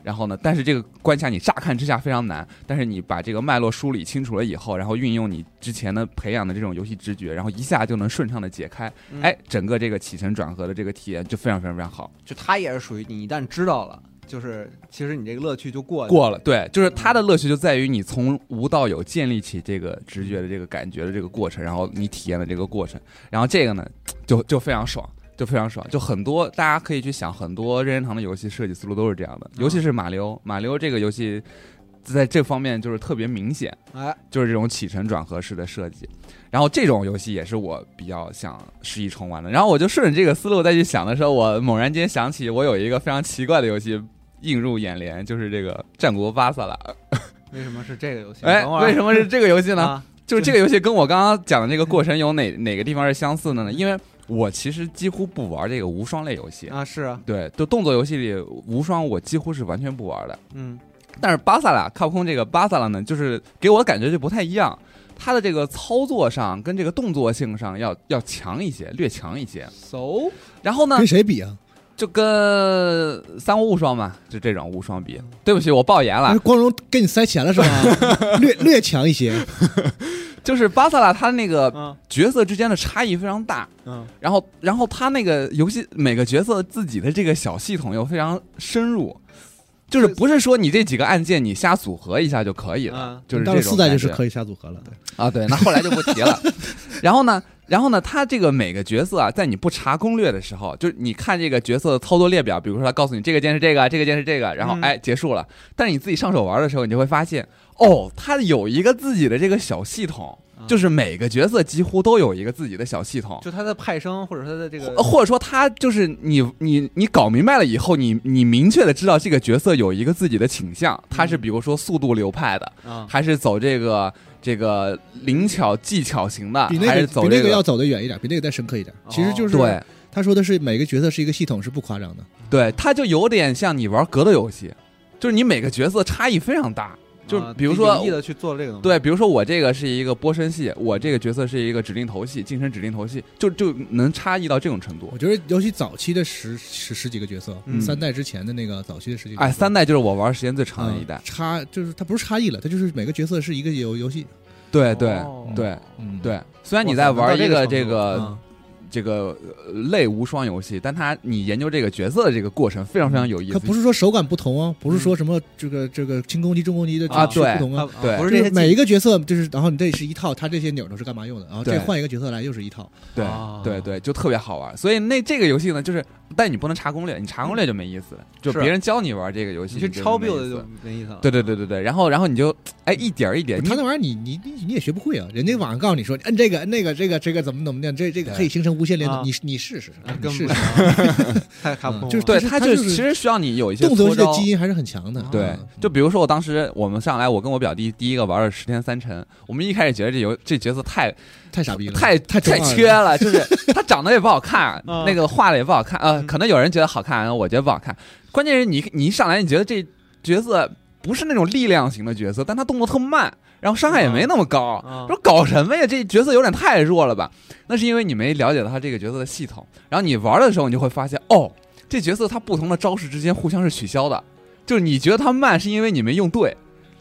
Speaker 3: 然后呢，但是这个关卡你乍看之下非常难，但是你把这个脉络梳理清楚了以后，然后运用你之前的培养的这种游戏直觉，然后一下就能顺畅的解开。
Speaker 2: 嗯
Speaker 3: 哎，整个这个起承转合的这个体验就非常非常非常好。
Speaker 2: 就它也是属于你一旦知道了，就是其实你这个乐趣就过去了
Speaker 3: 过了，对，就是它的乐趣就在于你从无到有建立起这个直觉的这个感觉的这个过程，然后你体验的这个过程，然后这个呢，就就非常爽，就非常爽，就很多大家可以去想，很多任天堂的游戏设计思路都是这样的，尤其是马里奥，马里奥这个游戏在这方面就是特别明显，
Speaker 2: 哎，
Speaker 3: 就是这种起承转合式的设计，然后这种游戏也是我比较想试一重玩的。然后我就顺着这个思路再去想的时候，我猛然间想起我有一个非常奇怪的游戏映入眼帘，就是这个《战国巴萨拉》。
Speaker 2: 为什么是这个游戏？
Speaker 3: 哎，为什
Speaker 2: 么
Speaker 3: 么是这个游戏呢？
Speaker 2: 呢？
Speaker 3: 就是这个游戏跟我刚刚讲的这个过程有哪哪个地方是相似的呢？因为我其实几乎不玩这个无双类游戏，
Speaker 2: 啊，是啊，
Speaker 3: 对，就动作游戏里无双我几乎是完全不玩的。
Speaker 2: 嗯
Speaker 3: 但是巴萨拉靠空这个巴萨拉呢，就是给我的感觉就不太一样，它的这个操作上跟这个动作性上要要强一些，略强一些。
Speaker 2: ，so
Speaker 3: 然后呢
Speaker 4: 跟，谁比啊？
Speaker 3: 就跟三国无双嘛，就这种无双比。对不起，我爆言
Speaker 4: 但
Speaker 3: 了
Speaker 4: 是，光荣给你塞钱了是 吧？略略强一些，
Speaker 3: 就是巴萨拉它那个
Speaker 2: 嗯
Speaker 3: 角色之间的差异非常大，
Speaker 2: 嗯
Speaker 3: 然后然后它那个游戏每个角色自己的这个小系统又非常深入。就是不是说你这几个按键你瞎组合一下就可以了，
Speaker 2: 嗯
Speaker 3: 就是
Speaker 4: 到
Speaker 3: 这
Speaker 4: 了
Speaker 3: 种
Speaker 4: 四代就
Speaker 3: 感
Speaker 4: 是
Speaker 3: 觉
Speaker 4: 可以下组合了。对，
Speaker 3: 啊，对，那后来就不提了。然后呢，然后呢，他这个每个角色啊，在你不查攻略的时候，就是你看这个角色的操作列表，比如说他告诉你这个键是这个，这个键是这个，然后
Speaker 2: 嗯
Speaker 3: 哎结束了。但是你自己上手玩的时候，你就会发现，哦，他有一个自己的这个小系统，就是每个角色几乎都有一个自己的小系统。
Speaker 2: 嗯就它的派生或者它的这个
Speaker 3: 呃或者说，他就是你，你，你搞明白了以后，你你明确的知道这个角色有一个自己的倾向，他
Speaker 2: 嗯
Speaker 3: 是比如说速度流派的，
Speaker 2: 啊，
Speaker 3: 还是走这个这个灵巧技巧型的，
Speaker 4: 比那
Speaker 3: 还
Speaker 4: 个
Speaker 3: 是走
Speaker 4: 比那
Speaker 3: 这哦
Speaker 4: 个要走得远一点，比那个再深刻一点。其实就是
Speaker 3: 对
Speaker 4: 他说的是每个角色是一个系统，是不夸张的。
Speaker 3: 对，它就有点像你玩格斗游戏，就是你每个角色差异非常大。就
Speaker 2: 啊
Speaker 3: 比如说
Speaker 2: 有意的去做这个东西，
Speaker 3: 对，比如说我这个是一个波身系，我这个角色是一个指令头系，近身指令头系，就就能差异到这种程度
Speaker 4: 我。觉得尤其早期的十十十几个角色，
Speaker 2: 嗯
Speaker 4: 三代之前的那个早期的十几个角色，
Speaker 3: 哎，三代就是我玩时间最长
Speaker 4: 嗯
Speaker 3: 的一代，
Speaker 4: 差就是它不是差异了，它就是每个角色是一个游游戏，
Speaker 3: 对对
Speaker 2: 哦
Speaker 3: 对
Speaker 4: 嗯，，
Speaker 3: 对，虽然你
Speaker 2: 哇
Speaker 3: 在
Speaker 2: 塞能
Speaker 3: 玩
Speaker 2: 到
Speaker 3: 一
Speaker 2: 这个
Speaker 3: 个这
Speaker 2: 程度
Speaker 3: 个
Speaker 2: 嗯
Speaker 3: 这个呃类无双游戏，但它你研究这个角色的这个过程非常
Speaker 2: 嗯
Speaker 3: 非常有意
Speaker 4: 它
Speaker 3: 思。
Speaker 4: 不是说手感不同哦，不是说什么这个这个轻攻击、重攻击的
Speaker 3: 嗯啊
Speaker 4: 这个
Speaker 3: 对
Speaker 4: 不同
Speaker 2: 啊
Speaker 4: 啊。
Speaker 2: 啊
Speaker 3: 对
Speaker 2: 不是
Speaker 4: 就
Speaker 2: 这些
Speaker 4: 是
Speaker 2: 技
Speaker 4: 每一个角色，就是然后你这是一套，它这些钮都是干嘛用的？然后这
Speaker 3: 对
Speaker 4: 换一个角色来又是一套。
Speaker 3: 对
Speaker 2: 啊
Speaker 3: 对对，就特别好玩。所以那这个游戏呢，就是但你不能查攻略，你查攻略就没意思了，就是别人教你玩这个游戏，
Speaker 2: 你去
Speaker 3: 你就
Speaker 2: 超
Speaker 3: 没意
Speaker 2: build
Speaker 3: 思
Speaker 2: 就没意思了。
Speaker 3: 对对对对对，然后然后你就哎一点儿一点儿，
Speaker 4: 他
Speaker 3: 你
Speaker 4: 那玩意儿你你你你也学不会啊！人家网上告诉你说，摁这个摁那个，这个这个怎么怎么样，这这个可以形成无限连
Speaker 2: 啊
Speaker 4: 动，你你试试
Speaker 2: 啊，，
Speaker 4: 你
Speaker 2: 根
Speaker 4: 试
Speaker 2: 本
Speaker 4: 试。
Speaker 2: 太卡普
Speaker 4: 嗯就是
Speaker 3: 对
Speaker 4: 它
Speaker 3: 它
Speaker 4: 它
Speaker 3: 就
Speaker 4: 就是
Speaker 3: 其实需要你有一些
Speaker 4: 动作游
Speaker 3: 搓
Speaker 4: 戏的
Speaker 3: 招。
Speaker 4: 基因还是很强
Speaker 2: 啊
Speaker 4: 的。
Speaker 3: 对
Speaker 4: 嗯，
Speaker 3: 就比如说我当时我们上来，我跟我表弟第一个玩的《十天三晨》，我们一开始觉得这游这角色太
Speaker 4: 太傻逼了，
Speaker 3: 太
Speaker 4: 太中二
Speaker 3: 太
Speaker 4: 了
Speaker 3: 缺了，就是 他长得也不好看，
Speaker 2: 嗯
Speaker 3: 那个画的也不好看，呃，
Speaker 2: 嗯
Speaker 3: 可能有人觉得好看，我觉得不好看。关键是你你一上来，你觉得这角色不是那种力量型的角色，但他动作特慢，然后伤害也没那么高，
Speaker 2: 啊
Speaker 3: 说搞什么呀？这角色有点太弱了吧？那是因为你没了解到他这个角色的系统，然后你玩的时候，你就会发现，哦，这角色他不同的招式之间互相是取消的。就是你觉得他慢，是因为你没用对。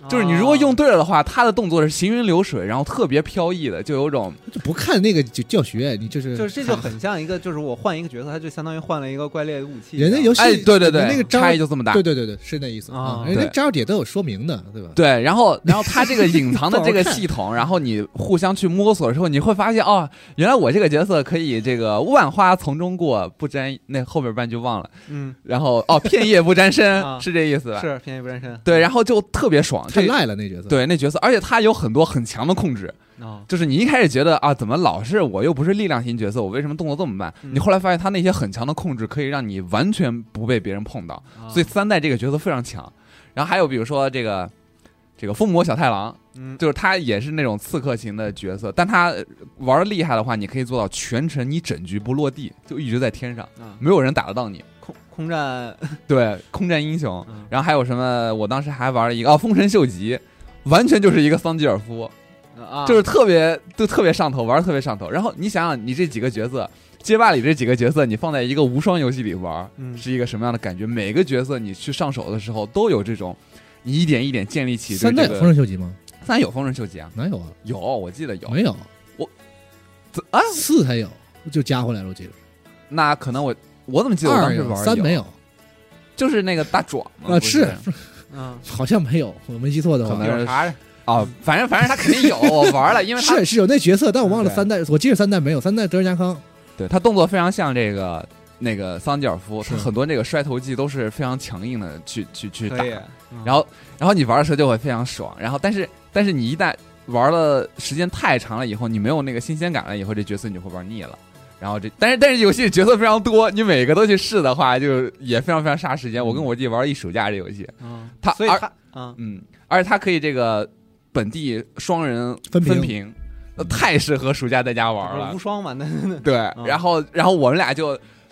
Speaker 3: 就是你如
Speaker 2: 啊
Speaker 3: 果用对了的话，他的动作是行云流水，然后特别飘逸的，就有种
Speaker 4: 就不看那个就教学，你就是
Speaker 2: 哦就是这就很像一个，就是我换一个角色，它就相当于换了一个怪猎武器一样。
Speaker 4: 人家游戏
Speaker 3: 哎，对对对，
Speaker 4: 那个招
Speaker 3: 差异就这么大。
Speaker 4: 对对对对是那意思
Speaker 2: 啊
Speaker 4: 人家
Speaker 3: 对
Speaker 4: 招儿姐都有说明的，对吧？
Speaker 3: 对然后然后它这个隐藏的
Speaker 4: 不好
Speaker 3: 这 个
Speaker 4: 看
Speaker 3: 系统，然后你互相去摸索的时候，你会发现哦，原来我这个角色可以这个万花丛中过，不沾那后面半句忘了，
Speaker 2: 嗯
Speaker 3: 然后哦片叶不沾
Speaker 2: 啊
Speaker 3: 身，是这意思吧？
Speaker 2: 是便宜不沾身
Speaker 3: 对，然后就特别爽，
Speaker 4: 太
Speaker 3: 这
Speaker 4: 赖了那角色。
Speaker 3: 对那角色，而且他有很多很强的控制，
Speaker 2: 啊
Speaker 3: 就是你一开始觉得啊，怎么老是我又不是力量型角色，我为什么动作这么慢？
Speaker 2: 嗯
Speaker 3: 你后来发现他那些很强的控制可以让你完全不被别人碰到，
Speaker 2: 啊
Speaker 3: 所以三代这个角色非常强。然后还有比如说这个这个风魔小太郎，
Speaker 2: 嗯
Speaker 3: 就是他也是那种刺客型的角色，但他玩的厉害的话，你可以做到全程你整局不落地，就一直在天上，
Speaker 2: 啊
Speaker 3: 没有人打得到你。
Speaker 2: 空空 战
Speaker 3: 对，空战英雄
Speaker 2: 嗯。
Speaker 3: 然后还有什么？我当时还玩了一个哦，风神秀吉。完全就是一个桑吉尔夫，
Speaker 2: 啊
Speaker 3: 就是特别就特别上头，玩的特别上头。然后你想想，你这几个角色，街霸里这几个角色，你放在一个无双游戏里玩，
Speaker 2: 嗯
Speaker 3: 是一个什么样的感觉？每个角色你去上手的时候，都有这种，你一点一点建立起对
Speaker 4: 三代
Speaker 3: 这
Speaker 4: 有
Speaker 3: 个。
Speaker 4: 丰臣秀吉吗？
Speaker 3: 三有丰臣秀吉啊，
Speaker 4: 哪有啊？
Speaker 3: 有我记得有
Speaker 4: 没有，
Speaker 3: 怎啊？
Speaker 4: 四才有，就加回来了，我记得。
Speaker 3: 那可能我我怎么记得我当
Speaker 4: 二
Speaker 3: 时
Speaker 4: 有，
Speaker 3: 玩
Speaker 4: 三没
Speaker 3: 有？
Speaker 4: 有
Speaker 3: 就是那个大壮嘛
Speaker 4: 啊？
Speaker 3: 不是
Speaker 4: 是，
Speaker 2: 嗯
Speaker 4: 好像没有，我没记错的
Speaker 3: 可
Speaker 4: 话
Speaker 3: 能。
Speaker 2: 有啥呀
Speaker 3: 啊，反正反正他肯定有，我玩了，因为他
Speaker 4: 是是有那角色，但我忘了
Speaker 3: 对
Speaker 4: 三代，我记得三代没有，三代德仁家康
Speaker 3: 对他动作非常像这个那个桑吉尔夫，他
Speaker 4: 是
Speaker 3: 很多这个摔头技都是非常强硬的去去去打
Speaker 2: 可以，
Speaker 4: 嗯
Speaker 2: 嗯
Speaker 3: 然后然后你玩的时候就会非常爽，然后但是但是你一旦玩了时间太长了以后，你没有那个新鲜感了以后，这角色你就会玩腻了。然后这，但是但是游戏角色非常多，你每个都去试的话，就也非常非常杀时间。我
Speaker 4: 嗯
Speaker 3: 跟我弟玩了一暑假这游戏，
Speaker 2: 嗯
Speaker 3: 他
Speaker 2: 所以
Speaker 3: 而
Speaker 2: 他啊
Speaker 3: 嗯，而且它可以这个本地双人
Speaker 4: 分屏
Speaker 3: 分屏，呃太适合暑假在家玩了
Speaker 2: 无。双嘛那
Speaker 3: 对，
Speaker 2: 嗯
Speaker 3: 然后然后我们俩就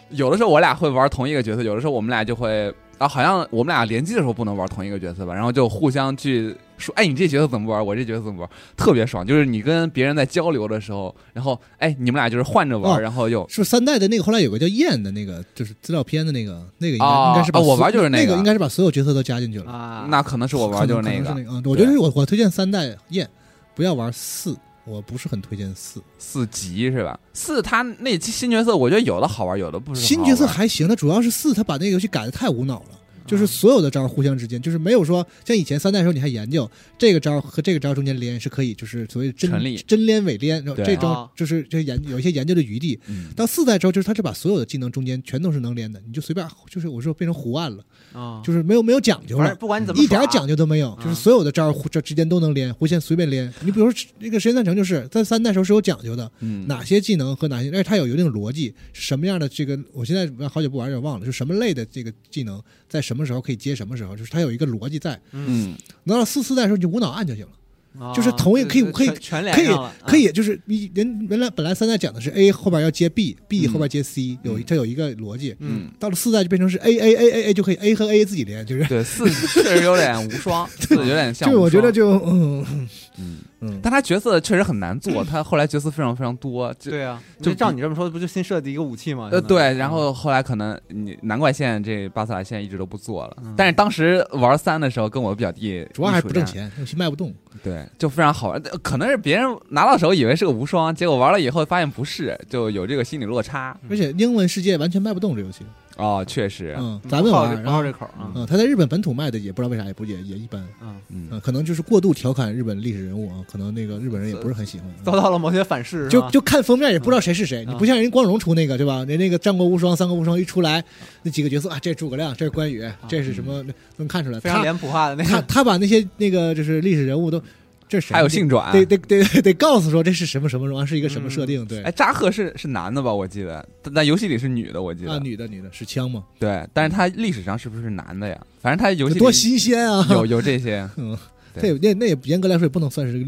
Speaker 3: 有的时候我俩会玩同一个角色，有的时候我们俩就会啊，好像我们俩联机的时候不能玩同一个角色吧，然后就互相去说，哎，你这角色怎么玩？我这角色怎么玩？特别爽，就是你跟别人在交流的时候，然后哎，你们俩就是换着玩，
Speaker 4: 哦
Speaker 3: 然后又。
Speaker 4: 是不是三代的那个？后来有个叫燕的那个，就是资料片的那个，那个应该、
Speaker 3: 啊
Speaker 4: 应该是把
Speaker 3: 啊我
Speaker 4: 所
Speaker 3: 玩就是那
Speaker 4: 那
Speaker 3: 个
Speaker 4: 应该是把所有角色都加进去了。
Speaker 2: 啊
Speaker 3: 那可能是我玩就是那
Speaker 4: 可能可
Speaker 3: 个
Speaker 4: 能是那个啊我觉得是我我推荐三代燕，不要玩四，我不是很推荐四。
Speaker 3: 四级是吧？四他那期新角色，我觉得有的好玩，有的不是很
Speaker 4: 新
Speaker 3: 好
Speaker 4: 角色
Speaker 3: 玩嗯
Speaker 4: 还行，它主要是四，它把那个游戏改的太无脑了。就是所有的招儿互相之间，就是没有说像以前三代的时候，你还研究这个招儿和这个招儿中间连是可以，就是所谓真
Speaker 3: 成立
Speaker 4: 真连伪连，然后
Speaker 3: 对
Speaker 4: 这招
Speaker 2: 啊
Speaker 4: 就是就是研有一些研究的余地。
Speaker 3: 嗯
Speaker 4: 到四代之后，就是它就把所有的技能中间全都是能连的，你就随便就是我说变成胡按了，
Speaker 2: 啊
Speaker 4: 就是没有没有讲究
Speaker 2: 反
Speaker 4: 了
Speaker 2: 正。不管你怎么
Speaker 4: 一点
Speaker 2: 耍
Speaker 4: 讲究都没
Speaker 3: 啊
Speaker 4: 有，就是所有的招儿互这之间都能连，弧线随便连。你比如说那个《神剑三城》，就是在三代时候是有讲究的，
Speaker 3: 嗯，
Speaker 4: 哪些技能和哪些，而且它有一定逻辑，什么样的这个，我现在好久不玩儿，有点忘了，就什么类的这个技能在什么时候可以接什么时候，就是它有一个逻辑在。
Speaker 3: 嗯，
Speaker 4: 拿到四四代的时候，你就无脑按就行了，
Speaker 2: 啊
Speaker 4: 就是同一
Speaker 2: 这
Speaker 4: 可以
Speaker 2: 这
Speaker 4: 可以
Speaker 2: 全全连
Speaker 4: 可以
Speaker 2: 上
Speaker 3: 嗯
Speaker 2: 了嗯
Speaker 4: 可以就是你人原来本来三代讲的是 A 后边要接 B，B
Speaker 3: 嗯
Speaker 4: 后边接 C，有一它有一个逻辑，
Speaker 2: 嗯
Speaker 4: 到了四代就变成是 A A A A A 就可以 A 和 A 自己连，就是
Speaker 3: 对，四确实有点无双，四有点像
Speaker 4: 就
Speaker 3: 无
Speaker 4: 我觉
Speaker 3: 双
Speaker 4: 得就嗯
Speaker 3: 嗯
Speaker 4: 嗯，
Speaker 3: 但他角色确实很难 做，他后来角色非常非常多，就
Speaker 2: 对啊，
Speaker 3: 就
Speaker 2: 就照你这么说，不就新设计一个武器吗？相
Speaker 3: 呃，
Speaker 2: 当于嗯
Speaker 3: 对，
Speaker 4: 嗯
Speaker 3: 然后后来可能你难怪现在这巴萨现在一直都不做了。
Speaker 2: 嗯
Speaker 3: 但是当时玩三的时候，跟我表弟
Speaker 4: 主要还是不挣
Speaker 3: 一起
Speaker 4: 钱，游戏卖不动。
Speaker 3: 玩，对，就非常好玩。呃可能是别人拿到手以为是个无双，结果玩了以后发现不是，就有这个心理落差。
Speaker 2: 嗯
Speaker 4: 而且英文世界完全卖不动这游戏，
Speaker 3: 哦，确实，
Speaker 4: 嗯，
Speaker 2: 嗯
Speaker 4: 咱们
Speaker 2: 不好
Speaker 4: 玩
Speaker 2: 这
Speaker 4: 儿，
Speaker 2: 不
Speaker 4: 然后
Speaker 2: 好这口儿啊，
Speaker 4: 嗯，他在日本本土卖的也不知道为啥也不也也一般，
Speaker 2: 嗯，
Speaker 3: 嗯
Speaker 4: 嗯，可能就是过度调侃日本历史人物啊，可能那个日本人也不是很喜
Speaker 3: 呃
Speaker 4: 欢。
Speaker 2: 遭到了某些反噬，是
Speaker 4: 就
Speaker 3: 啊
Speaker 2: 吧
Speaker 4: 就看封面也不知道谁是谁，
Speaker 2: 嗯
Speaker 4: 你不像人光荣出那个对吧？人那个《战国无双》《三国无双》一出来，那几个角色啊，这是诸葛亮，这是关羽，这是什么
Speaker 3: 嗯
Speaker 4: 能看出来？
Speaker 2: 非常
Speaker 4: 他
Speaker 2: 脸谱化的那
Speaker 4: 他
Speaker 2: 个，
Speaker 4: 他把那些那个就是历史人物都，这是谁？
Speaker 3: 还有
Speaker 4: 得
Speaker 3: 性转。
Speaker 4: 得得得得告诉说这是什么什么什么，是一个什么设定？对
Speaker 3: 哎，，扎克是是男的吧？我记得，但但游戏里是女的，我记得。
Speaker 4: 啊，女的女的是枪嘛，
Speaker 3: 对，但是他历史上是不是男的呀？反正他游戏里
Speaker 4: 多新鲜啊！
Speaker 3: 有有这些，
Speaker 4: 嗯，
Speaker 3: 对
Speaker 4: 那也那那也严格来说也不能算是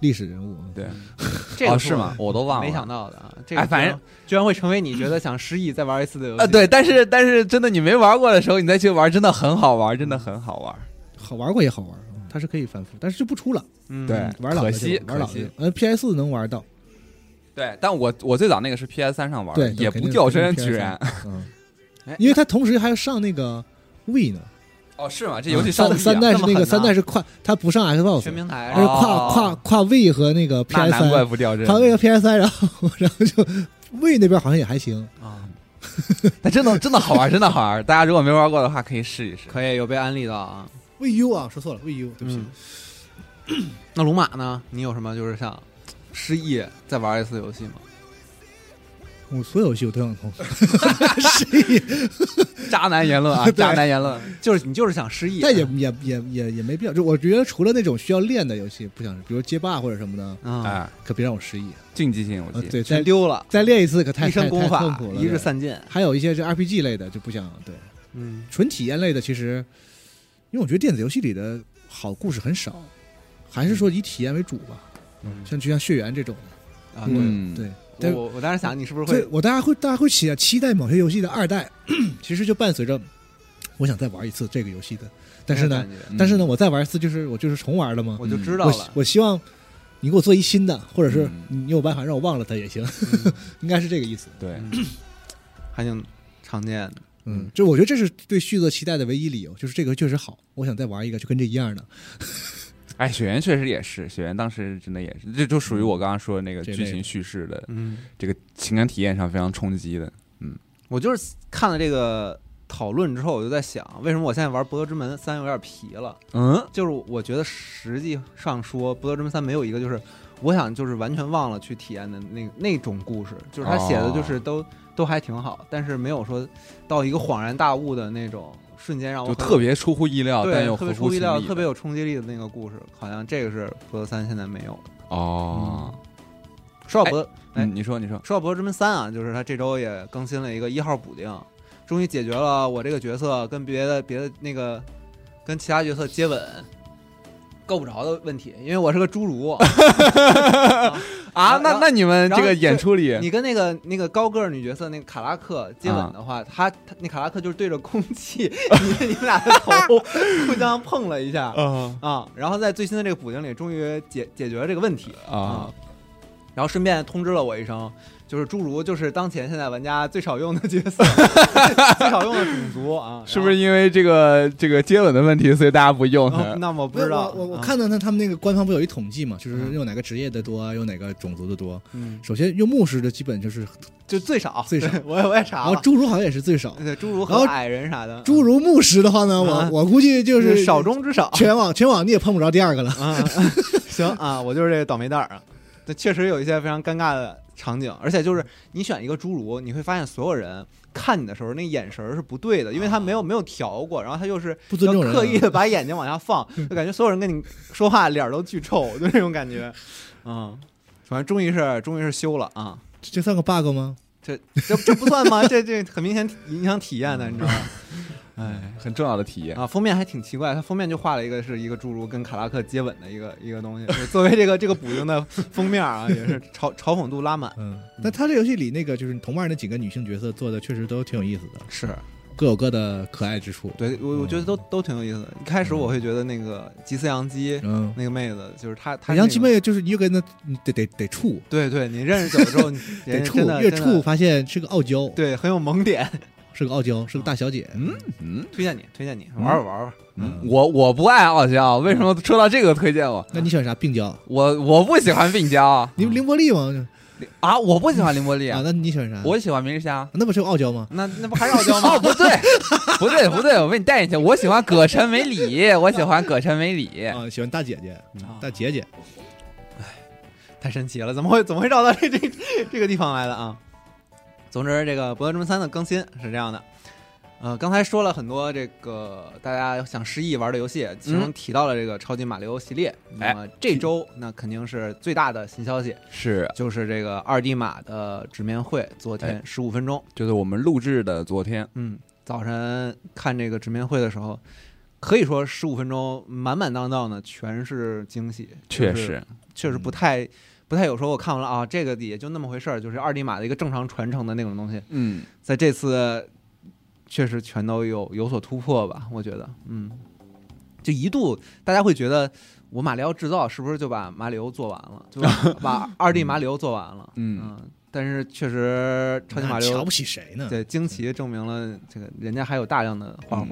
Speaker 4: 历史人物啊。
Speaker 3: 对，
Speaker 2: 这
Speaker 3: 哦
Speaker 2: 个
Speaker 3: 是吗？？我都忘了，
Speaker 2: 没想
Speaker 3: 到
Speaker 2: 到的啊，这个
Speaker 3: 哎反
Speaker 2: 居
Speaker 3: 正
Speaker 2: 然居然会成为你觉得想失忆再玩一次的游戏
Speaker 4: 呃
Speaker 3: 啊！对，但是但是真的你没玩过的时候，你再去玩，真的很好玩，
Speaker 2: 嗯
Speaker 3: 真的很好玩。
Speaker 4: 好玩过也好玩，嗯它是可以反复，但是就不出了，
Speaker 2: 嗯
Speaker 3: 对
Speaker 4: 嗯玩老了
Speaker 3: 哎可惜
Speaker 4: 就玩老
Speaker 3: 可
Speaker 4: 了
Speaker 3: 惜
Speaker 4: 就。呃，PS 能玩到，
Speaker 3: 对，但我我最早那个是 PS 三上玩的，
Speaker 4: 对，
Speaker 3: 也
Speaker 4: 肯
Speaker 3: 不
Speaker 4: 定
Speaker 3: 掉
Speaker 4: 肯
Speaker 3: 帧，
Speaker 4: 定
Speaker 3: 居然。
Speaker 4: PS3 嗯
Speaker 2: 哎，
Speaker 4: 因为它同时还要上那个 V 呢，
Speaker 3: 哦，是 吗？这游戏
Speaker 4: 嗯
Speaker 3: 上的
Speaker 4: 三三代
Speaker 2: 这
Speaker 4: 是那
Speaker 2: 么狠
Speaker 4: 个
Speaker 2: 呐
Speaker 4: 三代是跨，它不上 Xbox，
Speaker 2: 全平台
Speaker 4: 它
Speaker 2: 是
Speaker 4: 是
Speaker 2: 吧
Speaker 4: 跨
Speaker 3: 哦
Speaker 4: 跨跨 V 和那个
Speaker 3: 那
Speaker 4: PS
Speaker 3: 难怪
Speaker 4: 三，
Speaker 3: 不掉帧。
Speaker 4: 跨 V 和 PS 三，然后然后就 V 那边好像也还行，
Speaker 2: 啊，
Speaker 3: 但真的真的好玩，真的好玩。大家如果没玩过的话，可以试一试。
Speaker 2: 可以有被安利到啊。
Speaker 4: v U 啊，说错了 v U，对不起
Speaker 2: 嗯，
Speaker 4: 嗯
Speaker 2: 那龙马呢？你有什么就是想失忆再玩一次游戏吗？
Speaker 4: 嗯我所有游戏我都想 通，是
Speaker 3: 渣男言论 啊，
Speaker 4: 对
Speaker 3: 渣男言论。
Speaker 2: 就是你就是想失忆，啊
Speaker 4: 但也也也也也没必要，就我觉得除了那种需要练的游戏，不想，比如街霸或者什么的，
Speaker 2: 啊，
Speaker 3: 哎，
Speaker 4: 可别让我失忆，
Speaker 3: 竞技性游
Speaker 4: 呃
Speaker 3: 戏。
Speaker 4: 对，
Speaker 2: 全
Speaker 4: 再
Speaker 2: 丢了，
Speaker 4: 再练一次可太
Speaker 2: 一身
Speaker 4: 太
Speaker 2: 功
Speaker 4: 太痛
Speaker 2: 法
Speaker 4: 苦，了，
Speaker 2: 一日
Speaker 4: 对
Speaker 2: 三剑。
Speaker 4: 还有一些是 RPG 类的就不想对，
Speaker 2: 嗯，
Speaker 4: 纯体验类的其实，因为我觉得电子游戏里的好故事很少，还是说以体验为主吧。
Speaker 2: 嗯
Speaker 4: 像就像血缘这种
Speaker 2: 啊，
Speaker 4: 的，
Speaker 2: 对
Speaker 3: 嗯
Speaker 4: 对对
Speaker 2: 我我当时想你是不是
Speaker 4: 对，
Speaker 2: 会
Speaker 4: 我大家会大家会期期待某些游戏的二代， 其实就伴随着我想再玩一次这个游戏的，但是
Speaker 2: 那
Speaker 4: 呢
Speaker 2: 种，感觉，
Speaker 3: 嗯
Speaker 4: 但是呢，我再玩一次就是我就是重玩了嘛。
Speaker 2: 我就
Speaker 3: 嗯
Speaker 2: 知道
Speaker 4: 我
Speaker 2: 了。
Speaker 4: 我希望你给我做一新的，或者是
Speaker 3: 嗯
Speaker 4: 你有办法让我忘了它也行，
Speaker 2: 嗯
Speaker 4: 应该是这个意思。
Speaker 3: 对，
Speaker 2: 嗯 还挺常见的。
Speaker 4: 嗯，就我觉得这是对续作期待的唯一理由，就是这个确实好，我想再玩一个，就跟这一样的。
Speaker 3: 哎，雪原确实也是，雪原当时真的也是，这就属于我刚刚说的那个
Speaker 4: 嗯这
Speaker 3: 剧
Speaker 4: 类
Speaker 3: 情
Speaker 4: 的
Speaker 3: 叙事的
Speaker 2: 嗯，
Speaker 3: 这个情感体验上非常冲击的。
Speaker 2: 我就是看了这个讨论之后，我就在想，为什么我现在玩《博德之门三》有点皮了？
Speaker 3: 嗯，
Speaker 2: 就是我觉得实际上说，《博德之门三》没有一个就是我想就是完全忘了去体验的那那种故事，就是他写的就是都、都还挺好，但是没有说到一个恍然大悟的那种瞬间让我
Speaker 3: 就
Speaker 2: 很
Speaker 3: 特。别出乎意料，但
Speaker 2: 对，
Speaker 3: 又
Speaker 2: 特
Speaker 3: 合
Speaker 2: 别
Speaker 3: 乎
Speaker 2: 出乎意料，
Speaker 3: 情理
Speaker 2: 特别有冲击力的那个故事，好像这个是《博德三》现在没有的。
Speaker 3: 哦。
Speaker 2: 说到博德，嗯哎
Speaker 3: 嗯，你说，你说，
Speaker 2: 说到《博德之门三》啊，就是它这周也更新了一个一号补丁，终于解决了我这个角色跟别的别的那个跟其他角色接吻够不着的问题，因为我是个侏儒。
Speaker 3: 啊，
Speaker 2: 然
Speaker 3: 那
Speaker 2: 后
Speaker 3: 那你们这
Speaker 2: 然后
Speaker 3: 个演出里，
Speaker 2: 你跟那个那个高个儿女角色那个卡拉克接吻的话，他他那卡拉克就是对着空气， 你你们俩的头互相碰了一下
Speaker 3: 啊
Speaker 2: 啊、然后在最新的这个补丁里，终于解解决了这个问题。
Speaker 3: 啊，
Speaker 2: 然后顺便通知了我一声，就是侏儒就是当前现在玩家最少用的角色，最少用的种族啊，
Speaker 3: 是不是因为这个这个接吻的问题，所以大家不用
Speaker 2: 然后？
Speaker 3: 它
Speaker 2: 哦？那我不知道，
Speaker 4: 我我我
Speaker 2: 啊，
Speaker 4: 看到他他们那个官方不有一统计嘛，就是用哪个职业的多，啊用哪个种族的多。
Speaker 2: 嗯，
Speaker 4: 首先用牧师的基本就是，
Speaker 2: 就最少
Speaker 4: 最少哦
Speaker 2: 对 我也我也
Speaker 4: 然
Speaker 2: 查
Speaker 4: 后
Speaker 2: 了，
Speaker 4: 侏儒好像也是最少。
Speaker 2: 对侏儒
Speaker 4: 然
Speaker 2: 和
Speaker 4: 后
Speaker 2: 矮人啥的，
Speaker 4: 侏儒牧师的话呢，
Speaker 2: 啊
Speaker 4: 我我估计就
Speaker 2: 就是少中之 少，
Speaker 4: 全网全网你也碰不着第二个了。
Speaker 2: 啊，行啊，我就是这个倒霉蛋儿啊。那确实有一些非常尴尬的场景，而且就是你选一个侏儒，你会发现所有人看你的时候那眼神儿是不对的，因为他没有没有调过，然后他又是
Speaker 4: 不尊重
Speaker 2: 要
Speaker 4: 人啊
Speaker 2: 刻意的把眼睛往下 放，就感觉所有人跟你说话脸儿都巨臭， 就那种感觉。嗯，反正终于是终于是修了啊，
Speaker 4: 这这算个 bug 吗？
Speaker 2: 这这这不算 吗？这这很明显影响体验的，你知道吗？哎。
Speaker 3: 嗯很重要的体验。
Speaker 2: 啊，封面还挺奇怪，它封面就画了一个是一个侏儒跟卡拉克接吻的一个一个东西， 就作为这个这个补丁的封面啊，也是嘲 嘲讽度拉满。
Speaker 4: 嗯嗯，但他这游戏里那个就是同伴那几个女性角色做的确实都挺有意思的。
Speaker 2: 是，
Speaker 4: 各有各的可爱之处。
Speaker 2: 对我我觉得都都挺有意思的。一开始我会觉得那个吉斯洋基
Speaker 4: 嗯，
Speaker 2: 那个妹子，就是她，她
Speaker 4: 海
Speaker 2: 是那
Speaker 4: 洋
Speaker 2: 种
Speaker 4: 鸡，妹就是你就跟她，你得得得处，
Speaker 2: 对对，你认识久了之后， 你
Speaker 4: 得
Speaker 2: 人家
Speaker 4: 处
Speaker 2: 真的
Speaker 4: 越
Speaker 2: 真
Speaker 4: 处
Speaker 2: 的
Speaker 4: 发现是个傲娇，
Speaker 2: 对很有萌 点，
Speaker 4: 是个傲娇，是个大小姐。
Speaker 3: 嗯嗯，
Speaker 2: 推荐你，推荐你玩玩玩玩。
Speaker 4: 嗯，
Speaker 3: 我我不爱傲娇，为什么说到这个推荐我？
Speaker 4: 那你喜欢啥病娇？
Speaker 3: 我我不喜欢病娇
Speaker 4: 你
Speaker 2: 嗯
Speaker 4: 不凌波丽吗？
Speaker 3: 啊，我不喜欢凌波丽
Speaker 4: 啊，，那你喜欢啥？
Speaker 3: 我喜欢明日香。
Speaker 4: 那不是有傲娇吗？
Speaker 2: 那那不还是傲娇 吗？
Speaker 3: 嗯 哦，不对，不对，不对，我被你带进去。我喜欢葛晨美里，我喜欢葛晨美里。
Speaker 4: 啊，喜欢大姐姐，
Speaker 2: 啊
Speaker 4: 大姐姐。
Speaker 2: 太神奇了，怎么会怎么会绕到这这这个地方来的啊？总之，这个《博德之门三》的更新是这样的。呃，刚才说了很多这个大家想失忆玩的游戏，其中提到了这个超级马里奥系列。
Speaker 4: 哎
Speaker 2: 那么这周那肯定是最大的新消息，
Speaker 3: 是，
Speaker 2: 就是这个二 D 马的直面会，昨
Speaker 4: 哎
Speaker 2: 天十五分钟。
Speaker 3: 就是我们录制的昨天，
Speaker 2: 嗯，早晨看这个直面会的时候，可以说十五分钟满满当当的全是惊喜，
Speaker 3: 确
Speaker 2: 就是
Speaker 3: 实，
Speaker 2: 确实不太不太有时候我看完了啊，这个也就那么回事儿，就是二 D 码的一个正常传承的那种东西，
Speaker 3: 嗯，
Speaker 2: 在这次确实全都有有所突破吧，我觉得，嗯，就一度大家会觉得我马里奥制造是不是就把马里奥做完了，就把把二 D 马里奥做完了，
Speaker 3: 嗯
Speaker 2: 但是确实超级马里
Speaker 4: 那瞧
Speaker 2: 奥
Speaker 4: 不起谁
Speaker 3: 嗯
Speaker 4: 呢？
Speaker 2: 对惊奇证明了这个人家还有大量的画活，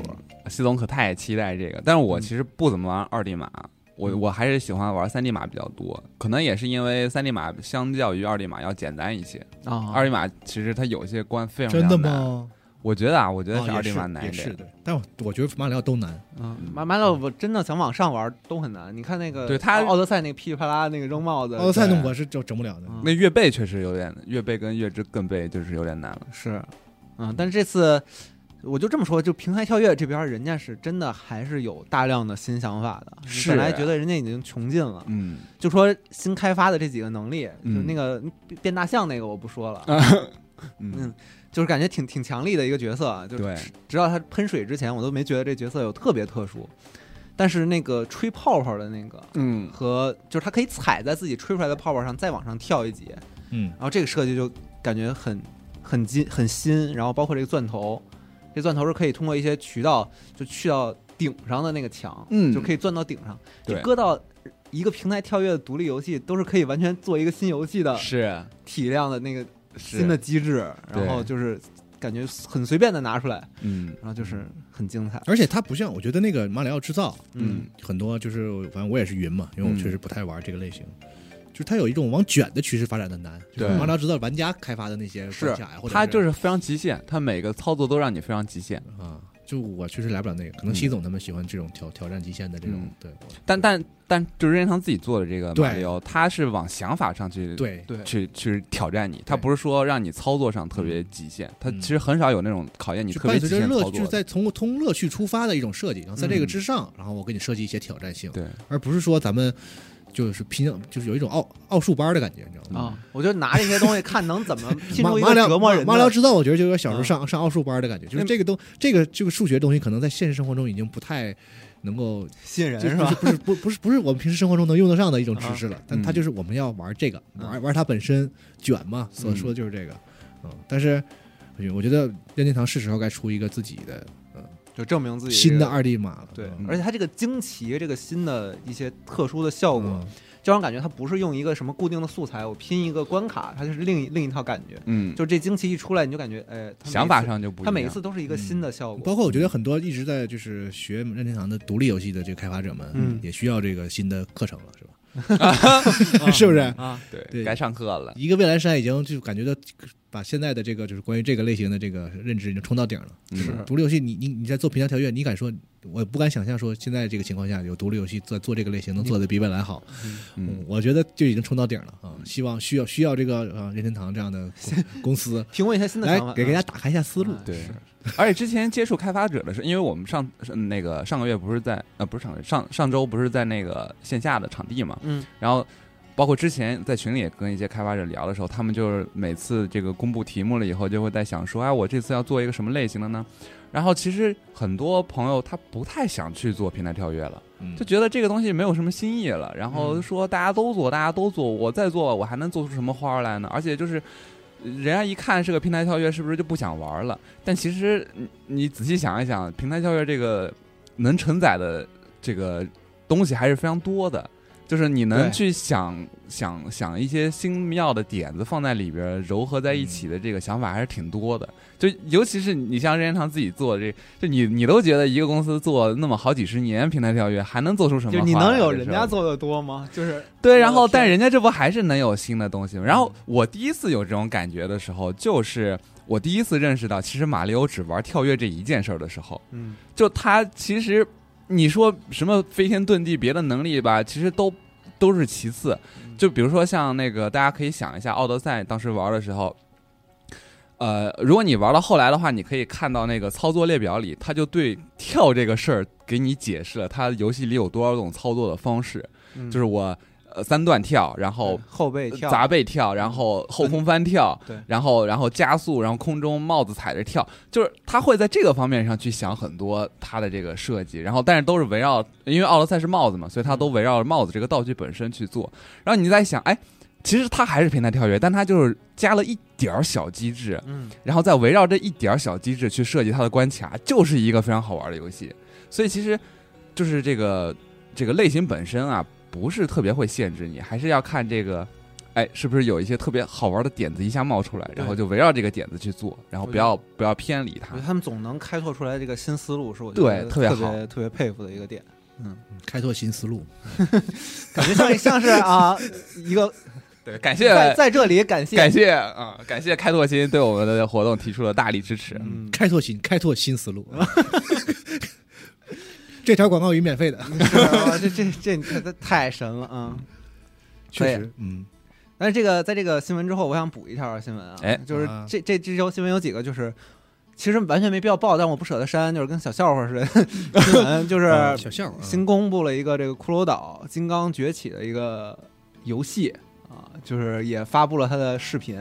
Speaker 3: 西总可太期待这个，但是
Speaker 4: 嗯
Speaker 3: 我其实不怎么玩二 D 码，我我还是喜欢玩三 D 码比较多，可能也是因为三 D 码相较于二 D 码要简单一些，
Speaker 2: 啊，
Speaker 3: 二 D 码其实它有些关非常非
Speaker 4: 哦真的
Speaker 3: 常难？
Speaker 4: 吗？
Speaker 3: 我觉得啊，我觉得
Speaker 4: 哦
Speaker 3: 是
Speaker 4: 也
Speaker 3: 二 D 码
Speaker 4: 是
Speaker 3: 难一
Speaker 4: 也是
Speaker 3: 点。
Speaker 4: 对，但我我觉得马里奥都难。
Speaker 2: 嗯，马马里奥我真的想往上玩都很难。你看那个，
Speaker 3: 对他
Speaker 2: 奥德赛那个噼里啪啦那个扔帽子，
Speaker 4: 奥德赛
Speaker 2: 对
Speaker 4: 那我是整整不了的。
Speaker 2: 嗯
Speaker 3: 那月背确实有点，月背跟月之更背就是有点难了。
Speaker 2: 是，嗯，但是这次我就这么说，就平台跳跃这边人家是真的还是有大量的新想法的。你
Speaker 3: 是
Speaker 2: 本来觉得人家已经穷尽了，
Speaker 3: 嗯，
Speaker 2: 就说新开发的这几个能力，就
Speaker 3: 嗯
Speaker 2: 那个变大象那个我不说了，
Speaker 3: 嗯
Speaker 2: 嗯，就是感觉挺挺强力的一个角色啊，就
Speaker 3: 对
Speaker 2: 直直到他喷水之前，我都没觉得这角色有特别特殊。但是那个吹泡泡的那个，
Speaker 3: 嗯，
Speaker 2: 和就是它可以踩在自己吹出来的泡泡上再往上跳一级，然
Speaker 4: 嗯，
Speaker 2: 后这个设计就感觉很很新很新，然后包括这个钻头，这钻头是可以通过一些渠道就去到顶上的那个墙，
Speaker 3: 嗯
Speaker 2: 就可以钻到顶上，就
Speaker 3: 对
Speaker 2: 搁到。一个平台跳跃的独立游戏都是可以完全做一个新游戏的
Speaker 3: 是
Speaker 2: 体量的那个
Speaker 3: 是
Speaker 2: 新的，机制，
Speaker 3: 对
Speaker 2: 然后就是感觉很随便的拿出来，
Speaker 3: 嗯
Speaker 2: 然后就是很精彩。
Speaker 4: 而且它不像，我觉得那个马里奥制造
Speaker 3: 嗯
Speaker 4: 很多就是，反正我也是云嘛，因为我
Speaker 3: 嗯
Speaker 4: 确实不太玩这个类型。就是它有一种往卷的趋势发展的难，就是
Speaker 3: 对
Speaker 4: 马里奥制造玩家开发的那些
Speaker 3: 是
Speaker 4: 关卡呀，或者
Speaker 3: 它就是是非常极限，它每个操作都让你非常极限。
Speaker 4: 啊，就我确实来不了那个，可能
Speaker 3: 嗯
Speaker 4: 西总他们喜欢这种挑挑战极限的这种
Speaker 3: 嗯，
Speaker 4: 对，我
Speaker 3: 但但但就是任天堂自己做的这个
Speaker 4: 对
Speaker 3: 马里奥，它是往想法上去
Speaker 4: 对
Speaker 2: 对
Speaker 3: 去去挑战你，它
Speaker 4: 对嗯
Speaker 3: 不是说让你操作上特别极限，它其实很少有那种考验你
Speaker 4: 就
Speaker 3: 特别
Speaker 4: 伴
Speaker 3: 极
Speaker 4: 随着
Speaker 3: 限
Speaker 4: 乐
Speaker 3: 操
Speaker 4: 趣，就是
Speaker 3: 作的。
Speaker 4: 在从从乐趣出发的一种设计，然后在这个
Speaker 3: 嗯
Speaker 4: 之上，然后我给你设计一些挑战性，
Speaker 3: 对，
Speaker 4: 而不是说咱们就是拼，就是有一种奥奥数班的感觉，你知道吗？
Speaker 2: 啊，我就拿这些东西看能怎么拼
Speaker 4: 马
Speaker 2: 出一
Speaker 4: 马
Speaker 2: 个
Speaker 4: 里
Speaker 2: 折
Speaker 4: 奥
Speaker 2: 磨人
Speaker 4: 马里奥
Speaker 2: 的。
Speaker 4: 知道，我觉得就有点小时候
Speaker 2: 嗯
Speaker 4: 上、上奥数班的感觉，就是这个东这个这个数学东西，可能在现实生活中已经不太能够，
Speaker 2: 吸引人
Speaker 4: 就是是
Speaker 2: 吧？
Speaker 4: 不是不不是不是我们平时生活中能用得上的一种知识了。但
Speaker 3: 嗯
Speaker 4: 它就是我们要玩这个，
Speaker 2: 嗯
Speaker 4: 玩玩它本身卷嘛，所
Speaker 3: 嗯
Speaker 4: 说的就是这个。嗯，但是哎我觉得任天堂是时候该出一个自己的
Speaker 2: 就证明自己这
Speaker 4: 新
Speaker 2: 个
Speaker 4: 的二 D 码了。
Speaker 2: 对，
Speaker 4: 嗯
Speaker 2: 而且它这个惊奇这个新的一些特殊的效果，
Speaker 4: 嗯
Speaker 2: 就让我感觉它不是用一个什么固定的素材，我拼一个关卡，它就是另一另一套感觉。
Speaker 3: 嗯，
Speaker 2: 就这惊奇一出来，你就感觉，哎，它每
Speaker 3: 想法
Speaker 2: 次，
Speaker 3: 上就不一
Speaker 2: 它
Speaker 3: 样。
Speaker 2: 每一次都是一个新的效果。
Speaker 4: 包括我觉得很多一直在就是学任天堂的独立游戏的这个开发者们，
Speaker 2: 嗯
Speaker 4: 也需要这个新的课程了，是吧？ 是不是？
Speaker 2: 啊，
Speaker 3: 对
Speaker 4: 对
Speaker 3: 该上课了。
Speaker 4: 一个未来山已经就感觉到把现在的这个就是关于这个类型的这个认知已经冲到顶了。
Speaker 2: 是
Speaker 3: 嗯
Speaker 4: 独立游戏你，你你在做平台跳跃，你敢说？我不敢想象说现在这个情况下有独立游戏在做这个类型能做的比未来好。
Speaker 3: 嗯，
Speaker 4: 我觉得就已经冲到顶了啊！希望需要需要这个啊任天堂这样的公公司
Speaker 2: 提供一 些新的
Speaker 4: 来
Speaker 2: 想法，
Speaker 4: 给大家打开一下思路
Speaker 2: 嗯。
Speaker 3: 对
Speaker 2: 是
Speaker 3: 而且之前接触开发者的是，因为我们上嗯那个上个月不是在呃不是上个月上上周不是在那个线下的场地嘛，
Speaker 2: 嗯，
Speaker 3: 然后包括之前在群里也跟一些开发者聊的时候，他们就是每次这个公布题目了以后，就会在想说，哎，我这次要做一个什么类型的呢？然后其实很多朋友他不太想去做平台跳跃了，
Speaker 4: 嗯
Speaker 3: 就觉得这个东西没有什么新意了。然后
Speaker 2: 嗯
Speaker 3: 说大家都做，大家都做，我再做我还能做出什么花儿来呢？而且就是人家一看是个平台跳跃，是不是就不想玩了？但其实你你仔细想一想，平台跳跃这个能承载的这个东西还是非常多的，就是你能
Speaker 2: 对
Speaker 3: 去想想想一些新妙的点子放在里边儿，糅合在一起的这个想法还是挺多的。就尤其是你像任天堂自己做这，就你你都觉得一个公司做那么好几十年平台跳跃，还能做出什么
Speaker 2: 就
Speaker 3: 花来？
Speaker 2: 是你能有
Speaker 3: 这
Speaker 2: 人
Speaker 3: 事儿
Speaker 2: 家做的多吗？就是
Speaker 3: 对，
Speaker 2: 我
Speaker 3: 然后
Speaker 2: 的天
Speaker 3: 但人家这不还是能有新的东西吗？然后
Speaker 2: 嗯
Speaker 3: 我第一次有这种感觉的时候，就是我第一次认识到，其实马里奥只玩跳跃这一件事儿的时候，
Speaker 2: 嗯，
Speaker 3: 就他其实你说什么飞天遁地别的能力吧，其实都都是其次。
Speaker 2: 嗯
Speaker 3: 就比如说像那个，大家可以想一下，《奥德赛》当时玩的时候。呃，如果你玩到后来的话，你可以看到那个操作列表里，它就对跳这个事儿给你解释了，它游戏里有多少种操作的方式。
Speaker 2: 嗯
Speaker 3: 就是我呃三段跳，然后
Speaker 2: 对后背呃跳
Speaker 3: 砸背跳，然后后空翻跳，
Speaker 2: 对
Speaker 3: 然后然后加速，然后空中帽子踩着跳，就是他会在这个方面上去想很多他的这个设计，然后但是都是围绕，因为奥德赛是帽子嘛，所以他都围绕着帽子这个道具本身去做。然后你在想，哎，其实它还是平台跳跃，但它就是加了一点儿小机制，
Speaker 2: 嗯，
Speaker 3: 然后再围绕这一点儿小机制去设计它的关卡，就是一个非常好玩的游戏。所以其实就是这个这个类型本身啊，不是特别会限制你，还是要看这个。哎，是不是有一些特别好玩的点子一下冒出来，然后就围绕这个点子去做，然后不要不要偏离
Speaker 2: 我
Speaker 3: 它
Speaker 2: 觉得。他们总能开拓出来这个新思路，是我觉得
Speaker 3: 对特
Speaker 2: 特
Speaker 3: 别好
Speaker 2: 特别佩服的一个点，
Speaker 4: 开拓新思路。
Speaker 2: 感觉 像像是啊一个
Speaker 3: 对，感谢
Speaker 2: 在在这里感谢
Speaker 3: 感谢啊、感谢开拓新对我们的活动提出了大力支持。
Speaker 2: 嗯，
Speaker 4: 开拓新开拓新思路。啊 这条广告语免费的，
Speaker 2: 是哇这这这太太太神了啊！
Speaker 4: 确
Speaker 2: 对
Speaker 4: 实，嗯，
Speaker 2: 但是这个在这个新闻之后，我想补一条新闻啊，
Speaker 3: 哎
Speaker 2: 就是
Speaker 4: 啊
Speaker 2: 这这这条新闻有几个就是。其实完全没必要报，但我不舍得删，就是跟小笑话似的 新闻，就是
Speaker 4: 嗯小笑话啊，
Speaker 2: 新公布了一个这个骷髅岛金刚崛起的一个游戏啊，就是也发布了它的视频，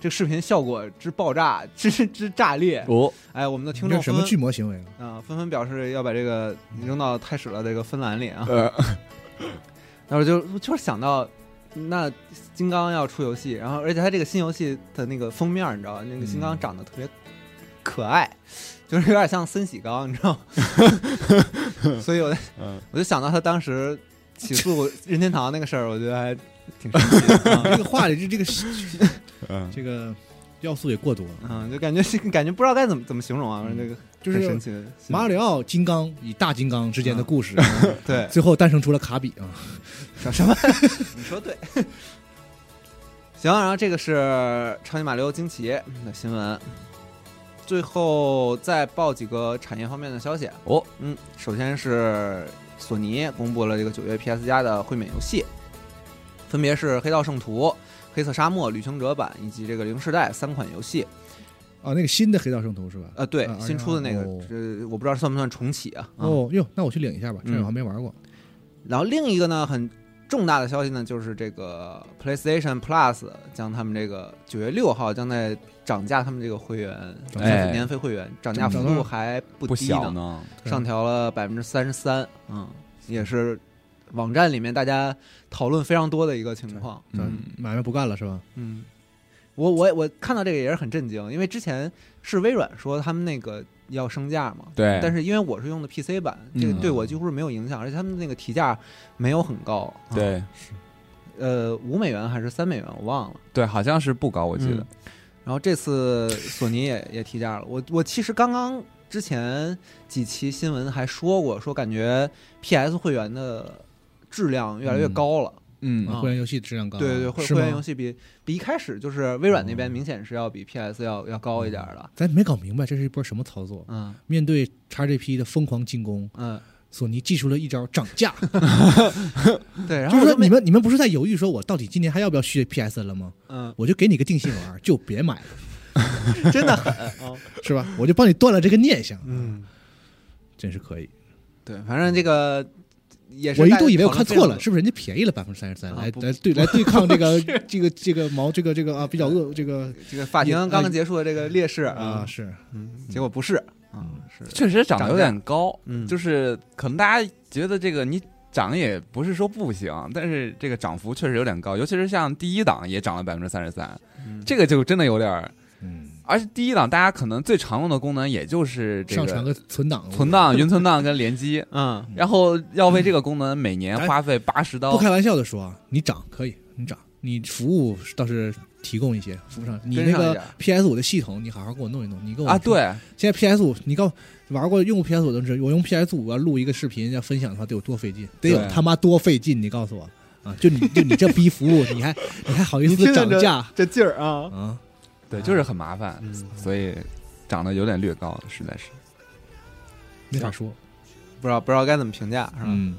Speaker 2: 这个视频效果之爆炸之之炸裂，
Speaker 3: 哦，
Speaker 2: 哎，我们的听
Speaker 4: 这
Speaker 2: 众
Speaker 4: 是什么
Speaker 2: 纷
Speaker 4: 巨魔行为啊？
Speaker 2: 啊，纷纷表示要把这个扔到开始了这个芬兰里啊。
Speaker 3: 呃，
Speaker 2: 然后就就是想到，那金刚要出游戏，然后而且它这个新游戏的那个封面，你知道，那个金刚长得特别可爱，就是有点像森喜刚，你知道吗？ 所以我在
Speaker 3: 嗯
Speaker 2: 我就想到他当时起诉任天堂那个事儿，我觉得还挺神奇的。
Speaker 4: 这
Speaker 2: 嗯
Speaker 4: 个话里这这个
Speaker 3: 嗯，
Speaker 4: 这个要素也过多了，
Speaker 2: 嗯，就感觉是感觉不知道该怎么怎么形容啊，反正这个
Speaker 4: 就
Speaker 2: 很神
Speaker 4: 是
Speaker 2: 奇啊的新
Speaker 4: 马
Speaker 2: 闻。
Speaker 4: 里奥、金刚与大金刚之间的故事，啊
Speaker 2: 对，
Speaker 4: 最后诞生出了卡比啊，
Speaker 2: 什什么？ 你说对。 行，然后这个是《超级马里奥惊奇》的新闻。最后再报几个产业方面的消息
Speaker 3: 哦，
Speaker 2: 嗯，首先是索尼公布了这个九月 PS 加的会免游戏，分别是《黑道圣徒》《黑色沙漠》《旅行者版》以及这个《零时代》三款游戏。
Speaker 4: 啊，那个新的黑道圣徒是吧？
Speaker 2: 呃，对
Speaker 4: 啊，
Speaker 2: 新出的那个，
Speaker 4: 哦
Speaker 2: 这我不知道算不算重启啊？啊
Speaker 4: 哦哟，那我去领一下吧，
Speaker 2: 嗯
Speaker 4: 这我还没玩过。
Speaker 2: 然后另一个呢，很重大的消息呢，就是这个 PlayStation Plus 将他们这个九月六号将在涨价他们这个会员，
Speaker 4: 涨
Speaker 3: 价
Speaker 2: 年年费会员涨价幅
Speaker 4: 涨
Speaker 2: 度
Speaker 4: 到
Speaker 2: 还不
Speaker 3: 哎不
Speaker 2: 低
Speaker 3: 小
Speaker 2: 呢，
Speaker 3: 呢，
Speaker 2: 上调了百分之三十三，嗯，也是网站里面大家讨论非常多的一个情况，
Speaker 4: 咱
Speaker 3: 嗯
Speaker 4: 买卖不干了是吧？
Speaker 2: 嗯。我我我看到这个也是很震惊，因为之前是微软说他们那个要升价嘛，
Speaker 3: 对，
Speaker 2: 但是因为我是用的 PC 版，这个
Speaker 3: 嗯
Speaker 2: 对我几乎是没有影响，而且他们那个提价没有很高，啊，
Speaker 3: 对
Speaker 2: 呃，五美元还是三美元，我忘了。
Speaker 3: 对，好像是不高，我记得
Speaker 2: 嗯。然后这次索尼也也提价了，我我其实刚刚之前几期新闻还说过，说感觉 PS 会员的质量越来越高了。
Speaker 3: 嗯
Speaker 4: 啊，会员游戏质量高啊，
Speaker 2: 对对对，会
Speaker 4: 是
Speaker 2: 会
Speaker 4: 吗
Speaker 2: 员游戏比比一开始就是微软那边
Speaker 4: 哦
Speaker 2: 明显是要比 PS 要要高一点儿的。
Speaker 4: 咱没搞明白这是一波什么操作。
Speaker 2: 嗯
Speaker 4: 面对 XGP 的疯狂进攻，
Speaker 2: 嗯，
Speaker 4: 索尼祭出了一招涨价，
Speaker 2: 嗯对，然
Speaker 4: 就
Speaker 2: 后
Speaker 4: 是说
Speaker 2: 就没
Speaker 4: 你们你们不是在犹豫说我到底今年还要不要续 PS 了吗？
Speaker 2: 嗯，
Speaker 4: 我就给你个定心丸，就别买了，
Speaker 2: 真的很啊，
Speaker 4: 是吧？我就帮你断了这个念想，
Speaker 2: 嗯，
Speaker 4: 真是可以。
Speaker 2: 对，反正这个也是
Speaker 4: 我一
Speaker 2: 大家
Speaker 4: 度以为我
Speaker 2: 讨
Speaker 4: 看
Speaker 2: 论非
Speaker 4: 错
Speaker 2: 常
Speaker 4: 了，是不是人家便宜了百分之三十三，
Speaker 2: 啊
Speaker 4: 来
Speaker 2: 不呃
Speaker 4: 来对来对抗 这个这个这个毛这个这个啊比较恶这个
Speaker 2: 这个法庭刚刚结束的这个烈士
Speaker 4: 呃啊，是
Speaker 2: 嗯，结果不是啊，是
Speaker 3: 确实长得有点高，
Speaker 2: 嗯
Speaker 3: 就是可能大家觉得这个你涨也不是说不行，但是这个涨幅确实有点高，尤其是像第一档也涨了百分之三十三，
Speaker 2: 嗯
Speaker 3: 这个就真的有点儿。
Speaker 4: 嗯，
Speaker 3: 而且第一档大家可能最常用的功能也就是这
Speaker 4: 上传
Speaker 3: 个
Speaker 4: 个存档，
Speaker 3: 存档、云存档跟 联机，
Speaker 2: 嗯，
Speaker 3: 然后要为这个功能每年
Speaker 4: 哎
Speaker 3: 花费八十刀
Speaker 4: 不。开玩笑的说啊，你涨可以，你涨，你服务倒是提供一些服务上，你
Speaker 3: 跟
Speaker 4: 那
Speaker 3: 上一
Speaker 4: 个
Speaker 3: 点 PS
Speaker 4: PS 五的系统，你好好给我弄一弄，你给我
Speaker 3: 啊，
Speaker 4: 说，
Speaker 3: 对，
Speaker 4: 现在 PS 五，你告玩过用过 PS 五的人知道，我用 PS 五要啊录一个视频要分享的话，得有多费劲，得有
Speaker 3: 对
Speaker 4: 他妈多费劲，你告诉我啊，就你就你这逼服务，你还你还好意
Speaker 2: 你
Speaker 4: 思
Speaker 2: 听
Speaker 4: 涨
Speaker 2: 听这
Speaker 4: 价
Speaker 2: 这劲儿啊，
Speaker 4: 啊？嗯
Speaker 3: 对，就是很麻烦，所以涨得有点略高，实在是。
Speaker 4: 没法说，
Speaker 2: 不知道不知道该怎么评价，是吧？
Speaker 4: 嗯，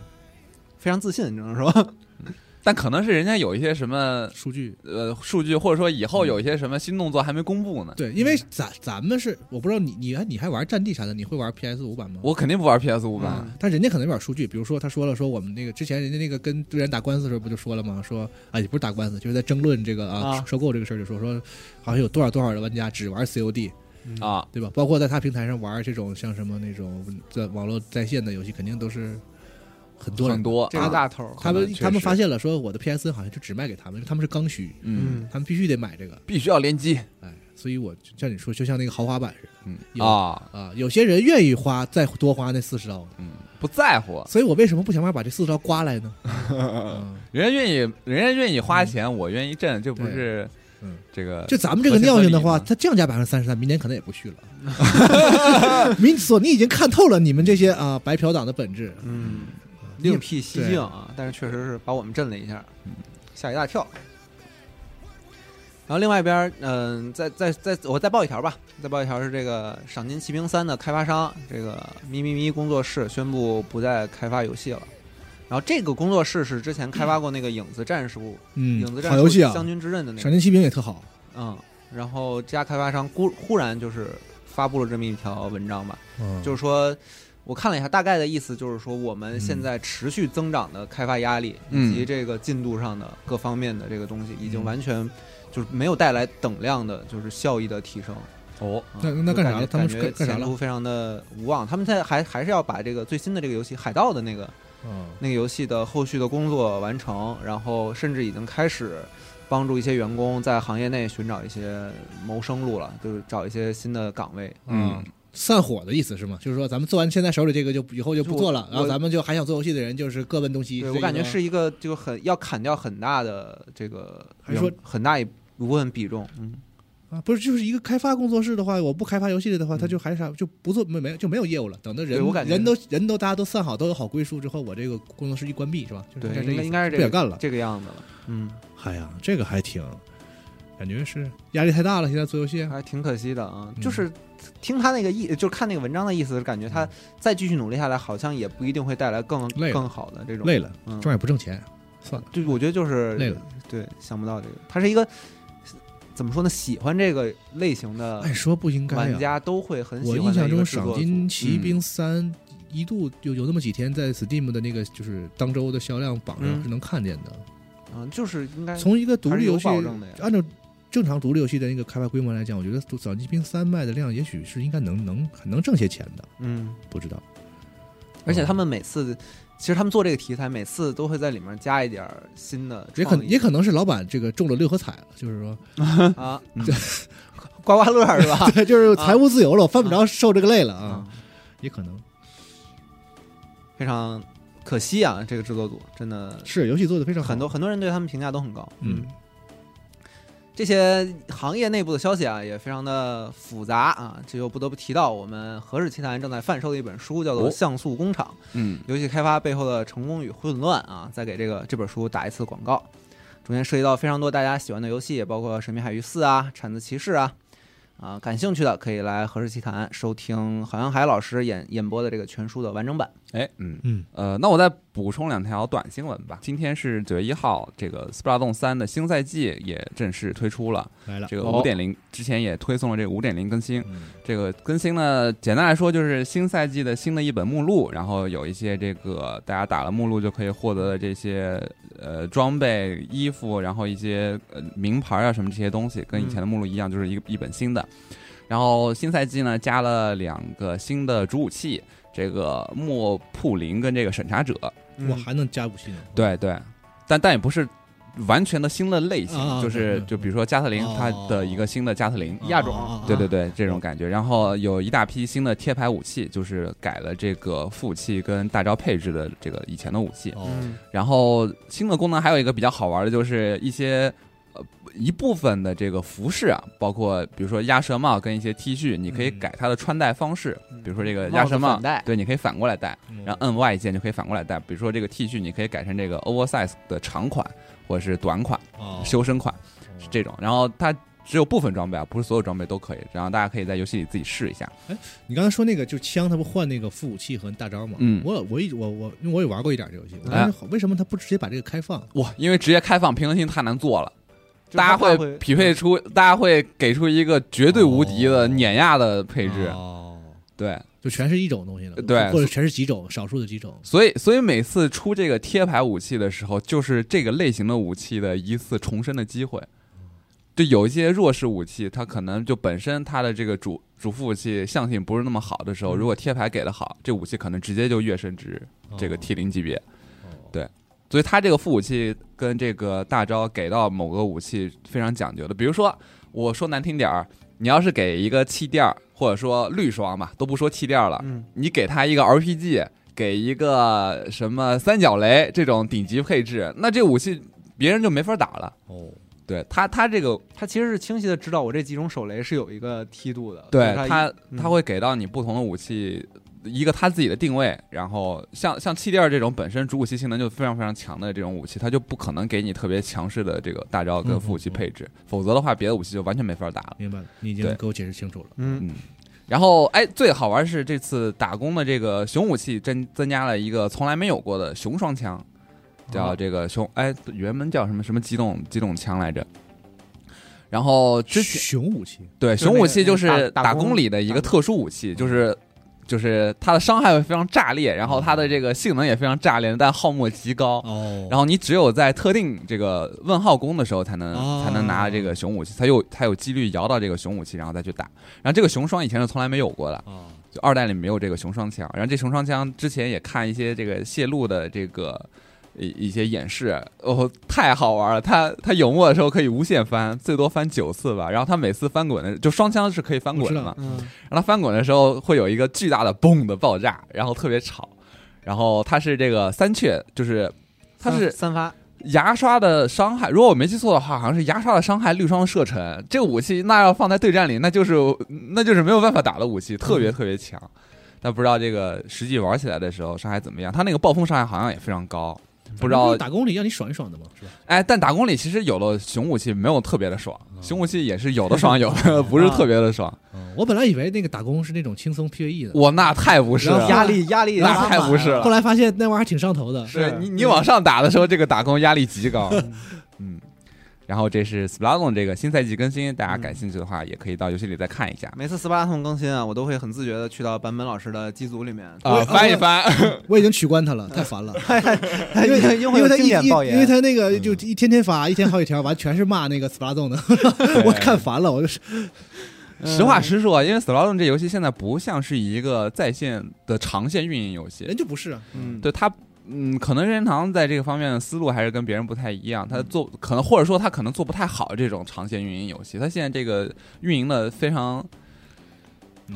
Speaker 2: 非常自信，只能 说，
Speaker 3: 但可能是人家有一些什么
Speaker 4: 数据
Speaker 3: 呃数据，或者说以后
Speaker 4: 嗯
Speaker 3: 有一些什么新动作还没公布呢。
Speaker 4: 对，因为咱咱们是我不知道你你还你还玩战地啥的，你会玩 PS 五版吗？
Speaker 3: 我肯定不玩 PS 五版，
Speaker 4: 但人家可能有点数据，比如说他说了说我们那个之前人家那个跟对人打官司的时候不就说了吗？说啊也不是打官司，就是在争论这个啊
Speaker 2: 啊
Speaker 4: 收购这个事儿，就说说好像有多少多少的玩家只玩 COD，
Speaker 3: 啊，
Speaker 4: 对吧？包括在他平台上玩这种像什么那种在网络在线的游戏，肯定都是很多人
Speaker 3: 很。多
Speaker 2: 这个
Speaker 3: 啊
Speaker 2: 大头儿，
Speaker 4: 他
Speaker 3: 可能
Speaker 4: 们
Speaker 3: 确实
Speaker 4: 他们发现了，说我的 PS 好像就只卖给他们，因为他们是刚需，
Speaker 3: 嗯，
Speaker 4: 他们必须得买这个。
Speaker 3: 必须要联机，
Speaker 4: 哎，所以我就像你说，就像那个豪华版似
Speaker 3: 嗯
Speaker 4: 有
Speaker 3: 啊，
Speaker 4: 的啊，有些人愿意花再多花那四十刀，
Speaker 2: 啊
Speaker 3: 嗯，不在乎，
Speaker 4: 所以我为什么不想办法把这四十刀刮来
Speaker 2: 啊
Speaker 4: 呢？嗯
Speaker 3: 人家愿意，人家愿意花钱，我愿意挣，这不是
Speaker 4: 嗯
Speaker 3: 这个
Speaker 4: 就咱们这个尿性的 话，
Speaker 3: 合情合理
Speaker 4: 它降价百分之三十三，明年可能也不续了。 明索尼已经看透了你们这些啊、白嫖党的本质，
Speaker 2: 嗯，
Speaker 4: 你也
Speaker 2: 另辟蹊径啊，但是确实是把我们震了一下，
Speaker 4: 嗯
Speaker 2: 吓一大跳。然后另外一边儿，嗯、再再再，我再报一条吧，再报一条是这个《赏金骑兵三》的开发商这个咪咪咪工作室宣布不再开发游戏了。然后这个工作室是之前开发过那个《影子战术》影子
Speaker 4: 嗯，
Speaker 2: 战
Speaker 4: 好
Speaker 2: 术
Speaker 4: 游戏啊，
Speaker 2: 将军之刃的那
Speaker 4: 闪
Speaker 2: 个，
Speaker 4: 电骑兵也特好，
Speaker 2: 嗯，然后这家开发商忽忽然就是发布了这么一条文章吧，
Speaker 4: 嗯
Speaker 2: 就是说，我看了一下，大概的意思就是说，我们现
Speaker 4: 嗯
Speaker 2: 在持续增长的开发压力
Speaker 3: 嗯
Speaker 2: 以及这个进度上的各方面的这个东西，已
Speaker 4: 嗯
Speaker 2: 经完全就是没有带来等量的就是效益的提升。
Speaker 3: 哦，
Speaker 2: 啊
Speaker 4: 那那
Speaker 2: 就
Speaker 4: 干啥
Speaker 2: 感觉
Speaker 4: 了他们
Speaker 2: 感觉
Speaker 4: 是干干啥
Speaker 2: 前
Speaker 4: 了
Speaker 2: 途非常的无望，他们现在还还是要把这个最新的这个游戏《海盗》的那个
Speaker 4: 嗯
Speaker 2: 那个游戏的后续的工作完成，然后甚至已经开始帮助一些员工在行业内寻找一些谋生路了，就是找一些新的岗位。
Speaker 3: 嗯，
Speaker 4: 散伙的意思是吗？就是说咱们做完现在手里这个就以后就不做了
Speaker 2: 就，我
Speaker 4: 然后咱们就还想做游戏的人就是各奔东西。
Speaker 2: 对
Speaker 4: 这
Speaker 2: 我
Speaker 4: 个
Speaker 2: 感觉
Speaker 4: 意思吗
Speaker 2: 是一个就很要砍掉很大的这个员，
Speaker 4: 还是说
Speaker 2: 很大一部分比重，嗯，
Speaker 4: 啊，不是就是一个开发工作室的话，我不开发游戏的话，他就还啥就不做没没就没有业务了。等到
Speaker 2: 嗯对
Speaker 4: 人
Speaker 2: 我感觉
Speaker 4: 人都人都大家都散好，都有好归宿之后，我这个工作室一关闭是吧？就是
Speaker 2: 对，
Speaker 4: 这
Speaker 2: 应该
Speaker 4: 意思
Speaker 2: 应该是
Speaker 4: 不
Speaker 2: 这
Speaker 4: 想
Speaker 2: 个
Speaker 4: 干了。
Speaker 2: 这个样子了，嗯，
Speaker 4: 哎呀，这个还挺，感觉是压力太大了。现在做游戏，
Speaker 2: 还挺可惜的啊，
Speaker 4: 嗯
Speaker 2: 就是。听他那个意，就是看那个文章的意思，感觉他再继续努力下来，好像也不一定会带来更
Speaker 4: 累了
Speaker 2: 更好的这种。
Speaker 4: 累了，
Speaker 2: 嗯
Speaker 4: 这玩意儿不挣钱，算了，
Speaker 2: 就我觉得就是
Speaker 4: 累了。
Speaker 2: 对，想不到这个，他是一个怎么说呢？喜欢这个类型的
Speaker 4: 按说不应该啊
Speaker 2: 玩
Speaker 4: 哎呀、
Speaker 2: 家都会很
Speaker 4: 我
Speaker 2: 喜欢的一个
Speaker 4: 印象中，《
Speaker 2: 制作
Speaker 4: 赏
Speaker 2: 组嗯
Speaker 4: 金骑兵三》一度就有那么几天在 Steam 的那个就是当周的销量榜
Speaker 2: 嗯
Speaker 4: 上是能看见的。
Speaker 2: 嗯，就是应该
Speaker 4: 从一个独
Speaker 2: 还是
Speaker 4: 立
Speaker 2: 有
Speaker 4: 游戏，啊
Speaker 2: 保证的呀
Speaker 4: 按照正常独立游戏的那个开发规模来讲，我觉得《扫地兵三》卖的量也许是应该能能能挣些钱的，
Speaker 2: 嗯，
Speaker 4: 不知道。
Speaker 2: 而
Speaker 4: 嗯
Speaker 2: 且他们每次其实他们做这个题材，每次都会在里面加一点儿新的
Speaker 4: 也可
Speaker 2: 创意
Speaker 4: 也可能是老板这个中了六合彩了，就是说，
Speaker 2: 啊，刮刮乐是吧？
Speaker 4: 对，就是财务自由了，我犯不着受这个累了啊
Speaker 2: 啊，，
Speaker 4: 也可能
Speaker 2: 非常可惜啊，这个制作组真的
Speaker 4: 是游戏做的非常好
Speaker 2: 很多，很多人对他们评价都很高，
Speaker 4: 嗯。
Speaker 2: 这些行业内部的消息啊，也非常的复杂啊，这又不得不提到我们何氏奇谈正在贩售的一本书，叫做《
Speaker 3: 哦
Speaker 2: 像素工厂》，
Speaker 3: 嗯，
Speaker 2: 游戏开发背后的成功与混乱啊，再给这个这本书打一次广告。中间涉及到非常多大家喜欢的游戏，包括《神秘海域四》啊，《铲子骑士》啊，啊，感兴趣的可以来何氏奇谈收听郝阳海老师演演播的这个全书的完整版。
Speaker 3: 哎，嗯。
Speaker 4: 嗯，
Speaker 3: 呃，那我再补充两条短新闻吧。今天是九月一号，这个《Splatoon 三》的新赛季也正式推出了。
Speaker 4: 嗯来了
Speaker 3: 这个
Speaker 2: 哦
Speaker 3: 五点零之前也推送了这个五点零更新，
Speaker 4: 嗯
Speaker 3: 这个更新呢，简单来说就是新赛季的新的一本目录，然后有一些这个大家打了目录就可以获得的这些呃装备、衣服，然后一些呃名牌啊什么这些东西，跟以前的目录一样，就是一个一本新的。然后新赛季呢，加了两个新的主武器，这个莫普林跟这个审查者。
Speaker 2: 嗯
Speaker 4: 我还能加武器呢。
Speaker 3: 对对，但但也不是完全的新的类型，
Speaker 4: 啊啊
Speaker 3: 就是
Speaker 4: 对
Speaker 3: 就比如说加特林，
Speaker 4: 哦
Speaker 3: 它的一个新的加特林，
Speaker 4: 啊
Speaker 2: 亚种
Speaker 4: 啊啊
Speaker 3: 对对对，这种感觉。然后有一大批新的贴牌武器，就是改了这个副武器跟大招配置的这个以前的武器。
Speaker 4: 哦，
Speaker 2: 嗯
Speaker 3: 然后新的功能还有一个比较好玩的，就是一些呃一部分的这个服饰啊，包括比如说鸭舌帽跟一些 T 恤，你可以
Speaker 4: 嗯
Speaker 3: 改它的穿戴方式
Speaker 2: 嗯，
Speaker 3: 比如说这个
Speaker 2: 帽
Speaker 3: 鸭
Speaker 2: 子
Speaker 3: 舌帽
Speaker 2: 反戴，
Speaker 3: 对，你可以反过来戴。然后
Speaker 4: 嗯
Speaker 3: 摁 Y 键就可以反过来戴，比如说这个 T 恤，你可以改成这个 oversize 的长款，或者是短款、
Speaker 4: 哦
Speaker 3: 修身款，是这种。然后它只有部分装备啊，不是所有装备都可以。然后大家可以在游戏里自己试一下。
Speaker 4: 你刚才说那个，就枪，他不换那个副武器和大招吗？
Speaker 3: 嗯
Speaker 4: 我我一我我，因为我也玩过一点这游戏，我
Speaker 3: 哎
Speaker 4: 当时为什么他不直接把这个开放？
Speaker 3: 哇，因为直接开放平衡性太难做了，
Speaker 2: 就是嗯
Speaker 3: 大家
Speaker 2: 它
Speaker 3: 会匹配出，大家会给出一个绝对无敌
Speaker 4: 哦
Speaker 3: 的碾压的配置。
Speaker 4: 哦，
Speaker 3: 对，
Speaker 4: 就全是一种东西了，
Speaker 3: 对
Speaker 4: 或者全是几种，少数的几种。
Speaker 3: 所以所以每次出这个贴牌武器的时候，就是这个类型的武器的一次重生的机会。就有一些弱势武器，它可能就本身它的这个主主副武器相性不是那么好的时候，如果贴牌给的好，这武器可能直接就跃升至这个 T 零级别。
Speaker 4: 哦
Speaker 3: 所以它这个副武器跟这个大招给到某个武器非常讲究的。比如说，我说难听点儿，你要是给一个气垫儿，或者说绿霜吧，都不说气垫儿了，
Speaker 2: 嗯
Speaker 3: 你给他一个 RPG，给一个什么三角雷这种顶级配置，那这武器别人就没法打了。
Speaker 4: 哦，
Speaker 3: 对他，他这个
Speaker 2: 它其实是清晰的知道我这几种手雷是有一个梯度的，
Speaker 3: 对
Speaker 2: 就是它
Speaker 3: 他
Speaker 2: 一嗯，
Speaker 3: 他会给到你不同的武器一个他自己的定位，然后像像气垫儿这种本身主武器性能就非常非常强的这种武器，它就不可能给你特别强势的这个大
Speaker 2: 嗯
Speaker 3: 招跟副武器配置，否则的话别的武器就完全没法打了。
Speaker 4: 明白了，你已经
Speaker 3: 对
Speaker 4: 给我解释清楚了。
Speaker 2: 嗯
Speaker 3: 嗯，然后哎，最好玩是这次打工的这个熊武器增增加了一个从来没有过的熊双枪，
Speaker 2: 啊
Speaker 3: 叫这个熊哎，原本叫什么什么机动机动枪来着。然后之前
Speaker 4: 熊武器
Speaker 3: 对
Speaker 2: 就是
Speaker 3: 熊
Speaker 2: 那
Speaker 3: 武
Speaker 2: 个
Speaker 3: 器就
Speaker 2: 那
Speaker 3: 是
Speaker 2: 个打打
Speaker 3: 打
Speaker 2: 工
Speaker 3: 工里的一个特殊武器，就是就是它的伤害会非常炸裂，然后它
Speaker 2: 嗯
Speaker 3: 的这个性能也非常炸裂，但耗墨极高。
Speaker 4: 哦，
Speaker 3: 然后你只有在特定这个问号弓的时候，才能、
Speaker 4: 哦
Speaker 3: 才能拿这个熊武器，才有才有几率摇到这个熊武器，然后再去打。然后这个熊双以前是从来没有过的，
Speaker 4: 啊，
Speaker 3: 就二代里没有这个熊双枪。然后这熊双枪之前也看一些这个泄露的这个一一些演示，哦，太好玩了！它它有墨的时候可以无限翻，最多翻九次吧。然后它每次翻滚的就双枪是可以翻滚的嘛，
Speaker 2: 嗯
Speaker 3: 然后它翻滚的时候会有一个巨大的嘣的爆炸，然后特别吵。然后它是这个三雀，就是它
Speaker 2: 三
Speaker 3: 是
Speaker 2: 三发，
Speaker 3: 牙刷的伤害，如果我没记错的话，好像是牙刷的伤害，绿霜的射程。这个武器那要放在对战里，那就是那就是没有办法打的武器，特别特别强。但不知道这个实际玩起来的时候伤害怎么样，它那个暴风伤害好像也非常高，不知
Speaker 4: 那
Speaker 3: 道
Speaker 4: 是打工里让你爽一爽的嘛，是吧？
Speaker 3: 哎，但打工里其实有了熊武器没有特别的爽，
Speaker 4: 嗯
Speaker 3: 熊武器也是有的爽，有的不是特别的爽。
Speaker 4: 嗯，我本来以为那个打工是那种轻松 PVE 的，
Speaker 3: 我那太不是
Speaker 4: 然后压
Speaker 3: 了，
Speaker 2: 力压力
Speaker 3: 啊那
Speaker 2: 拉
Speaker 3: 太
Speaker 2: 满
Speaker 3: 不是了
Speaker 4: 后来发现那玩意儿还挺上头的。
Speaker 3: 是你你往上打的时候，这个打工压力极高。 嗯，然后这是 Splatoon 这个新赛季更新，大家
Speaker 4: 嗯
Speaker 3: 感兴趣的话也可以到游戏里再看一下。
Speaker 2: 每次斯巴达通更新啊，我都会很自觉的去到版本老师的机组里面，
Speaker 3: 啊、
Speaker 4: 我
Speaker 3: 翻一翻，
Speaker 4: 我已经取关他了，太烦了，因 为
Speaker 2: 因为
Speaker 4: 哎因为他
Speaker 2: 经
Speaker 4: 一
Speaker 2: 典
Speaker 4: 一
Speaker 2: 爆言，
Speaker 4: 因为他那个
Speaker 3: 嗯
Speaker 4: 就一天天发，一天好几条，完全是骂那个 Splatoon 的， 我看烦了，我就是嗯
Speaker 3: 实话实说，啊因为 Splatoon 这游戏现在不像是一个在线的长线运营游戏
Speaker 4: 人，就不是啊，
Speaker 2: 嗯，
Speaker 3: 对它。嗯，可能任天堂在这个方面的思路还是跟别人不太一样，
Speaker 4: 嗯
Speaker 3: 他做可能或者说他可能做不太好这种长线运营游戏，他现在这个运营的非常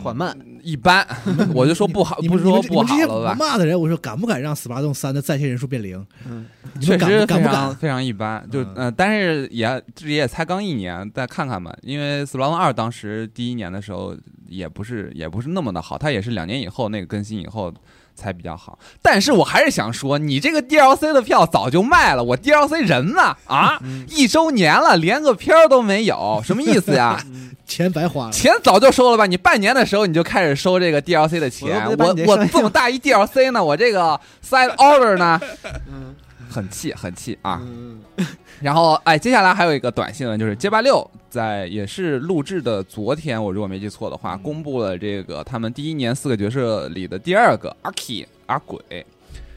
Speaker 2: 缓慢，
Speaker 3: 一般，我就说不好，
Speaker 4: 你
Speaker 3: 啊不
Speaker 4: 们
Speaker 3: 是
Speaker 4: 你
Speaker 3: 说
Speaker 4: 们这
Speaker 3: 不好
Speaker 4: 你们
Speaker 3: 了
Speaker 4: 这些
Speaker 3: 吧？
Speaker 4: 骂的人，我说敢不敢让 Splatoon 三的在线人数变零？
Speaker 2: 嗯，
Speaker 4: 你
Speaker 3: 确
Speaker 4: 们敢
Speaker 3: 实
Speaker 4: 敢
Speaker 3: 非
Speaker 4: 不
Speaker 3: 常
Speaker 4: 敢？
Speaker 3: 非常一般，就
Speaker 4: 嗯
Speaker 3: 呃，但是也这也才刚一年，再看看吧。因为《Splatoon 二》当时第一年的时候也不是也不是那么的好，它也是两年以后那个更新以后才比较好。但是我还是想说，你这个 DLC 的票早就卖了，我 DLC 人呢？啊，
Speaker 4: 嗯
Speaker 3: 一周年了，连个片儿都没有，什么意思呀？
Speaker 4: 钱白花了，
Speaker 3: 钱早就收了吧？你半年的时候你就开始收这个 DLC 的钱，
Speaker 2: 我又
Speaker 3: 我
Speaker 2: 不会把你这
Speaker 3: 我
Speaker 2: 上映
Speaker 3: 这么大一 DLC 呢，我这个 side order 呢，
Speaker 2: 嗯
Speaker 3: 很气很气啊！
Speaker 2: 嗯
Speaker 3: 然后哎，接下来还有一个短新闻，就是街霸六在也是录制的昨天，我如果没记错的
Speaker 2: 嗯
Speaker 3: 话，公布了这个他们第一年四个角色里的第二个阿 k 阿鬼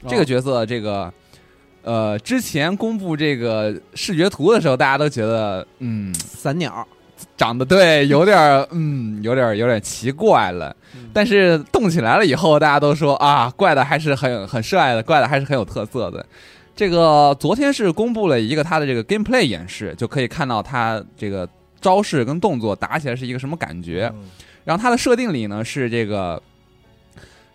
Speaker 3: 这
Speaker 2: 哦
Speaker 3: 个角色，这个呃，之前公布这个视觉图的时候，大家都觉得嗯。
Speaker 2: 散鸟，
Speaker 3: 长得对，有点儿嗯，有点儿有点儿奇怪了。但是动起来了以后，大家都说啊，怪的还是很很帅的，怪的还是很有特色的。这个昨天是公布了一个他的这个 gameplay 演示，就可以看到他这个招式跟动作打起来是一个什么感觉。
Speaker 4: 嗯
Speaker 3: 然后它的设定里呢是这个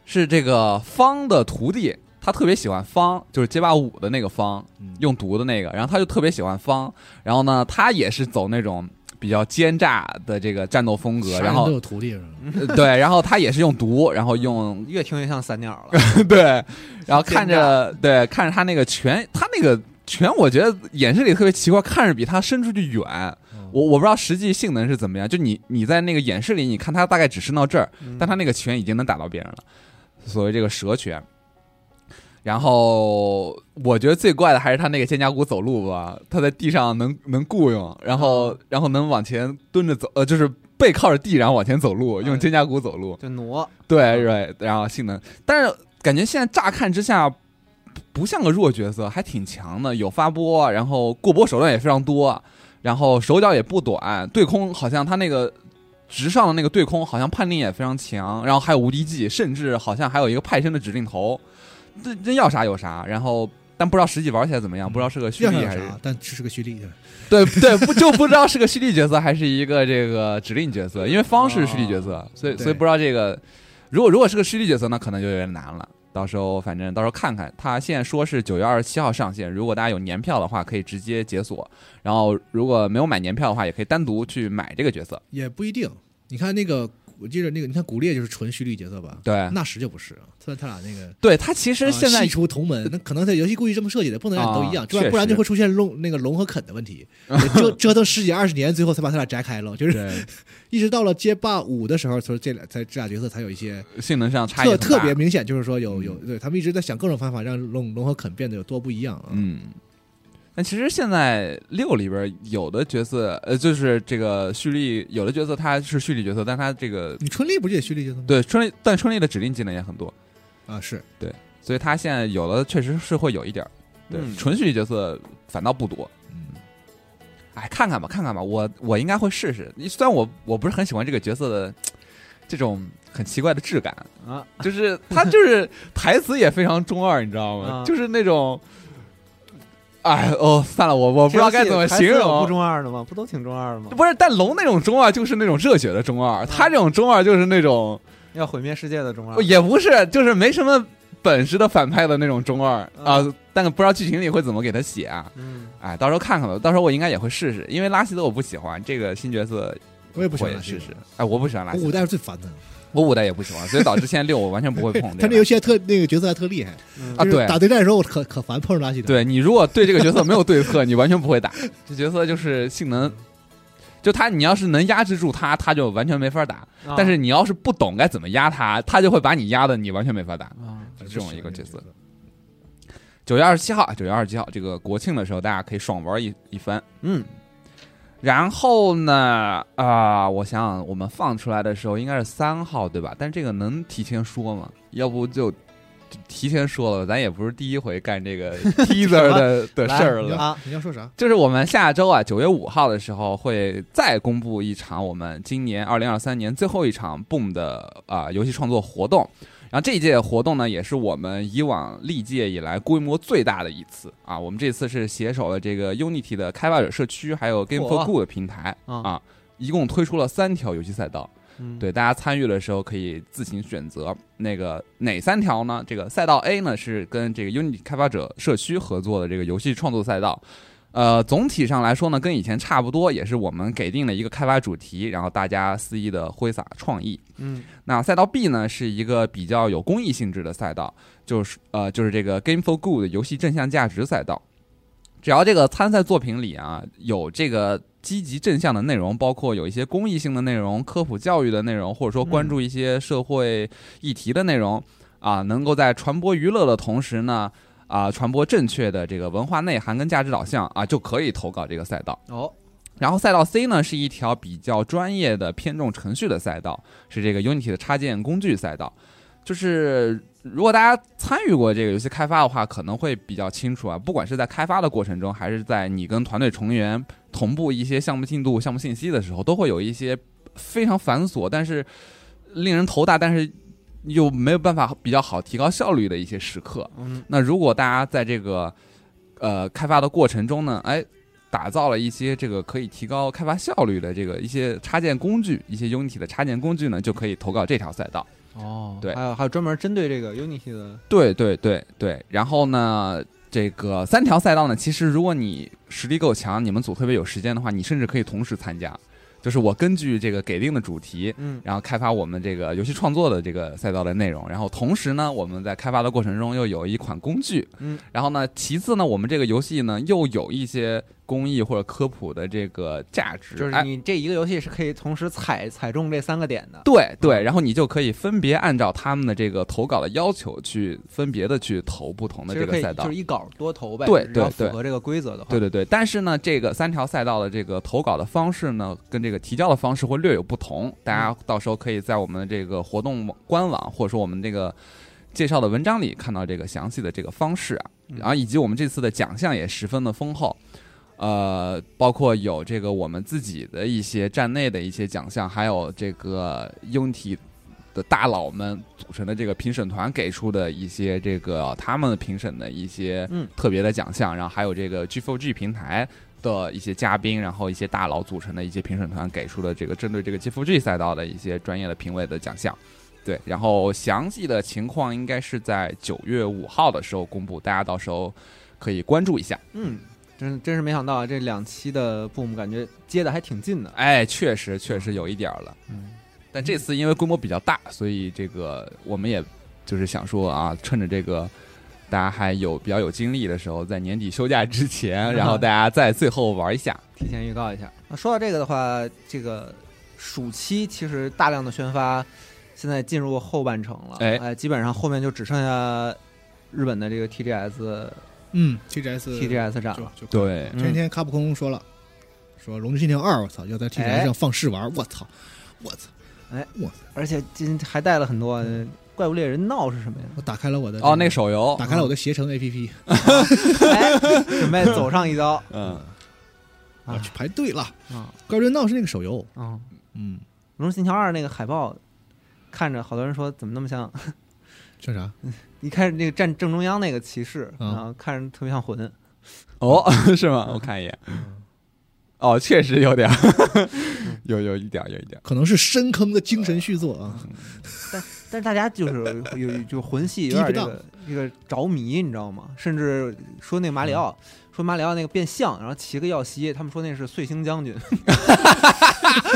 Speaker 3: 是这个方的徒弟，他特别喜欢方，就是街霸五的那个方，
Speaker 4: 嗯
Speaker 3: 用毒的那个，然后他就特别喜欢方，然后呢，他也是走那种比较奸诈的这个战斗风格，
Speaker 4: 啥
Speaker 3: 然
Speaker 4: 人
Speaker 3: 后
Speaker 4: 都有徒弟是吧？
Speaker 3: 呃对，然后他也是用毒，然后用
Speaker 2: 越听越像散鸟 了。
Speaker 3: 对，然后看着对看着他那个拳，他那个拳我觉得演示里特别奇怪，看着比他伸出去远，我我不知道实际性能是怎么样，就你你在那个演示里，你看他大概只伸到这儿，但他那个拳已经能打到别人了，所谓这个蛇拳。然后我觉得最怪的还是他那个肩胛骨走路吧，他在地上能能雇佣，然后然后能往前蹲着走，呃，就是背靠着地，然后往前走路，用肩胛骨走路。
Speaker 2: 就挪，
Speaker 3: 对
Speaker 4: 嗯
Speaker 3: 对，然后性能，但是感觉现在乍看之下不不像个弱角色，还挺强的，有发波，然后过波手段也非常多，然后手脚也不短，对空好像他那个直上的那个对空好像判定也非常强，然后还有无敌技，甚至好像还有一个派生的指令头，这这要啥有啥，然后。但不知道实际玩起来怎么样，不知道是个蓄
Speaker 4: 要
Speaker 3: 力
Speaker 4: 有
Speaker 3: 还是
Speaker 4: 啥？但只是个蓄力的，
Speaker 3: 对对，不就不知道是个蓄力角色还是一个这个指令角色，因为方是蓄力角色，所以所以
Speaker 4: 哦对
Speaker 3: 不知道这个，如果如果是个蓄力角色，那可能就有点难了。到时候反正到时候看看，他现在说是九月二十七号上线，如果大家有年票的话，可以直接解锁，然后如果没有买年票的话，也可以单独去买这个角色。
Speaker 4: 也不一定。你看那个，我记得那个，你看古烈就是纯蓄力角色吧？
Speaker 3: 对
Speaker 4: 纳什就不是啊。虽然他俩那个
Speaker 3: 对他其实现
Speaker 4: 啊
Speaker 3: 在
Speaker 4: 系出同门，那可能在游戏故意这么设计的，不能让你都一样，
Speaker 3: 啊
Speaker 4: 不然不然
Speaker 3: 确实
Speaker 4: 就会出现龙那个龙和肯的问 题，得折折腾十几二十年，最后才把他俩摘开了。就是
Speaker 3: 对
Speaker 4: 一直到了街霸五的时候，所以这俩才这俩角色才有一些
Speaker 3: 性能上差异
Speaker 4: 特
Speaker 3: 很大嗯
Speaker 4: 特别明显，就是说有有对他们一直在想各种方法让龙龙和肯变得有多不一样啊。
Speaker 3: 嗯，但其实现在六里边儿有的角色，呃，就是这个蓄力，有的角色他是蓄力角色，但他这个
Speaker 4: 你春丽不是也蓄力角色吗？
Speaker 3: 对春丽，但春丽的指令技能也很多，
Speaker 4: 啊，是
Speaker 3: 所以他现在有的确实是会有一点儿，对，
Speaker 2: 嗯
Speaker 3: 纯蓄力角色反倒不多。
Speaker 4: 嗯
Speaker 3: 哎，看看吧，看看吧，我我应该会试试。虽然我我不是很喜欢这个角色的这种很奇怪的质感，
Speaker 2: 啊，
Speaker 3: 就是他就是台词也非常中二，你知道吗？
Speaker 2: 啊
Speaker 3: 就是那种，哎哦，算了，我我不知道该怎么形
Speaker 2: 这游戏台词有
Speaker 3: 容
Speaker 2: 不。中二的吗？不都挺中二的吗？
Speaker 3: 不是，但龙那种中二就是那种热血的中
Speaker 2: 啊
Speaker 3: 二，他这种中二就是那种
Speaker 2: 要毁灭世界的中
Speaker 4: 啊
Speaker 2: 二，
Speaker 3: 哦也不是，就是没什么本事的反派的那种中二啊、
Speaker 2: 嗯
Speaker 3: 但不知道剧情里会怎么给他写啊。
Speaker 2: 嗯，
Speaker 3: 哎，到时候看看吧，到时候我应该也会试试，因为拉希德我不喜欢这个新角色，
Speaker 4: 我也不喜欢
Speaker 3: 也
Speaker 4: 纳什
Speaker 3: 试试。哎，我不喜欢拉
Speaker 4: 我
Speaker 3: 希
Speaker 4: 五
Speaker 3: 德，
Speaker 4: 代是最烦他的，
Speaker 3: 我五代也不喜欢，所以导致现在六我完全不会碰
Speaker 4: 他
Speaker 3: 这
Speaker 4: 那
Speaker 3: 个
Speaker 4: 游戏还特那个角色还特厉害
Speaker 2: 嗯
Speaker 3: 啊
Speaker 4: 就是
Speaker 3: 对
Speaker 4: 打对战的时候我可可烦碰上垃圾的，
Speaker 3: 对你如果对这个角色没有对策，你 完全不会打。这角色就是性能，就他你要是能压制住他，他就完全没法打；
Speaker 2: 啊
Speaker 3: 但是你要是不懂该怎么压他，他就会把你压的你完全没法打。
Speaker 2: 啊，
Speaker 4: 哎
Speaker 3: 是这种一个角色。九月二十七号，九月二十七号这个国庆的时候，大家可以爽玩一一番。
Speaker 2: 嗯，
Speaker 3: 然后呢，啊、我想想，我们放出来的时候应该是三号对吧？但这个能提前说吗？要不就就提前说了，咱也不是第一回干这个 teaser 的的事儿
Speaker 4: 你
Speaker 3: 了。
Speaker 4: 要你要说啥？
Speaker 3: 就是我们下周啊，九月五号的时候会再公布一场我们今年二零二三年最后一场 Boom 的啊、游戏创作活动。然后这一届活动呢，也是我们以往历届以来规模最大的一次啊。我们这次是携手了这个 Unity 的开发者社区，还有 Game for
Speaker 2: 哇
Speaker 3: Good 的平台
Speaker 2: 啊
Speaker 3: 啊，一共推出了三条游戏赛道。
Speaker 2: 嗯，
Speaker 3: 对，大家参与的时候可以自行选择那个哪三条呢？这个赛道 A 呢是跟这个 Unity 开发者社区合作的这个游戏创作赛道。呃，总体上来说呢，跟以前差不多，也是我们给定了一个开发主题，然后大家肆意的挥洒创意。
Speaker 2: 嗯，
Speaker 3: 那赛道 B 呢，是一个比较有公益性质的赛道，就是呃，就是这个 Game for Good 游戏正向价值赛道。只要这个参赛作品里啊有这个积极正向的内容，包括有一些公益性的内容、科普教育的内容，或者说关注一些社会议题的内容、啊，能够在传播娱乐的同时呢，啊，传播正确的这个文化内涵跟价值导向啊，就可以投稿这个赛道。
Speaker 2: 哦，
Speaker 3: 然后赛道 C 呢是一条比较专业的偏重程序的赛道，是这个 Unity 的插件工具赛道。就是如果大家参与过这个游戏开发的话，可能会比较清楚啊。不管是在开发的过程中，还是在你跟团队成员同步一些项目进度、项目信息的时候，都会有一些非常繁琐，但是令人头大，但是又没有办法比较好提高效率的一些时刻。
Speaker 2: 嗯
Speaker 3: 那如果大家在这个呃开发的过程中呢，哎，打造了一些这个可以提高开发效率的这个一些插件工具，一些 Unity 的插件工具呢，就可以投稿这条赛道。
Speaker 2: 哦
Speaker 3: 对
Speaker 2: 还有还有专门针对这个 Unity 的，
Speaker 3: 对对对对，然后呢？这个三条赛道呢，其实如果你实力够强，你们组特别有时间的话，你甚至可以同时参加。就是我根据这个给定的主题，
Speaker 2: 嗯
Speaker 3: 然后开发我们这个游戏创作的这个赛道的内容。然后同时呢，我们在开发的过程中又有一款工具，
Speaker 2: 嗯，
Speaker 3: 然后呢，其次呢，我们这个游戏呢又有一些公益或者科普的这个价值，
Speaker 2: 就是
Speaker 3: 哎
Speaker 2: 你这一个游戏是可以同时踩踩中这三个点的。
Speaker 3: 对对，
Speaker 2: 嗯
Speaker 3: 然后你就可以分别按照他们的这个投稿的要求去分别的去投不同的
Speaker 2: 其
Speaker 3: 这
Speaker 2: 实可
Speaker 3: 个
Speaker 2: 以
Speaker 3: 赛道
Speaker 2: 就是。一稿多投呗，
Speaker 3: 对
Speaker 2: 只要
Speaker 3: 对对
Speaker 2: 符合这个规则的话，
Speaker 3: 对对对，但是呢，这个三条赛道的这个投稿的方式呢，跟这个提交的方式会略有不同。大
Speaker 2: 嗯
Speaker 3: 家到时候可以在我们这个活动网官网，或者说我们这个介绍的文章里看到这个详细的这个方式啊，
Speaker 2: 嗯
Speaker 3: 然后以及我们这次的奖项也十分的丰厚。呃，包括有这个我们自己的一些站内的一些奖项，还有这个用体的大佬们组成的这个评审团给出的一些这个他们评审的一些
Speaker 2: 嗯
Speaker 3: 特别的奖项，然后还有这个 G4G 平台的一些嘉宾，然后一些大佬组成的一些评审团给出的这个针对这个 G4G 赛道的一些专业的评委的奖项。对，然后详细的情况应该是在九月五号的时候公布，大家到时候可以关注一下。
Speaker 2: 嗯，真真是没想到啊，这两期的 Boom 感觉接的还挺近的，
Speaker 3: 哎，确实确实有一点儿了。
Speaker 2: 嗯，
Speaker 3: 但这次因为规模比较大，所以这个我们也就是想说啊，趁着这个大家还有比较有精力的时候，在年底休假之 前，然后大家在最后玩一下。
Speaker 2: 提前预告一下。那说到这个的话，这个暑期其实大量的宣发，现在进入后半程了，
Speaker 3: 哎
Speaker 2: 基本上后面就只剩下日本的这个 TGS
Speaker 4: 嗯，TGS
Speaker 2: TGS 展
Speaker 4: 就
Speaker 2: 了。
Speaker 4: 就
Speaker 3: 对
Speaker 2: 嗯
Speaker 4: 前天卡普空说了，说《龙之信条二》，我操，要在
Speaker 3: 哎
Speaker 4: TGS 上放试玩，我操，我操，
Speaker 2: 而且今还带了很多呃
Speaker 4: 嗯
Speaker 2: 《怪物猎人闹》是什 么呀？
Speaker 4: 我打开了我的
Speaker 3: 哦，那个手游
Speaker 4: 打，开了我的携程 APP，
Speaker 2: 哎，准备走上一刀
Speaker 3: 嗯，
Speaker 4: 我去排队了。
Speaker 2: 啊！
Speaker 4: 《怪物猎人闹》是那个手游，
Speaker 2: 嗯，
Speaker 4: 嗯，
Speaker 2: 《龙之信条二》那个海报，看着好多人说怎么那么像，
Speaker 4: 叫啥？
Speaker 2: 一开始那个站正中央那个骑士，
Speaker 4: 嗯
Speaker 2: 然后看着特别像魂。
Speaker 3: 哦， 是吗？我看一眼。哦，确实有点儿， 有有一点儿，有一点儿。
Speaker 4: 可能是深坑的精神续作啊。
Speaker 3: 嗯
Speaker 2: 但是大家就是 有有就魂系有点这个这个着迷，你知道吗？甚至说那个马里奥，
Speaker 4: 嗯
Speaker 2: 说马里奥那个变相，然后骑个耀西，他们说那是碎星将军，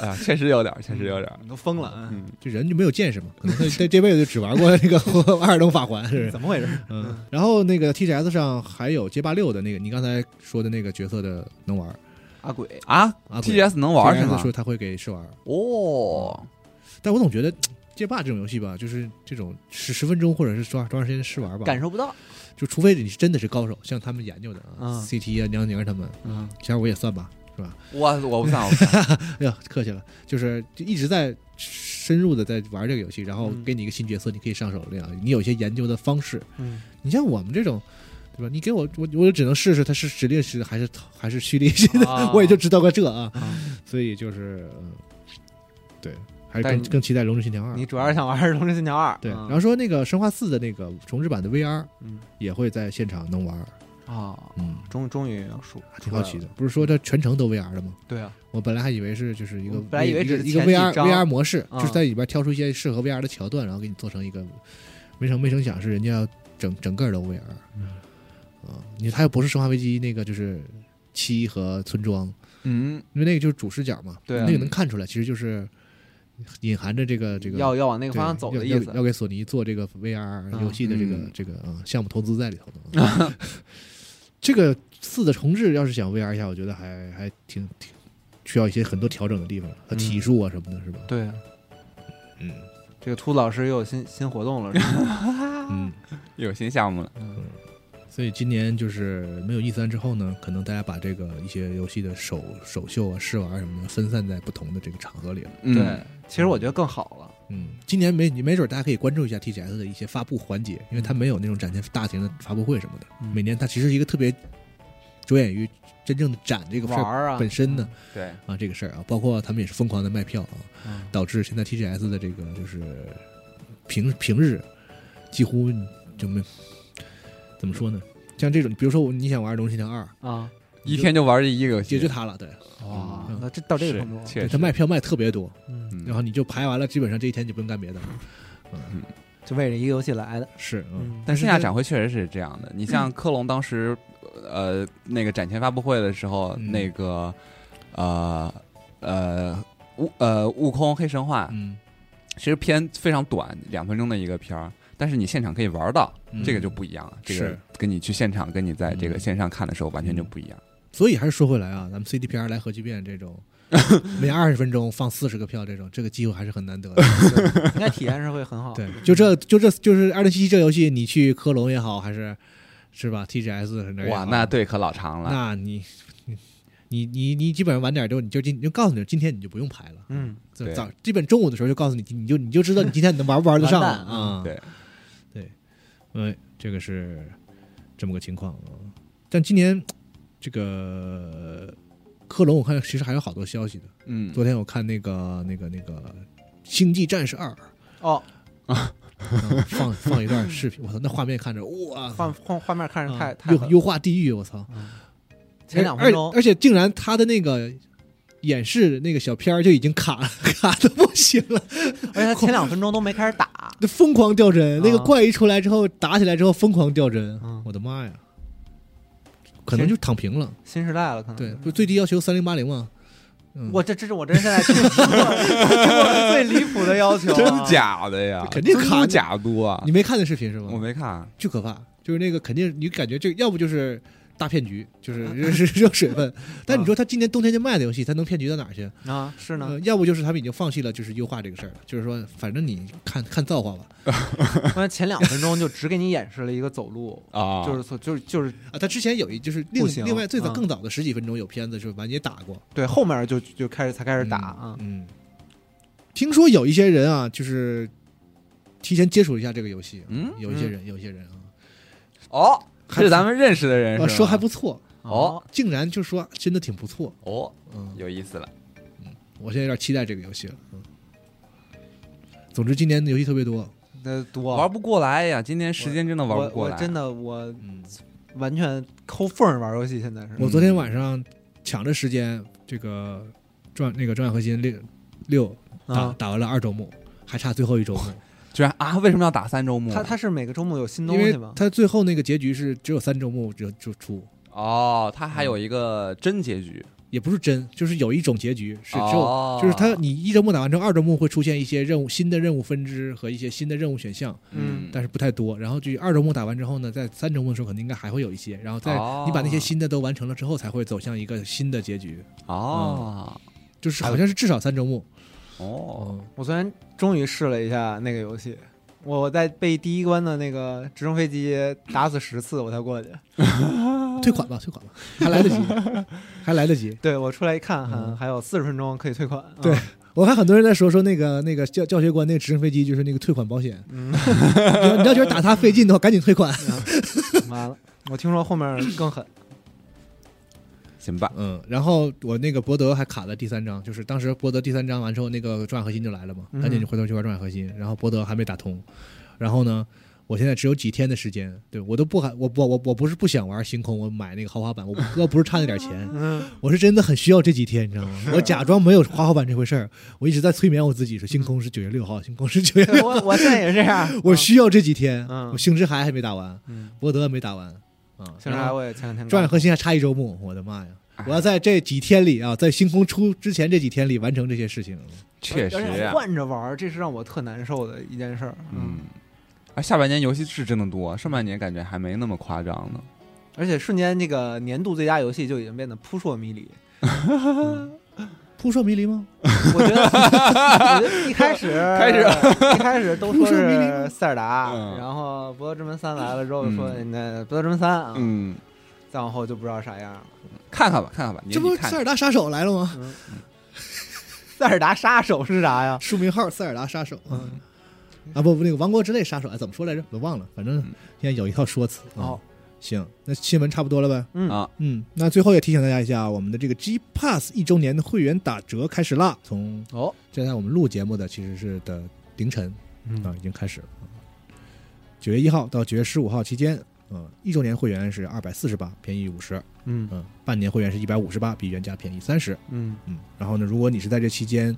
Speaker 3: 哎呀，确实有点儿，确实有点儿。
Speaker 2: 你都疯了，嗯
Speaker 3: 嗯，
Speaker 4: 这人就没有见识嘛，可能他这这辈子就只玩过那个 《二等法环》，是不是
Speaker 2: 嗯怎么回事？
Speaker 4: 嗯。然后那个 TGS 上还有街霸六的那个，你刚才说的那个角色的能玩
Speaker 2: 阿鬼，
Speaker 3: 啊
Speaker 4: 啊
Speaker 3: ，TGS 能玩儿是
Speaker 4: TGS
Speaker 3: 吗？
Speaker 4: 说他会给试玩，
Speaker 3: 哦，
Speaker 4: 但我总觉得街霸这种游戏吧，就是这种十十分钟或者是多长多长时间试玩吧，
Speaker 2: 感受不到，
Speaker 4: 就除非你是真的是高手，像他们研究的啊
Speaker 2: 嗯
Speaker 4: ，CT 啊、娘娘他们，
Speaker 2: 嗯，
Speaker 4: 其实我也算吧，是吧？
Speaker 3: 我我不算，我不算。
Speaker 4: 哎呀，客气了，就是就一直在深入的在玩这个游戏，然后
Speaker 2: 嗯
Speaker 4: 给你一个新角色，你可以上手那样，你有一些研究的方式。
Speaker 2: 嗯，
Speaker 4: 你像我们这种，对吧？你给我我我只能试试它是指令式的还是还是 蓄力式的，
Speaker 2: 啊
Speaker 4: 我也就知道个这啊。
Speaker 2: 啊
Speaker 4: 所以就是，嗯对，还是
Speaker 2: 但
Speaker 4: 更
Speaker 2: 你
Speaker 4: 更期待《龙之信条二》。
Speaker 2: 嗯你主要是想玩《龙之信条二》，
Speaker 4: 对，
Speaker 2: 嗯
Speaker 4: 然后说那个《生化四》的那个重置版的 VR
Speaker 2: 嗯
Speaker 4: 也会在现场能玩，
Speaker 2: 啊，
Speaker 4: 嗯，
Speaker 2: 终终于要输，
Speaker 4: 啊挺好奇的。不是说它全程都 VR 的吗？
Speaker 2: 对啊，
Speaker 4: 我本来还以为是就是一个
Speaker 2: 我本来以为
Speaker 4: 一个
Speaker 2: 只是
Speaker 4: 一个
Speaker 2: 前几
Speaker 4: VR
Speaker 2: 张
Speaker 4: VR 模式，
Speaker 2: 嗯
Speaker 4: 就是在里边挑出一些适合 VR 的桥段，然后给你做成一个，没成没成想是人家要整整个的 VR，
Speaker 2: 嗯
Speaker 4: 啊，你还有不是《生化危机》那个就是七和村庄，
Speaker 3: 嗯，
Speaker 4: 因为那个就是主视角嘛，
Speaker 2: 对啊
Speaker 4: 那个能看出来，其实就是隐含着这个这个
Speaker 2: 要要往那个
Speaker 4: 对
Speaker 2: 方向走的
Speaker 4: 要
Speaker 2: 意
Speaker 4: 要
Speaker 2: 思
Speaker 4: 要，给索尼做这个 VR 游戏的这个、
Speaker 3: 嗯
Speaker 4: 这个啊项目投资在里头的啊。 这个四的重置要是想 VR 一下，我觉得还还挺挺需要一些很多调整的地方，它
Speaker 2: 嗯
Speaker 4: 体术啊什么的，是吧？
Speaker 2: 对啊，
Speaker 4: 嗯
Speaker 2: 这个秃子老师又有新新活动了，是吧啊
Speaker 4: 嗯。
Speaker 3: 有新项目了。
Speaker 4: 所以今年就是没有 E 三之后呢，可能大家把这个一些游戏的啊首首秀啊、试玩什么的分散在不同的这个场合里了。
Speaker 3: 嗯
Speaker 2: 对，其实我觉得更好了。
Speaker 4: 嗯，今年没没准大家可以关注一下 TGS 的一些发布环节，因为它没有那种展现大型的发布会什么的，
Speaker 2: 嗯
Speaker 4: 每年它其实是一个特别着眼于真正的展这个事
Speaker 2: 玩
Speaker 4: 儿
Speaker 2: 儿啊，
Speaker 4: 本身的
Speaker 3: 对，
Speaker 4: 啊这个事儿啊，包括他们也是疯狂的卖票啊，
Speaker 2: 嗯
Speaker 4: 导致现在 TGS 的这个就是平平日几乎就没怎么说呢？像这种，比如说我你想玩《龙心娘二》，
Speaker 2: 啊，
Speaker 3: 一天就玩这一个游
Speaker 4: 也就
Speaker 3: 戏，
Speaker 4: 它了，对，
Speaker 2: 哇
Speaker 4: 嗯，
Speaker 2: 那这到这个程度了，
Speaker 3: 确
Speaker 4: 对
Speaker 3: 实
Speaker 4: 它卖票卖特别多，
Speaker 2: 嗯，
Speaker 4: 然后你就排完了，基本上这一天就不用干别的了。
Speaker 2: 就为了一个游戏来的，
Speaker 4: 是，嗯，
Speaker 2: 嗯
Speaker 3: 但线
Speaker 4: 它嗯
Speaker 3: 下展会确实是这样的。你像科隆当时，呃，那个展前发布会的时候，
Speaker 4: 嗯
Speaker 3: 那个，呃，呃，悟呃悟空黑神话，
Speaker 4: 嗯，
Speaker 3: 其实片非常短，两分钟的一个片儿，但是你现场可以玩到，
Speaker 4: 嗯
Speaker 3: 这个就不一样了。这个
Speaker 4: 是嗯
Speaker 3: 跟你去现场，跟你在这个线上看的时候完全就不一样。
Speaker 4: 所以还是说回来啊，咱们 CDPR 来核聚变这种 每二十分钟放四十个票这种，这个机会还是很难得的。
Speaker 3: 哦
Speaker 2: 应该体验是会很好。
Speaker 4: 对，就这就这就是二零七七这游戏，你去科隆也好，还是是吧 TGS 那儿也
Speaker 3: 哇，
Speaker 4: 好
Speaker 3: 那队可老长了。
Speaker 4: 嗯哎那你你你你基本上晚点就你就今你就告诉你今天你就不用排了，
Speaker 2: 嗯，
Speaker 4: 就
Speaker 3: 对
Speaker 4: 早基本中午的时候就告诉你你就你就知道你今天你能玩不玩得上了
Speaker 2: 完蛋嗯
Speaker 4: 啊、
Speaker 3: 对
Speaker 4: 对，嗯，这个是这么个情况啊。但今年这个克隆，我看其实还有好多消息的。
Speaker 3: 嗯，
Speaker 4: 昨天我看那个那个那个《星际战士二》
Speaker 2: 哦，
Speaker 4: 嗯放放一段视频，我操，那画面看着哇，
Speaker 2: 画画画面看着太
Speaker 4: 啊
Speaker 2: 太狠
Speaker 4: 优优化地狱，我操！
Speaker 2: 嗯前两分
Speaker 4: 而
Speaker 2: 钟
Speaker 4: 而且竟然他的那个演示那个小片儿就已经卡 卡的不行了，
Speaker 2: 而且他前两分钟都没开始打，
Speaker 4: 那疯狂掉帧，那个
Speaker 2: 啊
Speaker 4: 怪一出来之后打起来之后疯狂掉帧
Speaker 2: 嗯，
Speaker 4: 我的妈呀！可能就躺平了，
Speaker 2: 新时代了，可能
Speaker 4: 对，不是最低要求三零八零吗？嗯
Speaker 2: 嗯我这这是我真现在听过听过最离谱的要求啊，
Speaker 3: 真假的呀？
Speaker 4: 肯定卡
Speaker 3: 真假多啊
Speaker 4: 你！没看那视频是吗？
Speaker 3: 我没看，啊
Speaker 4: 巨可怕，就是那个肯定你感觉这要不就是大骗局， 就是就是是有水分。但你说他今年冬天就卖的游戏，他能骗局到哪儿去？
Speaker 2: 啊？是呢
Speaker 4: 呃，要不就是他们已经放弃了就是优化这个事儿了，就是说反正你看看造化吧。
Speaker 2: 因为前两分钟就只给你演示了一个走路，
Speaker 3: 啊，
Speaker 2: 就是说就是就是
Speaker 4: 啊，他之前有一就是另
Speaker 2: 不行
Speaker 4: 另外最
Speaker 2: 嗯
Speaker 4: 早更早的十几分钟有片子就是完结打过，
Speaker 2: 对后面就就开始才开始打啊，
Speaker 4: 嗯，嗯听说有一些人啊，就是提前接触一下这个游戏啊，
Speaker 3: 嗯
Speaker 4: 有一些人，有一些人啊，
Speaker 3: 哦，
Speaker 4: 还
Speaker 3: 是咱们认识的人是
Speaker 4: 啊
Speaker 3: 吧
Speaker 4: 说还不错，
Speaker 3: 哦
Speaker 4: 竟然就说真的挺不错，
Speaker 3: 哦，
Speaker 4: 嗯，
Speaker 3: 有意思了。
Speaker 4: 我现在有点期待这个游戏了，嗯。总之，今年的游戏特别多，
Speaker 2: 那多
Speaker 3: 玩不过来呀！今天时间真的玩
Speaker 2: 我
Speaker 3: 不过
Speaker 2: 我
Speaker 3: 来，
Speaker 2: 真的我
Speaker 4: 嗯，
Speaker 2: 完全抠缝儿玩游戏，现在是
Speaker 4: 我昨天晚上抢着时间，这个转那个《转眼核心》六六打
Speaker 2: 啊，
Speaker 4: 打完了二周目，还差最后一周目，
Speaker 3: 居然啊！为什么要打三周目？啊
Speaker 2: 他他是每个周末有新
Speaker 4: 因
Speaker 2: 东
Speaker 4: 为
Speaker 2: 西吗？
Speaker 4: 它最后那个结局是只有三周目就就出，
Speaker 3: 哦，他还有一个真结局，
Speaker 4: 也不是真，就是有一种结局是只有，
Speaker 3: 哦
Speaker 4: 就是它你一周目打完之后，二周目会出现一些任务新的任务分支和一些新的任务选项，
Speaker 2: 嗯
Speaker 4: 但是不太多。然后就二周目打完之后呢，在三周目的时候肯定应该还会有一些，然后在
Speaker 3: 哦
Speaker 4: 你把那些新的都完成了之后，才会走向一个新的结局，
Speaker 3: 哦
Speaker 4: 就是好像是至少三周目。
Speaker 3: 哦，
Speaker 2: 我昨天终于试了一下那个游戏，我我在被第一关的那个直升飞机打死十次我才过去。
Speaker 4: 嗯退款吧，退款吧，还来得及，还来得及。
Speaker 2: 对我出来一看，还
Speaker 4: 嗯
Speaker 2: 还有四十分钟可以退款。啊
Speaker 4: 对，我看很多人在说说那个那个教教学官那个直升飞机就是那个退款保险，
Speaker 2: 嗯，
Speaker 4: 你要你要觉得打他费劲的话，赶紧退款。
Speaker 2: 嗯完了，我听说后面更狠。
Speaker 3: 行吧，
Speaker 4: 嗯，然后我那个博德还卡在第三章，就是当时博德第三章完之后，那个转核心就来了嘛，
Speaker 2: 嗯
Speaker 4: 赶紧就回头去玩转核心，然后博德还没打通，然后呢，我现在只有几天的时间，对我都不敢，我我我我不是不想玩星空，我买那个豪华版，我不要不是差那点钱，
Speaker 2: 嗯，
Speaker 4: 我是真的很需要这几天，你知道吗？我假装没有豪华版这回事儿，我一直在催眠我自己说星
Speaker 2: 嗯
Speaker 4: 空是九月六号，星空是九月
Speaker 2: 对
Speaker 4: 六号，。
Speaker 2: 我我现在也是这样
Speaker 4: 我需要这几天，
Speaker 2: 嗯
Speaker 4: 我星之海还没打完，
Speaker 2: 嗯，
Speaker 4: 博德没打完，啊、
Speaker 2: 现在我也前两天
Speaker 4: 转眼
Speaker 2: 刚
Speaker 4: 核心还差一周目，我的妈呀！
Speaker 3: 哎
Speaker 4: 我要在这几天里啊，在星空出之前这几天里完成这些事情。
Speaker 3: 确实
Speaker 2: 而且
Speaker 3: 呀，
Speaker 2: 换着玩儿，这是让我特难受的一件事儿。
Speaker 3: 嗯，。啊，下半年游戏是真的多，啊上半年感觉还没那么夸张呢。
Speaker 2: 而且瞬间这个年度最佳游戏就已经变得扑朔迷离。嗯
Speaker 4: 扑朔迷离吗？
Speaker 2: 我觉得，我觉得一开始
Speaker 3: 开始
Speaker 2: 一开始都说
Speaker 4: 扑朔迷离
Speaker 2: 是
Speaker 4: 吗
Speaker 2: 塞尔达，
Speaker 3: 嗯
Speaker 2: 然后《博德之门三》来了之后说
Speaker 3: 嗯
Speaker 2: 那《博德之门三》啊，
Speaker 3: 嗯，
Speaker 2: 再往后就不知道啥样了。
Speaker 3: 看看吧，看看吧，
Speaker 4: 这
Speaker 3: 年
Speaker 4: 不
Speaker 3: 底看
Speaker 4: 塞尔达杀手来了吗？
Speaker 2: 嗯，塞尔达杀手是啥呀？嗯
Speaker 4: 书名号《塞尔达杀手》啊啊不不，那个《王国之泪杀手》哎，怎么说来着？我忘了，反正现在有一套说辞。
Speaker 3: 嗯
Speaker 4: 啊
Speaker 2: 哦，
Speaker 4: 行，那新闻差不多了呗。
Speaker 2: 嗯
Speaker 3: 啊，
Speaker 4: 嗯，那最后也提醒大家一下，我们的这个 G Pass 一周年的会员打折开始啦！从
Speaker 3: 嗯
Speaker 2: 哦，
Speaker 4: 现在我们录节目的其实是的凌晨
Speaker 2: 嗯
Speaker 4: 啊，已经开始了。九月一号到九月十五号期间，嗯，一周年会员是二百四十八，便宜五十；
Speaker 2: 嗯
Speaker 4: 嗯，半年会员是一百五十八，比原价便宜三十。
Speaker 2: 嗯
Speaker 4: 嗯，然后呢，如果你是在这期间，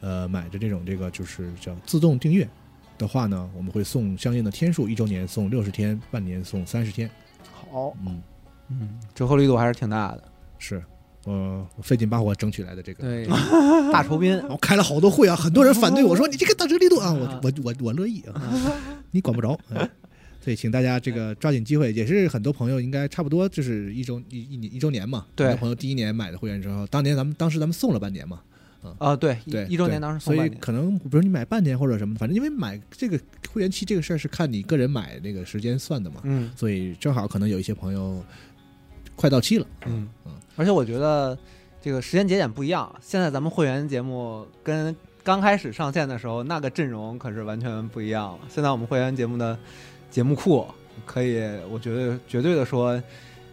Speaker 4: 呃，买的这种这个就是叫自动订阅的话呢，我们会送相应的天数，一周年送六十天，半年送三十天。
Speaker 2: 好，
Speaker 4: 嗯，
Speaker 2: 嗯，折扣力度还是挺大的。
Speaker 4: 是，呃，我费劲巴火争取来的这个。
Speaker 2: 对，大 酬宾
Speaker 4: 我开了好多会啊，很多人反 对我说你这个打折力度啊，我我我我乐意啊， 你管不着。哎所以，请大家这个抓紧机会，也是很多朋友应该差不多就是一周一一年一周年嘛。
Speaker 2: 对
Speaker 4: 很多朋友第一年买的会员之后，当年咱们当时咱们送了半年嘛，
Speaker 2: 啊，对，一
Speaker 4: 对，
Speaker 2: 一周
Speaker 4: 对
Speaker 2: 年当时
Speaker 4: 所
Speaker 2: 送
Speaker 4: 以
Speaker 2: 半年，
Speaker 4: 可能比如你买半年或者什么，反正因为买这个会员期这个事儿是看你个人买那个时间算的嘛，
Speaker 2: 嗯
Speaker 4: 所以正好可能有一些朋友快到期了，
Speaker 2: 嗯
Speaker 4: 嗯，
Speaker 2: 而且我觉得这个时间节点不一样，现在咱们会员节目跟刚开始上线的时候那个阵容可是完全不一样了。现在我们会员节目的节目库可以，我觉得绝对的说，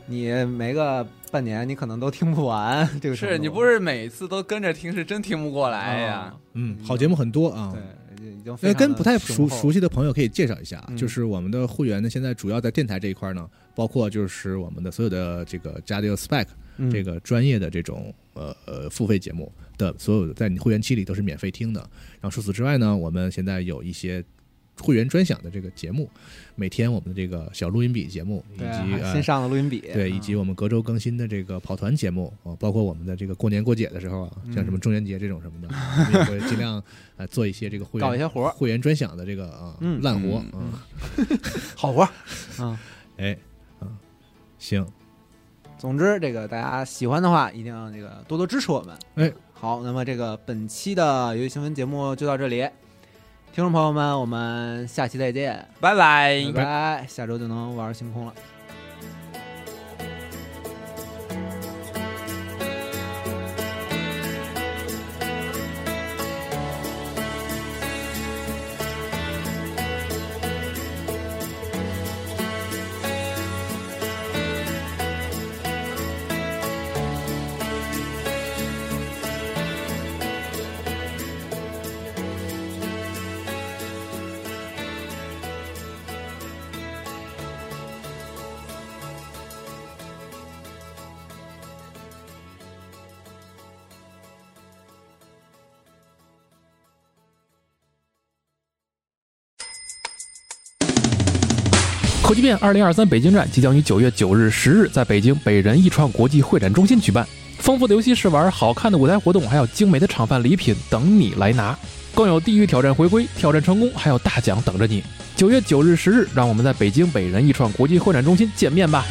Speaker 2: 你没个半年你可能都听不完 这个程度。
Speaker 3: 是你不是每次都跟着听，是真听不过来呀嗯
Speaker 2: 啊？
Speaker 4: 嗯，好节目很多啊。
Speaker 2: 对，已经非
Speaker 4: 那
Speaker 2: 常
Speaker 4: 跟不太
Speaker 2: 地
Speaker 4: 熟
Speaker 2: 雄厚
Speaker 4: 熟悉的朋友可以介绍一下，啊
Speaker 2: 嗯
Speaker 4: 就是我们的会员呢，现在主要在电台这一块呢，包括就是我们的所有的这个 Jadio Spec
Speaker 2: 嗯
Speaker 4: 这个专业的这种呃呃付费节目的所有的在你会员期里都是免费听的。然后除此之外呢，我们现在有一些会员专享的这个节目，每天我们的这个小录音笔节目以及
Speaker 2: 对啊
Speaker 4: 呃
Speaker 2: 新上的录音笔，嗯
Speaker 4: 对，以及我们隔周更新的这个跑团节目啊、包括我们的这个过年过节的时候啊，像什
Speaker 2: 嗯
Speaker 4: 么中元节这种什么的，我们也会尽量呃做一些这个会员
Speaker 2: 搞一些活儿
Speaker 4: 会员专享的这个啊、
Speaker 2: 嗯
Speaker 4: 烂活
Speaker 3: 嗯
Speaker 4: 啊、
Speaker 2: 好活儿，嗯。
Speaker 4: 哎啊、行，
Speaker 2: 总之，这个大家喜欢的话，一定要这个多多支持我们。
Speaker 4: 哎，
Speaker 2: 好，那么这个本期的游戏新闻节目就到这里，听众朋友们，我们下期再见，
Speaker 3: 拜拜。
Speaker 2: 拜拜，下周就能玩星空了。
Speaker 5: 科技变二零二三北京站即将于九月九日、十日在北京北人艺创国际会展中心举办。丰富的游戏试玩、好看的舞台活动，还有精美的厂饭礼品等你来拿，更有地狱挑战回归，挑战成功还有大奖等着你。九月九日、十日，让我们在北京北人艺创国际会展中心见面吧！